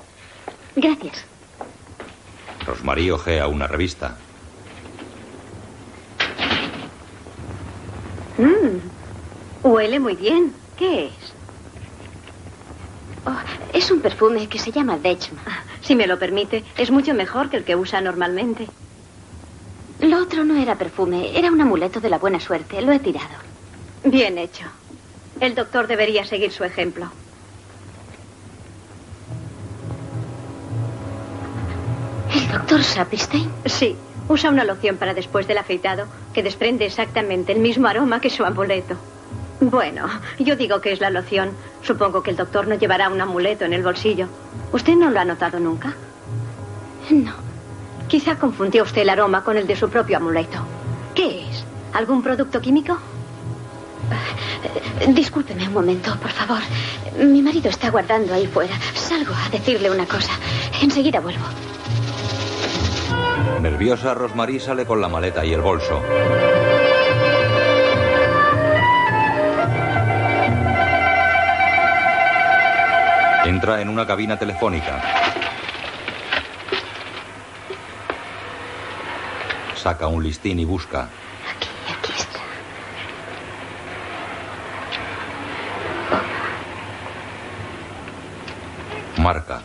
Speaker 4: Gracias.
Speaker 1: Rosmarie ojea una revista.
Speaker 27: Mm, Huele muy bien. ¿Qué es?
Speaker 4: Oh, es un perfume que se llama Dechma.
Speaker 27: Ah, Si me lo permite, es mucho mejor que el que usa normalmente.
Speaker 4: Lo otro no era perfume, era un amuleto de la buena suerte. Lo he tirado.
Speaker 27: Bien hecho. El doctor debería seguir su ejemplo.
Speaker 4: ¿El doctor Saperstein?
Speaker 27: Sí, usa una loción para después del afeitado que desprende exactamente el mismo aroma que su amuleto. Bueno, yo digo que es la loción. Supongo que el doctor no llevará un amuleto en el bolsillo. ¿Usted no lo ha notado nunca?
Speaker 4: No.
Speaker 27: Quizá confundió usted el aroma con el de su propio amuleto. ¿Qué es? ¿Algún producto químico?
Speaker 4: Eh, Discúlpeme un momento, por favor. Mi marido está guardando ahí fuera. Salgo a decirle una cosa. Enseguida vuelvo.
Speaker 1: Nerviosa, Rosmarie sale con la maleta y el bolso. Entra en una cabina telefónica. Saca un listín y busca.
Speaker 4: Aquí está.
Speaker 1: Marca.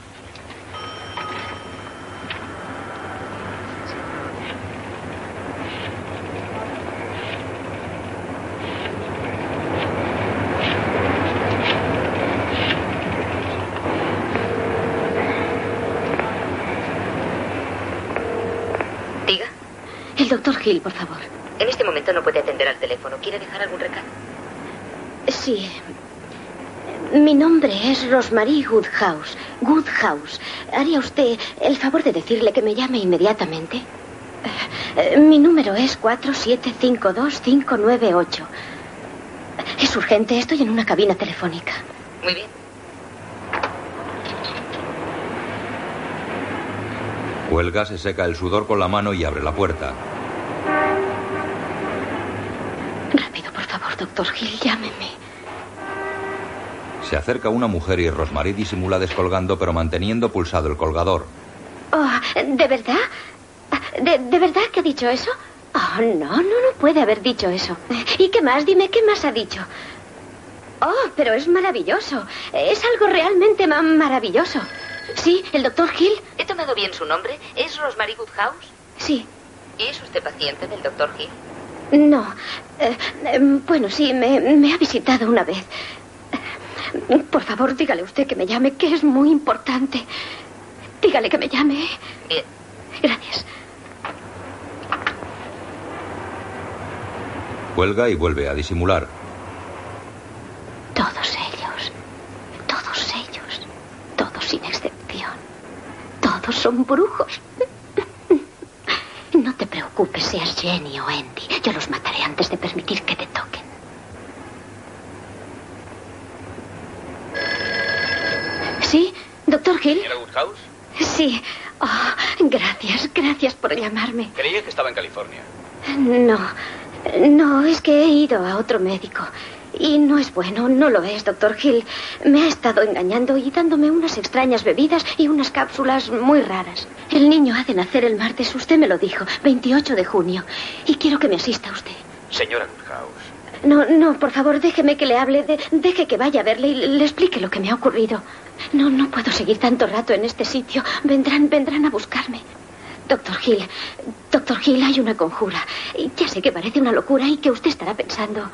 Speaker 13: Diga,
Speaker 4: El doctor Hill, por favor.
Speaker 13: en este momento no puede atender al teléfono. ¿Quiere dejar algún recado?
Speaker 4: Sí. Mi nombre es Rosmarie Woodhouse. Woodhouse. ¿Haría usted el favor de decirle que me llame inmediatamente? Eh, eh, Mi número es 4752598. Es urgente, estoy en una cabina telefónica.
Speaker 13: Muy bien.
Speaker 1: Cuelga, se seca el sudor con la mano y abre la puerta.
Speaker 4: Rápido, por favor, doctor Hill, llámeme.
Speaker 1: Se acerca una mujer y Rosmarie disimula descolgando pero manteniendo pulsado el colgador.
Speaker 4: Oh, ¿De verdad? ¿De, de verdad que ha dicho eso? Oh, no, no, no puede haber dicho eso. ¿Y qué más? Dime, ¿qué más ha dicho? Oh, pero es maravilloso. Es algo realmente ma- maravilloso. Sí, el doctor Hill.
Speaker 13: ¿He tomado bien su nombre? ¿Es Rosemary Woodhouse?
Speaker 4: Sí.
Speaker 13: ¿Es usted paciente del doctor Hill?
Speaker 4: No. Eh, eh, bueno, sí, me, me ha visitado una vez. Por favor, dígale usted que me llame, que es muy importante. Dígale que me llame. ¿eh?
Speaker 13: Bien.
Speaker 4: Gracias.
Speaker 1: Cuelga y vuelve a disimular.
Speaker 4: Todos ellos, todos ellos, todos sin excepción, todos son brujos. No te preocupes, seas Jenny o Andy. Yo los mataré antes de permitir que te toquen. ¿Sí? ¿Doctor Hill?
Speaker 5: ¿Señora Woodhouse?
Speaker 4: Sí. Oh, gracias, gracias por llamarme.
Speaker 5: Creía que estaba en California.
Speaker 4: No, no, es que he ido a otro médico. Y no es bueno, no lo es, doctor Hill. Me ha estado engañando y dándome unas extrañas bebidas y unas cápsulas muy raras. El niño ha de nacer el martes, usted me lo dijo, 28 de junio. Y quiero que me asista usted.
Speaker 5: Señora Woodhouse.
Speaker 4: No, no, por favor, déjeme que le hable, de- deje que vaya a verle y le explique lo que me ha ocurrido. No, no puedo seguir tanto rato en este sitio. Vendrán, vendrán a buscarme. Doctor Hill, doctor Hill, hay una conjura. Y Ya sé que parece una locura y que usted estará pensando,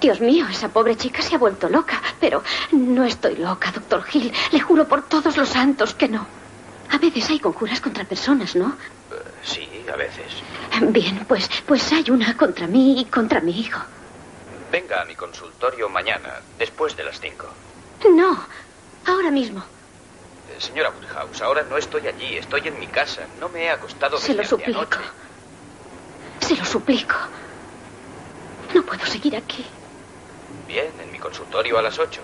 Speaker 4: Dios mío, esa pobre chica se ha vuelto loca, pero no estoy loca, doctor Hill. Le juro por todos los santos que no. A veces hay conjuras contra personas, ¿no?
Speaker 5: Eh, Sí, a veces.
Speaker 4: Bien, pues, pues hay una contra mí y contra mi hijo.
Speaker 5: Venga a mi consultorio mañana, después de las 5.
Speaker 4: No, ahora mismo.
Speaker 5: Señora Woodhouse, ahora no estoy allí, estoy en mi casa. No me he acostado
Speaker 4: Se
Speaker 5: desde
Speaker 4: lo suplico. Se lo suplico. No puedo seguir aquí.
Speaker 5: anteanoche. Bien, en mi consultorio a las 8.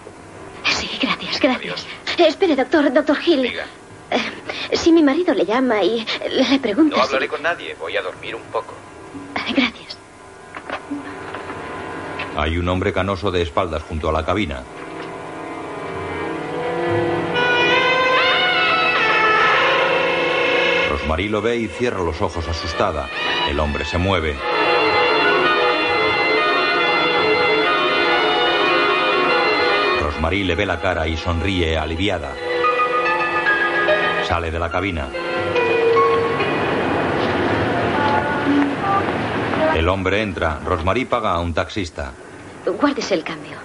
Speaker 4: Sí, gracias, gracias. Eh, espere, doctor, doctor Hill. Eh, si mi marido le llama y eh, le, le pregunta.
Speaker 5: No
Speaker 4: si- Eh,
Speaker 5: hablaré con nadie, voy a dormir un poco.
Speaker 4: Gracias.
Speaker 1: Hay un hombre canoso de espaldas junto a la cabina. Rosmarie lo ve y cierra los ojos asustada. El hombre se mueve. Rosmarie le ve la cara y sonríe aliviada. Sale de la cabina. El hombre entra. Rosmarie paga a un taxista.
Speaker 4: Guárdese el cambio.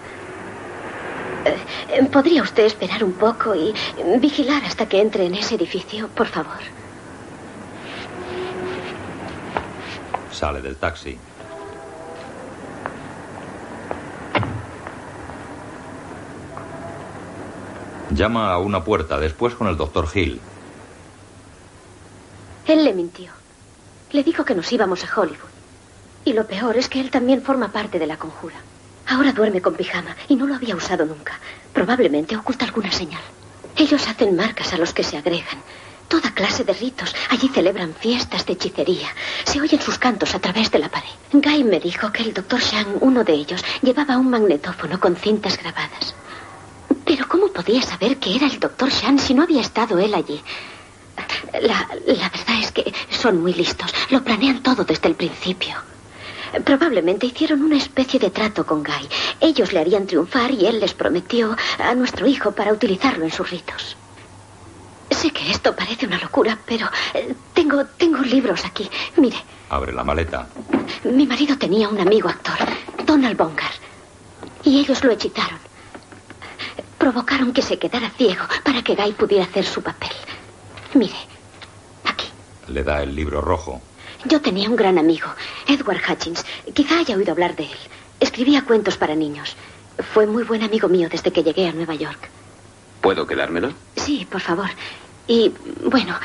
Speaker 4: Eh, eh, ¿Podría usted esperar un poco y eh, vigilar hasta que entre en ese edificio, por favor?
Speaker 1: Sale del taxi. Llama a una puerta, después con el doctor Hill.
Speaker 4: Él le mintió. Le dijo que nos íbamos a Hollywood. Y lo peor es que él también forma parte de la conjura. Ahora duerme con pijama y no lo había usado nunca. Probablemente oculta alguna señal. Ellos hacen marcas a los que se agregan. Toda clase de ritos. Allí celebran fiestas de hechicería. Se oyen sus cantos a través de la pared. Guy me dijo que el doctor Shang, uno de ellos, llevaba un magnetófono con cintas grabadas. Pero ¿cómo podía saber que era el doctor Shang si no había estado él allí? La, la verdad es que son muy listos. Lo planean todo desde el principio. Probablemente hicieron una especie de trato con Guy. Ellos le harían triunfar y él les prometió a nuestro hijo para utilizarlo en sus ritos. Sé que esto parece una locura, pero eh, tengo, tengo libros aquí. Mire,
Speaker 1: Abre la maleta.
Speaker 4: mi marido tenía un amigo actor, Donald Bongar. Y ellos lo hechizaron. Provocaron que se quedara ciego para que Guy pudiera hacer su papel. Mire,
Speaker 1: Le da el libro rojo.
Speaker 4: Yo tenía un gran amigo, Edward Hutchins. Quizá haya oído hablar de él. Escribía cuentos para niños. Fue muy buen amigo mío desde que llegué a Nueva York.
Speaker 29: ¿Puedo quedármelo?
Speaker 4: Sí, por favor. Y, bueno,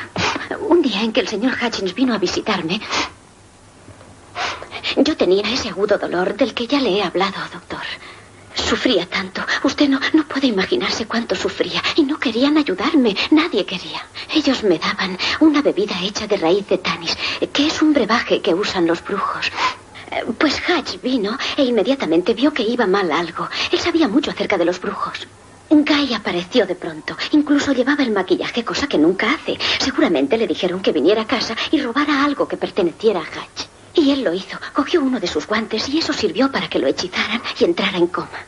Speaker 4: un día en que el señor Hutchins vino a visitarme, yo tenía ese agudo dolor del que ya le he hablado, doctor. Sufría tanto. Usted no, no puede imaginarse cuánto sufría. Y no querían ayudarme. Nadie quería. Ellos me daban una bebida hecha de raíz de tanis, que es un brebaje que usan los brujos. Eh, Pues Hatch vino e inmediatamente vio que iba mal algo. Él sabía mucho acerca de los brujos. Guy apareció de pronto. Incluso llevaba el maquillaje, cosa que nunca hace. Seguramente le dijeron que viniera a casa y robara algo que perteneciera a Hatch. Y él lo hizo. Cogió uno de sus guantes y eso sirvió para que lo hechizaran y entrara en coma.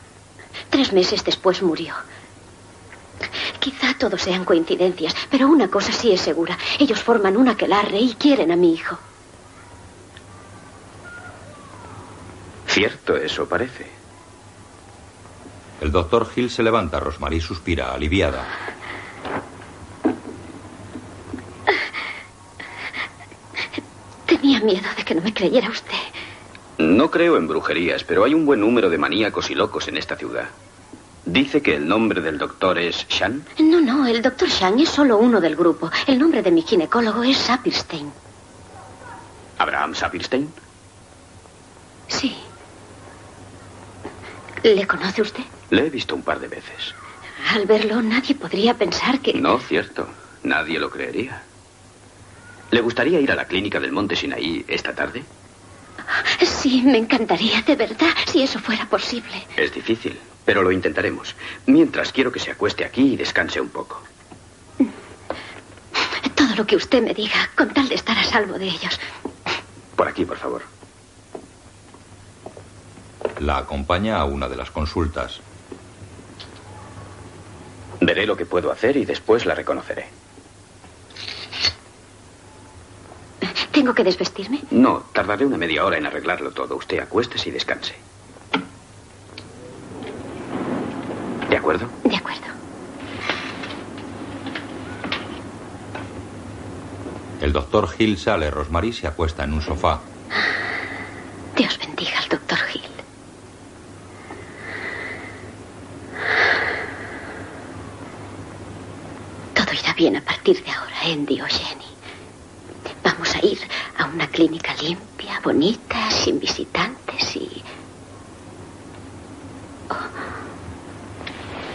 Speaker 4: Tres meses después murió. Quizá todo sean coincidencias, pero una cosa sí es segura. Ellos forman un aquelarre y quieren a mi hijo.
Speaker 5: Cierto, eso parece.
Speaker 1: El doctor Hill se levanta. Rosmarie suspira, aliviada.
Speaker 4: Tenía miedo de que no me creyera usted.
Speaker 5: No creo en brujerías, pero hay un buen número de maníacos y locos en esta ciudad. Dice que el nombre del doctor es Shan.
Speaker 4: No, no, el doctor Shang es solo uno del grupo. El nombre de mi ginecólogo es Sapirstein.
Speaker 5: Abraham Sapirstein.
Speaker 4: Sí. ¿Le conoce usted?
Speaker 5: Le he visto un par de veces.
Speaker 4: Al verlo, nadie podría pensar que...
Speaker 5: No, cierto. Nadie lo creería. ¿Le gustaría ir a la clínica del Monte Sinaí esta tarde?
Speaker 4: Sí, me encantaría, de verdad, si eso fuera posible.
Speaker 5: Es difícil, pero lo intentaremos. Mientras quiero que se acueste aquí y descanse un poco.
Speaker 4: Todo lo que usted me diga, con tal de estar a salvo de ellos.
Speaker 5: Por aquí, por favor.
Speaker 1: La acompaña a una de las consultas.
Speaker 5: Veré lo que puedo hacer y después Pues la reconoceré.
Speaker 4: ¿Tengo que desvestirme?
Speaker 5: No, tardaré una media hora en arreglarlo todo. Usted acuéstese y descanse. ¿De acuerdo?
Speaker 4: De acuerdo.
Speaker 1: El doctor Hill sale. Rosmarie se acuesta en un sofá.
Speaker 4: Dios bendiga al doctor Hill. Todo irá bien a partir de ahora, Andy o Jenny. Vamos a ir a una clínica limpia, bonita, sin visitantes y...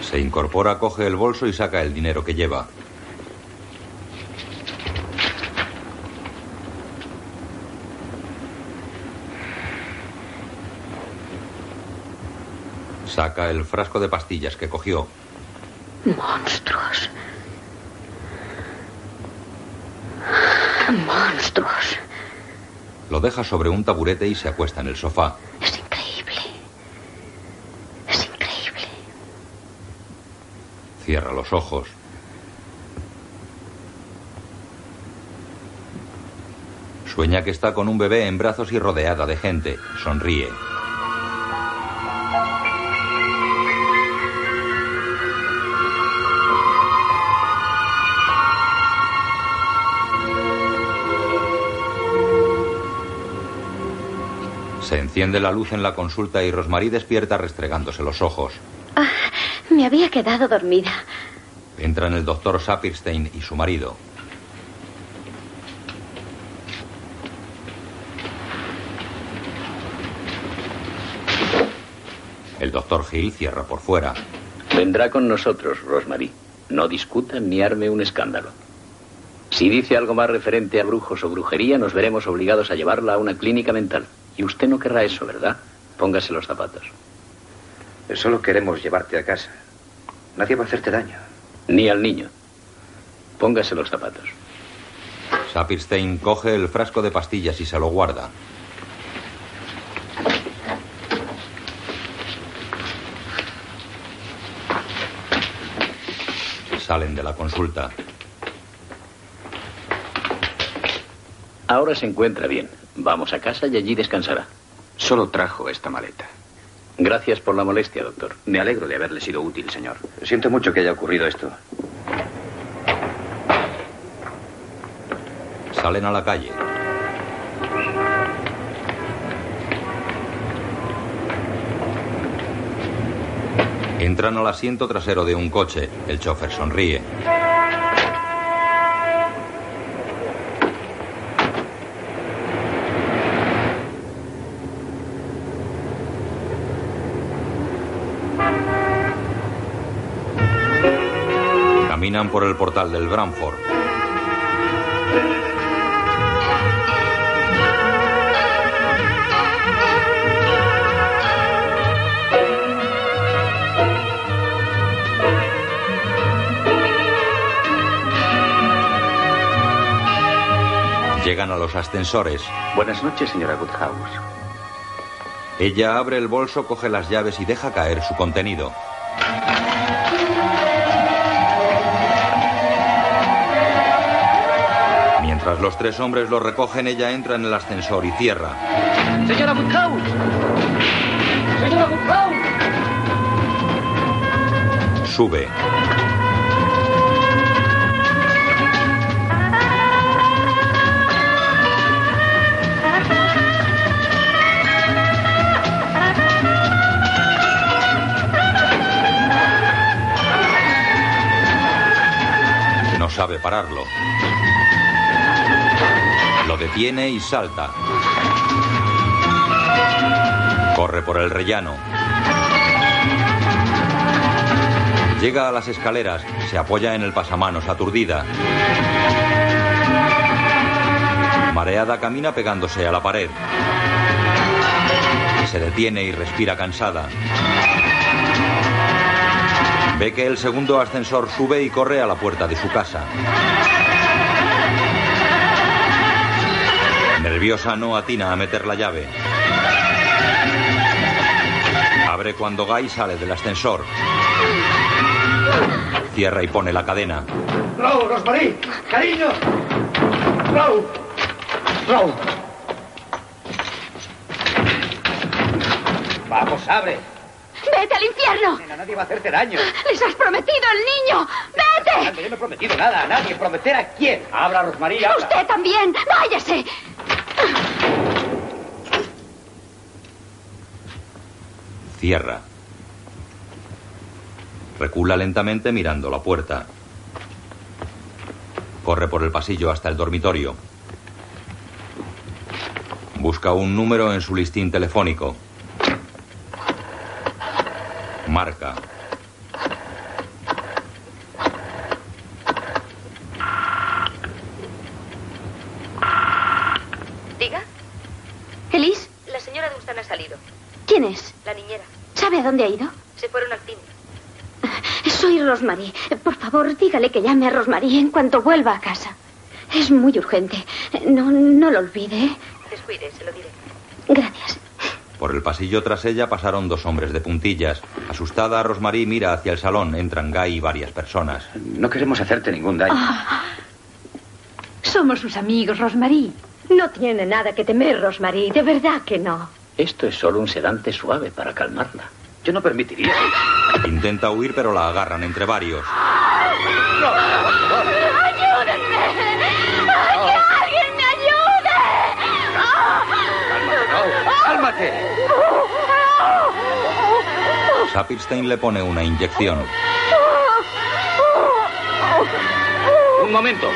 Speaker 1: Se incorpora, coge el bolso y saca el dinero que lleva. Saca el frasco de pastillas que cogió.
Speaker 4: Monstruos. Monstruos.
Speaker 1: Lo deja sobre un taburete y se acuesta en el sofá.
Speaker 4: Es increíble.
Speaker 1: Cierra los ojos. Sueña que está con un bebé en brazos y rodeada de gente. Sonríe. Se enciende la luz en la consulta y Rosmarie despierta restregándose los ojos.
Speaker 4: Ah, me había quedado dormida.
Speaker 1: Entran el doctor Sapirstein y su marido. El doctor Hill cierra por fuera.
Speaker 19: Vendrá con nosotros, Rosemary. No discuta ni arme un escándalo. Si dice algo más referente a brujos o brujería, nos veremos obligados a llevarla a una clínica mental. Y usted no querrá eso, ¿verdad? Póngase los zapatos.
Speaker 5: Solo queremos llevarte a casa. Nadie va a hacerte daño.
Speaker 19: Ni al niño. Póngase los zapatos.
Speaker 1: Sapirstein coge el frasco de pastillas y se lo guarda. Salen de la consulta.
Speaker 19: Ahora se encuentra bien. Vamos a casa y allí descansará.
Speaker 5: Solo trajo esta maleta.
Speaker 19: Gracias por la molestia, doctor.
Speaker 5: Me alegro de haberle sido útil, señor. Siento mucho que haya ocurrido esto.
Speaker 1: Salen a la calle. Entran al asiento trasero de un coche. El chofer sonríe. Caminan por el portal del Branford. Llegan a los ascensores.
Speaker 5: Buenas noches, señora Woodhouse.
Speaker 1: Ella abre el bolso, coge las llaves y deja caer su contenido. Mientras los tres hombres lo recogen, ella entra en el ascensor y cierra.
Speaker 6: Señora Woodhouse. Señora Woodhouse.
Speaker 1: Sube. No sabe pararlo. Lo detiene y salta. Corre por el rellano. Llega a las escaleras, se apoya en el pasamanos aturdida. Mareada camina pegándose a la pared. Se detiene y respira cansada. Ve que el segundo ascensor sube y corre a la puerta de su casa. Nerviosa no atina a meter la llave. Abre cuando Guy sale del ascensor. Cierra y pone la cadena.
Speaker 16: Rau, Rosmarie, cariño. Rau, Rau.
Speaker 30: Vamos, abre.
Speaker 11: ¡Vete al infierno!
Speaker 30: Nadie va a hacerte daño.
Speaker 11: ¡Les has prometido el niño! ¡Vete!
Speaker 30: Yo no he prometido nada a nadie. ¿Prometer a quién? Habla, Rosmarie, habla.
Speaker 11: ¡Usted también! ¡Váyase!
Speaker 1: Cierra. Recula lentamente mirando la puerta. Corre por el pasillo hasta el dormitorio. Busca un número en su listín telefónico. Marca.
Speaker 20: Diga,
Speaker 4: ¿Elise?
Speaker 20: la señora Dunstan ha salido.
Speaker 4: ¿Quién es?
Speaker 20: La niñera.
Speaker 4: ¿Sabe a dónde ha ido?
Speaker 20: Se fueron al cine.
Speaker 4: Soy Rosmarie. Por favor, dígale que llame a Rosmarie en cuanto vuelva a casa. Es muy urgente. No, no lo olvide. ¿eh?
Speaker 20: Descuide, se lo diré.
Speaker 4: Gracias.
Speaker 1: Por el pasillo tras ella pasaron dos hombres de puntillas. Asustada, Rosmarie mira hacia el salón. Entran Guy y varias personas.
Speaker 5: No queremos hacerte ningún daño.
Speaker 4: Ah.
Speaker 31: Somos sus amigos, Rosmarie. No tiene nada que temer, Rosmarie. De verdad que no.
Speaker 19: Esto es solo un sedante suave para calmarla.
Speaker 5: Yo no permitiría.
Speaker 1: Intenta huir, pero la agarran entre varios.
Speaker 11: ¡Ayúdenme! ¡Ay, que alguien me ayude!
Speaker 30: ¡Cálmate!
Speaker 1: Sapirstein le pone una inyección.
Speaker 30: Un momento.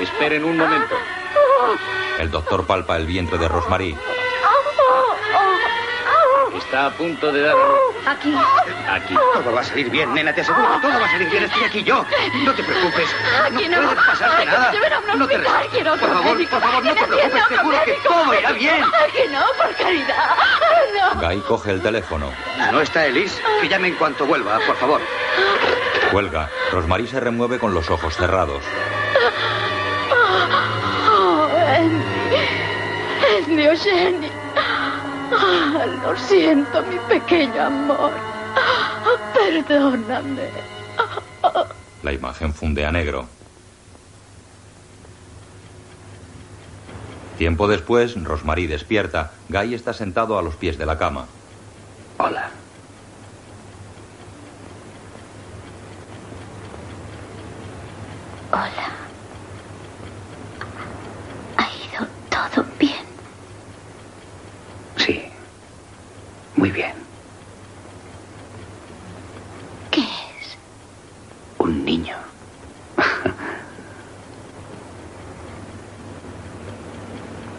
Speaker 1: Esperen un momento. El doctor palpa el vientre de Rosmarie.
Speaker 19: Está a punto de dar. a luz.
Speaker 31: Aquí.
Speaker 5: Aquí. Todo va a salir bien, nena, te aseguro. Todo va a salir bien. Estoy aquí yo. No te preocupes. No
Speaker 11: Aquí no.
Speaker 5: puede pasarte
Speaker 11: Ay, que
Speaker 5: nada.
Speaker 11: me lleven a un
Speaker 5: No te
Speaker 11: hospital,
Speaker 5: re-
Speaker 11: quiero otro
Speaker 5: Por favor,
Speaker 11: médico.
Speaker 5: por favor, no te
Speaker 11: Que me atienda
Speaker 5: preocupes.
Speaker 11: otro
Speaker 5: Seguro que
Speaker 11: médico.
Speaker 5: todo irá bien.
Speaker 11: Ay, que no, por caridad. No.
Speaker 1: Guy coge el teléfono.
Speaker 5: No está Elise. Que llame en cuanto vuelva, por favor.
Speaker 1: Cuelga. Rosmarie se remueve con los ojos cerrados.
Speaker 11: Oh, Andy. Andy o Jenny. Ah, lo siento, mi pequeño amor. Ah, Perdóname.
Speaker 1: La imagen funde a negro. Tiempo después, Rosmarie despierta. Guy está sentado a los pies de la cama.
Speaker 5: Hola.
Speaker 4: Hola. ¿Ha ido todo bien?
Speaker 5: Sí. Muy bien.
Speaker 4: ¿Qué es?
Speaker 5: Un niño.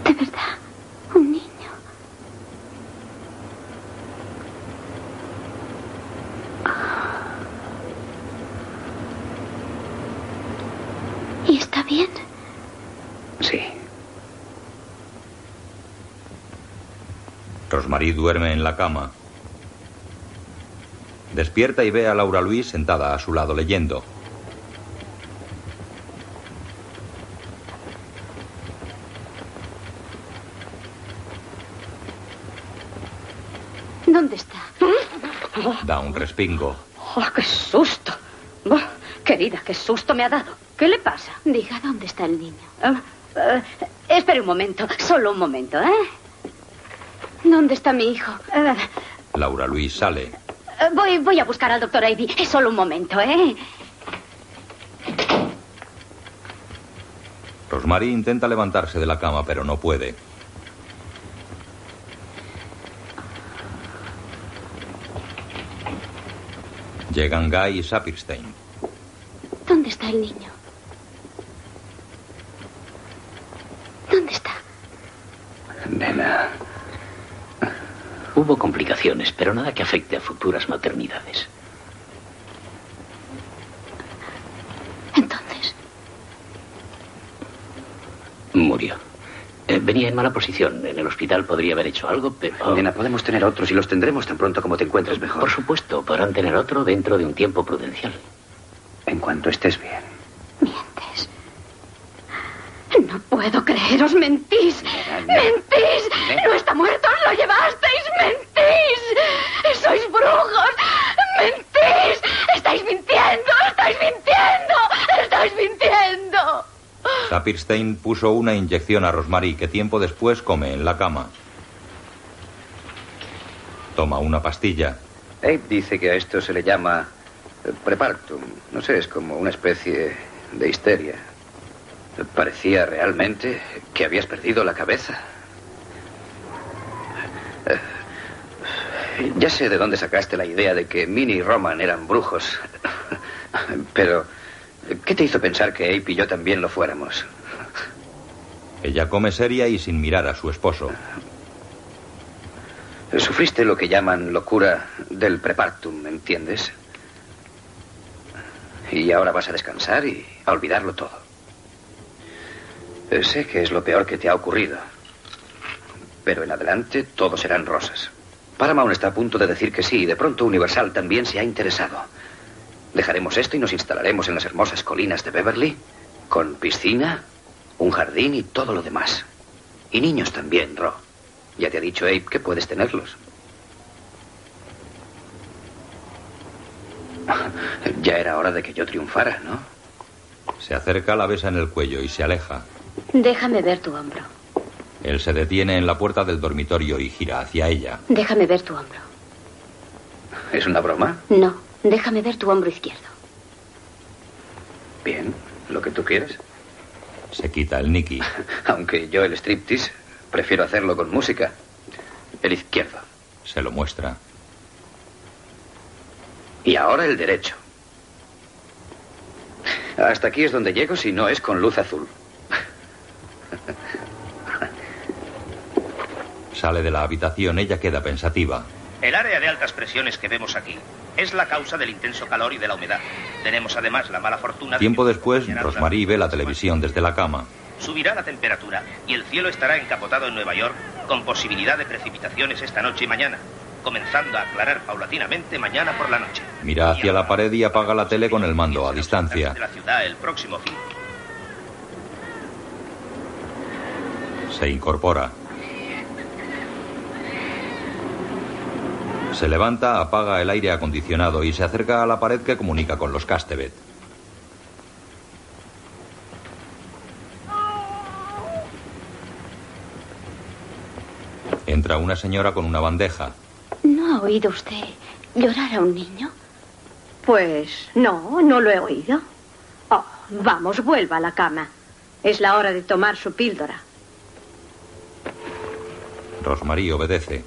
Speaker 4: ¿De verdad? ¿Un niño? ¿Y está bien?
Speaker 5: Sí.
Speaker 1: Rosmarie duerme en la cama. Despierta y ve a Laura Luis sentada a su lado leyendo.
Speaker 4: ¿Dónde está?
Speaker 1: Da un respingo.
Speaker 4: Mm. ¡Oh, qué susto! Buah, querida, qué susto me ha dado. ¿Qué le pasa? Diga dónde está el niño. espere un momento, solo un momento, ¿eh? ¿Dónde está mi hijo? Eh,
Speaker 1: Laura Luis sale.
Speaker 4: eh, voy, voy a buscar al doctor Ivy. Es solo un momento, ¿eh?
Speaker 1: Rosmarie intenta levantarse de la cama, pero no puede. Llegan Guy y Sapirstein.
Speaker 11: ¿Dónde está el niño? ¿Dónde está?
Speaker 19: Nena. Hubo complicaciones, pero nada que afecte a futuras maternidades.
Speaker 11: Entonces,
Speaker 19: Murió. Eh, venía en mala posición. En el hospital podría haber hecho algo, pero... Oh. Nena, podemos tener otros y los tendremos tan pronto como te encuentres mejor. Por supuesto, podrán tener otro dentro de un tiempo prudencial. En cuanto estés bien.
Speaker 4: No puedo creeros, mentís. Mentís. No está muerto, lo llevasteis, mentís. Sois brujos. Mentís. Estáis mintiendo, estáis mintiendo, estáis mintiendo.
Speaker 1: Sapirstein puso una inyección a Rosmarie que tiempo después come en la cama. Toma una pastilla.
Speaker 5: Abe dice que a esto se le llama eh, prepartum. No sé, es como una especie de histeria. Parecía realmente que habías perdido la cabeza. Eh, Ya sé de dónde sacaste la idea de que Minnie y Roman eran brujos. Pero, ¿qué te hizo pensar que Abe y yo también lo fuéramos?
Speaker 1: Ella come seria y sin mirar a su esposo.
Speaker 5: Sufriste lo que llaman locura del prepartum, ¿entiendes? Y ahora vas a descansar y a olvidarlo todo. Eh, Sé que es lo peor que te ha ocurrido. Pero en adelante todo serán rosas. Paramount está a punto de decir que sí y de pronto Universal también se ha interesado. Dejaremos esto y nos instalaremos en las hermosas colinas de Beverly con piscina, un jardín y todo lo demás. Y niños también, Ro. Ya te ha dicho Abe que puedes tenerlos. Ya era hora de que yo triunfara, ¿no?
Speaker 1: Se acerca, la besa en el cuello y se aleja.
Speaker 11: déjame ver tu hombro.
Speaker 1: Él se detiene en la puerta del dormitorio y gira hacia ella.
Speaker 11: Déjame ver tu hombro.
Speaker 5: ¿Es una broma?
Speaker 11: No, déjame ver tu hombro izquierdo.
Speaker 5: Bien, lo que tú quieras.
Speaker 1: Se quita el Nicky.
Speaker 5: Aunque yo el striptease prefiero hacerlo con música. El izquierdo.
Speaker 1: Se lo muestra.
Speaker 5: Y ahora el derecho. Hasta aquí es donde llego si no es con luz azul.
Speaker 1: Sale de la habitación, ella queda pensativa.
Speaker 6: El área de altas presiones que vemos aquí es la causa del intenso calor y de la humedad. Tenemos además la mala fortuna de
Speaker 1: Tiempo después, Rosmarie ve la televisión desde la cama.
Speaker 6: Subirá la temperatura y el cielo estará encapotado en Nueva York con posibilidad de precipitaciones esta noche y mañana, comenzando a aclarar paulatinamente mañana por la noche.
Speaker 1: Mira hacia la pared y apaga la tele con el mando a distancia.
Speaker 6: De la ciudad el próximo fin.
Speaker 1: Se incorpora. Se levanta, apaga el aire acondicionado y se acerca a la pared que comunica con los Castevet. Entra una señora con una bandeja.
Speaker 4: ¿No ha oído usted llorar a un niño? Pues no, no lo he oído. Oh, vamos, vuelva a la cama. Es la hora de tomar su píldora.
Speaker 1: Rosmarie obedece.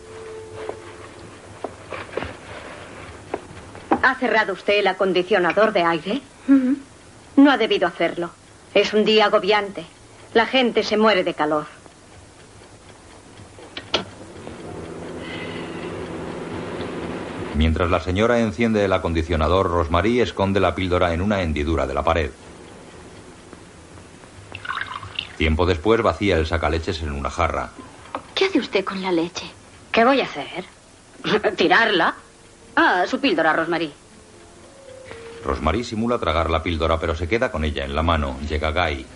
Speaker 32: ¿Ha cerrado usted el acondicionador de aire?
Speaker 4: Mm-hmm.
Speaker 32: No ha debido hacerlo. Es un día agobiante. La gente se muere de calor.
Speaker 1: Mientras la señora enciende el acondicionador, Rosmarie esconde la píldora en una hendidura de la pared. Tiempo después vacía el sacaleches en una jarra.
Speaker 4: ¿Qué hace usted con la leche? ¿Qué voy a hacer? ¿Tirarla? Ah, su píldora, Rosmarie.
Speaker 1: Rosmarie simula tragar la píldora, pero se queda con ella en la mano. Llega Guy.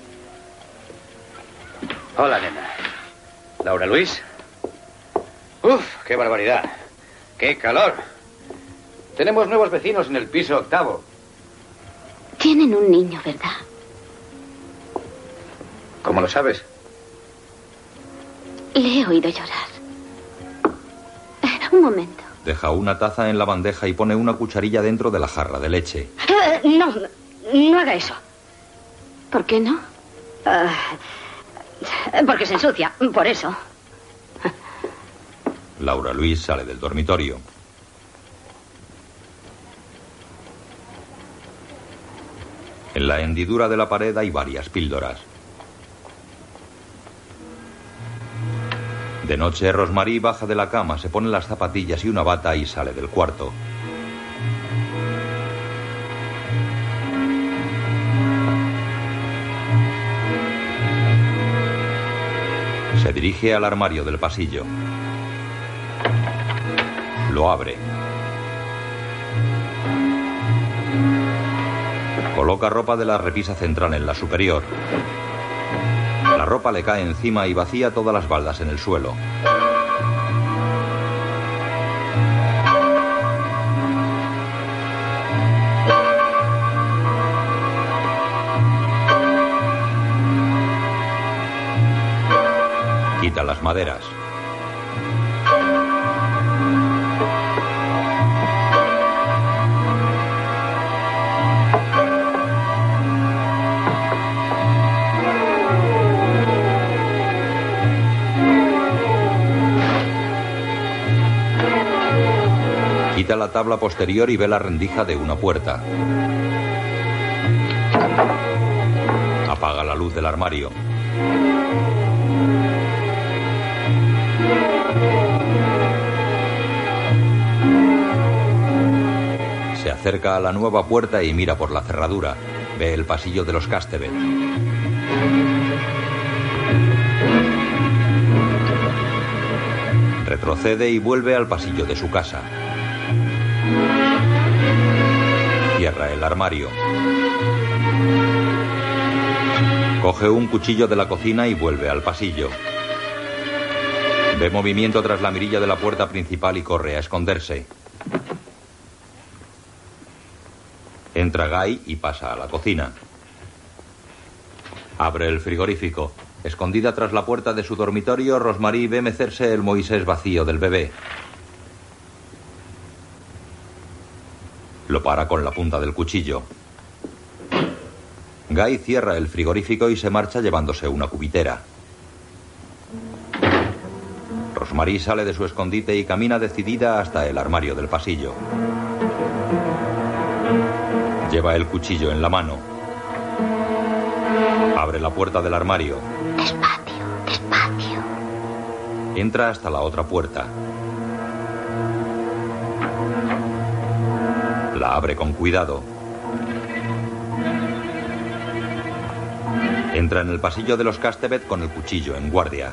Speaker 5: Hola, nena. Laura Luis. Uf, qué barbaridad.
Speaker 2: ¡Qué calor! Tenemos nuevos vecinos en el piso octavo.
Speaker 4: Tienen un niño, ¿verdad?
Speaker 5: ¿Cómo lo sabes?
Speaker 4: Le he oído llorar. Eh, Un momento.
Speaker 1: Deja una taza en la bandeja y pone una cucharilla dentro de la jarra de leche.
Speaker 4: Eh, no,
Speaker 33: No haga eso.
Speaker 4: ¿Por qué no? Eh,
Speaker 33: porque se ensucia, por eso.
Speaker 1: Laura Luis sale del dormitorio. En la hendidura de la pared hay varias píldoras. De noche, Rosmarie baja de la cama, se pone las zapatillas y una bata y sale del cuarto. Se dirige al armario del pasillo. Lo abre. Coloca ropa de la repisa central en la superior. La ropa le cae encima y vacía todas las baldas en el suelo. Quita las maderas. Quita la tabla posterior y ve la rendija de una puerta. Apaga la luz del armario. Se acerca a la nueva puerta y mira por la cerradura. Ve el pasillo de los Castebet. Retrocede y vuelve al pasillo de su casa. Cierra el armario. Coge un cuchillo de la cocina y vuelve al pasillo. Ve movimiento tras la mirilla de la puerta principal y corre a esconderse. Entra Guy y pasa a la cocina. Abre el frigorífico. Escondida tras la puerta de su dormitorio, Rosmarie ve mecerse el Moisés vacío del bebé. Lo para con la punta del cuchillo. Guy cierra el frigorífico y se marcha llevándose una cubitera. Rosmarie sale de su escondite y camina decidida hasta el armario del pasillo. Lleva el cuchillo en la mano. Abre la puerta del armario. Entra hasta la otra puerta. La abre con cuidado. Entra en el pasillo de los Castebet con el cuchillo en guardia.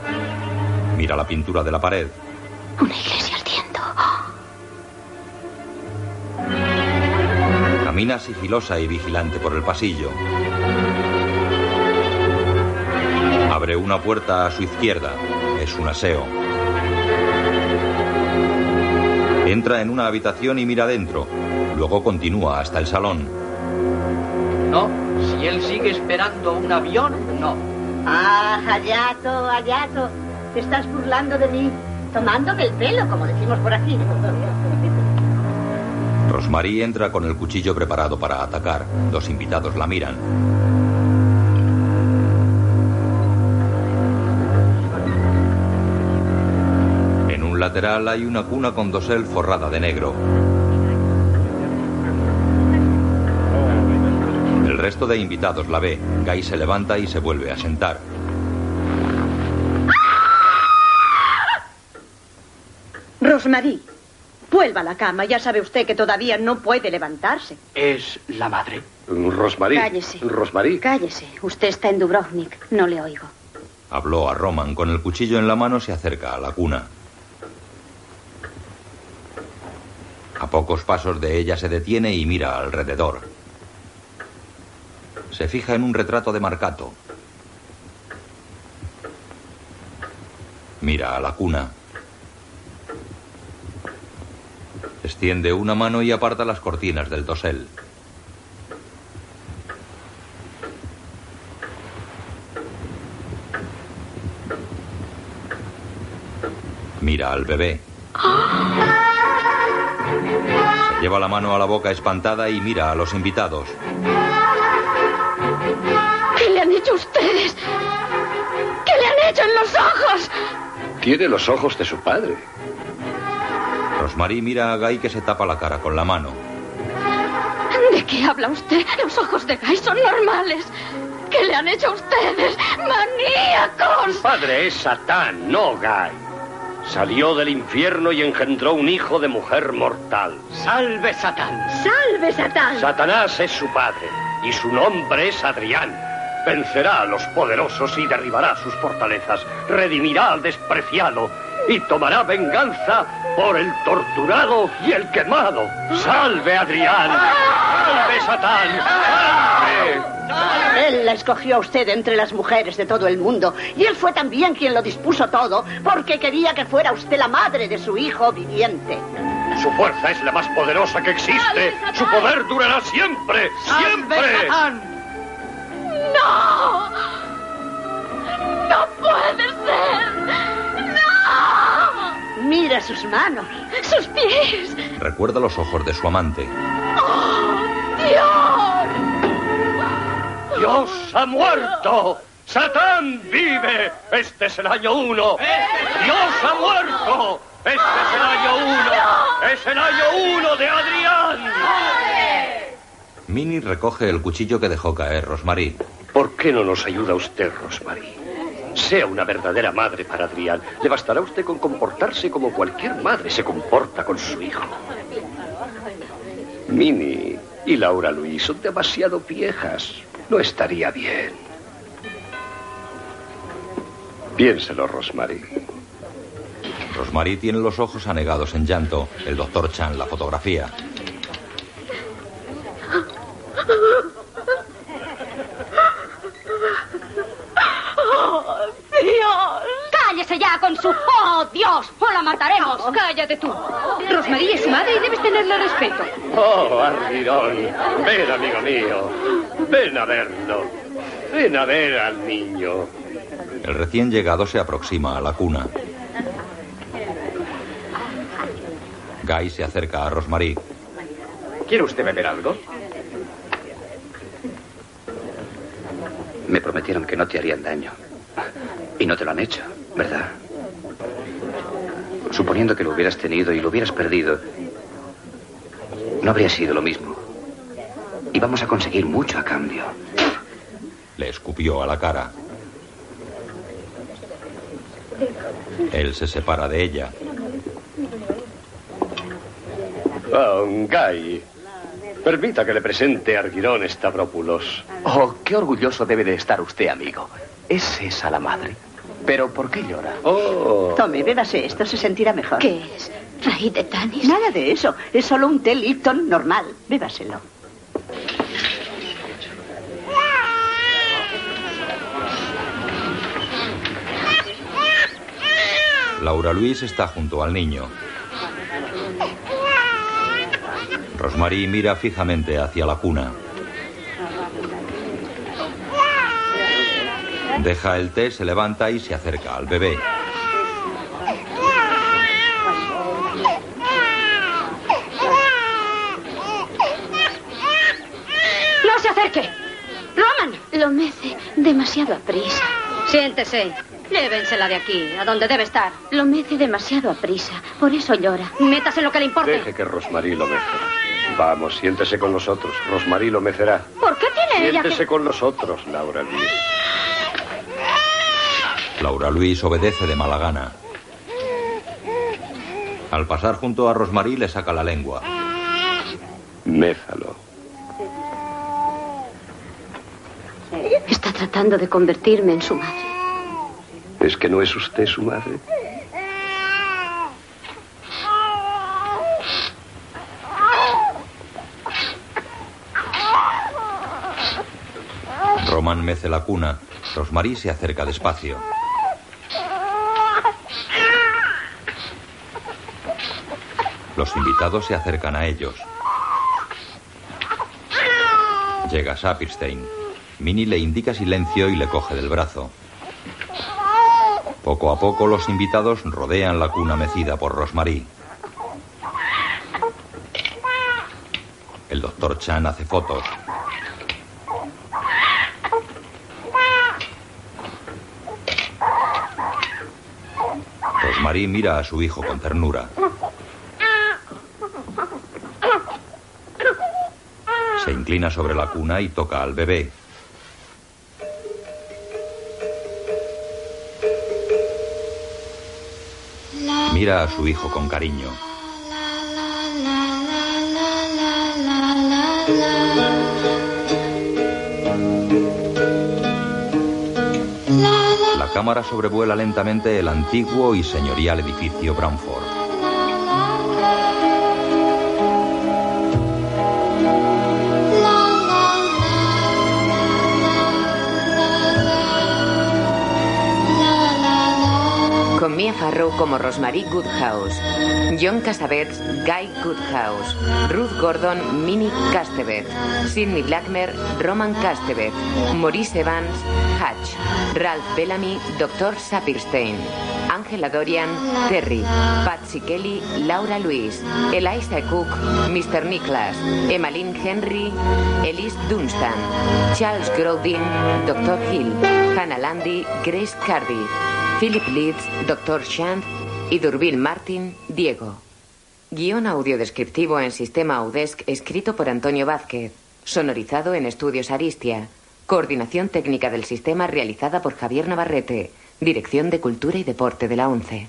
Speaker 1: Mira la pintura de la pared.
Speaker 4: Una iglesia ardiendo.
Speaker 1: Camina sigilosa y vigilante por el pasillo. Abre una puerta a su izquierda. Es un aseo. Entra en una habitación y mira dentro. Luego continúa hasta el salón.
Speaker 30: No, si él sigue esperando un avión, no.
Speaker 13: Ah, Hayato, Hayato, te estás burlando de mí, tomándome el pelo, como decimos por aquí.
Speaker 1: Rosmarie entra con el cuchillo preparado para atacar. Los invitados la miran. En un lateral hay una cuna con dosel forrada de negro. El resto de invitados la ve. Guy se levanta y se vuelve a sentar.
Speaker 33: Rosmarie, vuelva a la cama. Ya sabe usted que todavía no puede levantarse.
Speaker 12: Es la madre. Rosmarí.
Speaker 33: Cállese.
Speaker 12: Rosmarí.
Speaker 33: Cállese. Usted está en Dubrovnik. No le oigo.
Speaker 1: Habló a Roman. Con el cuchillo en la mano se acerca a la cuna. A pocos pasos de ella se detiene y mira alrededor. Se fija en un retrato de Marcato. Mira a la cuna. Extiende una mano y aparta las cortinas del dosel. Mira al bebé. Se lleva la mano a la boca espantada y mira a los invitados.
Speaker 11: ¿Qué le han hecho ustedes? ¿Qué le han hecho en los ojos?
Speaker 12: Tiene los ojos de su padre.
Speaker 1: Rosmarie mira a Guy que se tapa la cara con la mano.
Speaker 11: ¿De qué habla usted? Los ojos de Guy son normales. ¿Qué le han hecho a ustedes? ¡Maníacos!
Speaker 12: Padre es Satán, no Guy. Salió del infierno y engendró un hijo de mujer mortal. ¡Salve Satán!
Speaker 11: ¡Salve, Satán!
Speaker 12: Satanás es su padre y su nombre es Adrián. Vencerá a los poderosos y derribará sus fortalezas, redimirá al despreciado y tomará venganza por el torturado y el quemado. ¡Salve Adrián! ¡Salve Satán! ¡Salve!
Speaker 13: Él la escogió a usted entre las mujeres de todo el mundo y él fue también quien lo dispuso todo porque quería que fuera usted la madre de su hijo viviente.
Speaker 12: Su fuerza es la más poderosa que existe. Su poder durará siempre, siempre.
Speaker 11: ¡No! ¡No puede ser! ¡No!
Speaker 13: Mira sus manos,
Speaker 11: sus pies.
Speaker 1: Recuerda los ojos de su amante.
Speaker 11: ¡Oh, Dios!
Speaker 12: Dios ha muerto. Satán vive. Este es el año uno. Dios ha muerto. Este es el año uno. Es el año uno de Adrián.
Speaker 1: Minnie recoge el cuchillo que dejó caer Rosmarie.
Speaker 12: ¿Por qué no nos ayuda usted, Rosmarie? Sea una verdadera madre para Adrián. Le bastará a usted con comportarse como cualquier madre se comporta con su hijo. Minnie y Laura Luis son demasiado viejas. No estaría bien. Piénselo, Rosmarie.
Speaker 1: Rosmarie tiene los ojos anegados en llanto. El doctor Chan la fotografía.
Speaker 11: ¡Oh, Dios!
Speaker 34: ¡Cállese ya con su... ¡Oh, Dios! ¡O la mataremos!
Speaker 4: Cállate tú. Rosmarie es su madre y debes tenerle respeto.
Speaker 12: Oh, Almirón, ven, amigo mío. Ven a verlo. Ven a ver al niño.
Speaker 1: El recién llegado se aproxima a la cuna. Guy se acerca a Rosmarie.
Speaker 35: ¿Quiere usted beber algo?
Speaker 5: Me prometieron que no te harían daño. Y no te lo han hecho, ¿verdad? Suponiendo que lo hubieras tenido y lo hubieras perdido, no habría sido lo mismo. Y vamos a conseguir mucho a cambio.
Speaker 1: Le escupió a la cara. Él se separa de ella.
Speaker 12: Oh, Guy. Permita que le presente a Arguirón Stavropoulos.
Speaker 35: Oh, qué orgulloso debe de estar usted, amigo. Es esa la madre. Pero ¿por qué llora?
Speaker 12: Oh.
Speaker 13: Tome, bébase esto, se sentirá mejor.
Speaker 11: ¿Qué es? ¿Raíz de tanis?
Speaker 13: Nada de eso, es solo un té Lipton normal. Bébaselo.
Speaker 1: Laura Luis está junto al niño. Rosmarie mira fijamente hacia la cuna. Deja el té, se levanta y se acerca al bebé.
Speaker 4: ¡No se acerque! ¡Roman!
Speaker 11: Lo mece demasiado a prisa.
Speaker 4: Siéntese. Llévensela de aquí, a donde debe estar.
Speaker 11: Lo mece demasiado a prisa. Por eso llora.
Speaker 4: Métase lo que le importe.
Speaker 12: Deje que Rosmarie lo mece. Vamos, siéntese con nosotros. Rosmarie lo mecerá.
Speaker 4: ¿Por qué tiene ella
Speaker 12: Siéntese
Speaker 4: que...?
Speaker 12: con nosotros, Laura Luis.
Speaker 1: Laura Luis obedece de mala gana. Al pasar junto a Rosmarie le saca la lengua.
Speaker 12: Mézalo.
Speaker 11: Está tratando de convertirme en su madre.
Speaker 12: ¿Es que no es usted su madre?
Speaker 1: Roman mece la cuna. Rosmarie se acerca despacio. Los invitados se acercan a ellos. Llega Sapirstein. Minnie le indica silencio y le coge del brazo. Poco a poco los invitados rodean la cuna mecida por Rosmarie. El doctor Chan hace fotos. Rosmarie mira a su hijo con ternura. Se inclina sobre la cuna y toca al bebé. Mira a su hijo con cariño. La cámara sobrevuela lentamente el antiguo y señorial edificio Branford.
Speaker 2: Con Mia Farrow como Rosemary Goodhouse, John Cassavetes, Guy Goodhouse, Ruth Gordon, Minnie Castebet, Sidney Blackmer, Roman Castebet, Maurice Evans, Hatch, Ralph Bellamy, Dr. Sapirstein, Angela Dorian, Terry, Patsy Kelly, Laura Luis, Eliza Cook, Mr. Nicholas, Emmeline Henry, Elise Dunstan, Charles Grodin, Dr. Hill, Hannah Landy, Grace Cardi, Philip Leeds, Dr. Shand y Durbil Martin, Diego. Guión audio descriptivo en sistema Audesc escrito por Antonio Vázquez. Sonorizado en Estudios Aristia. Coordinación técnica del sistema realizada por Javier Navarrete. Dirección de Cultura y Deporte de la ONCE.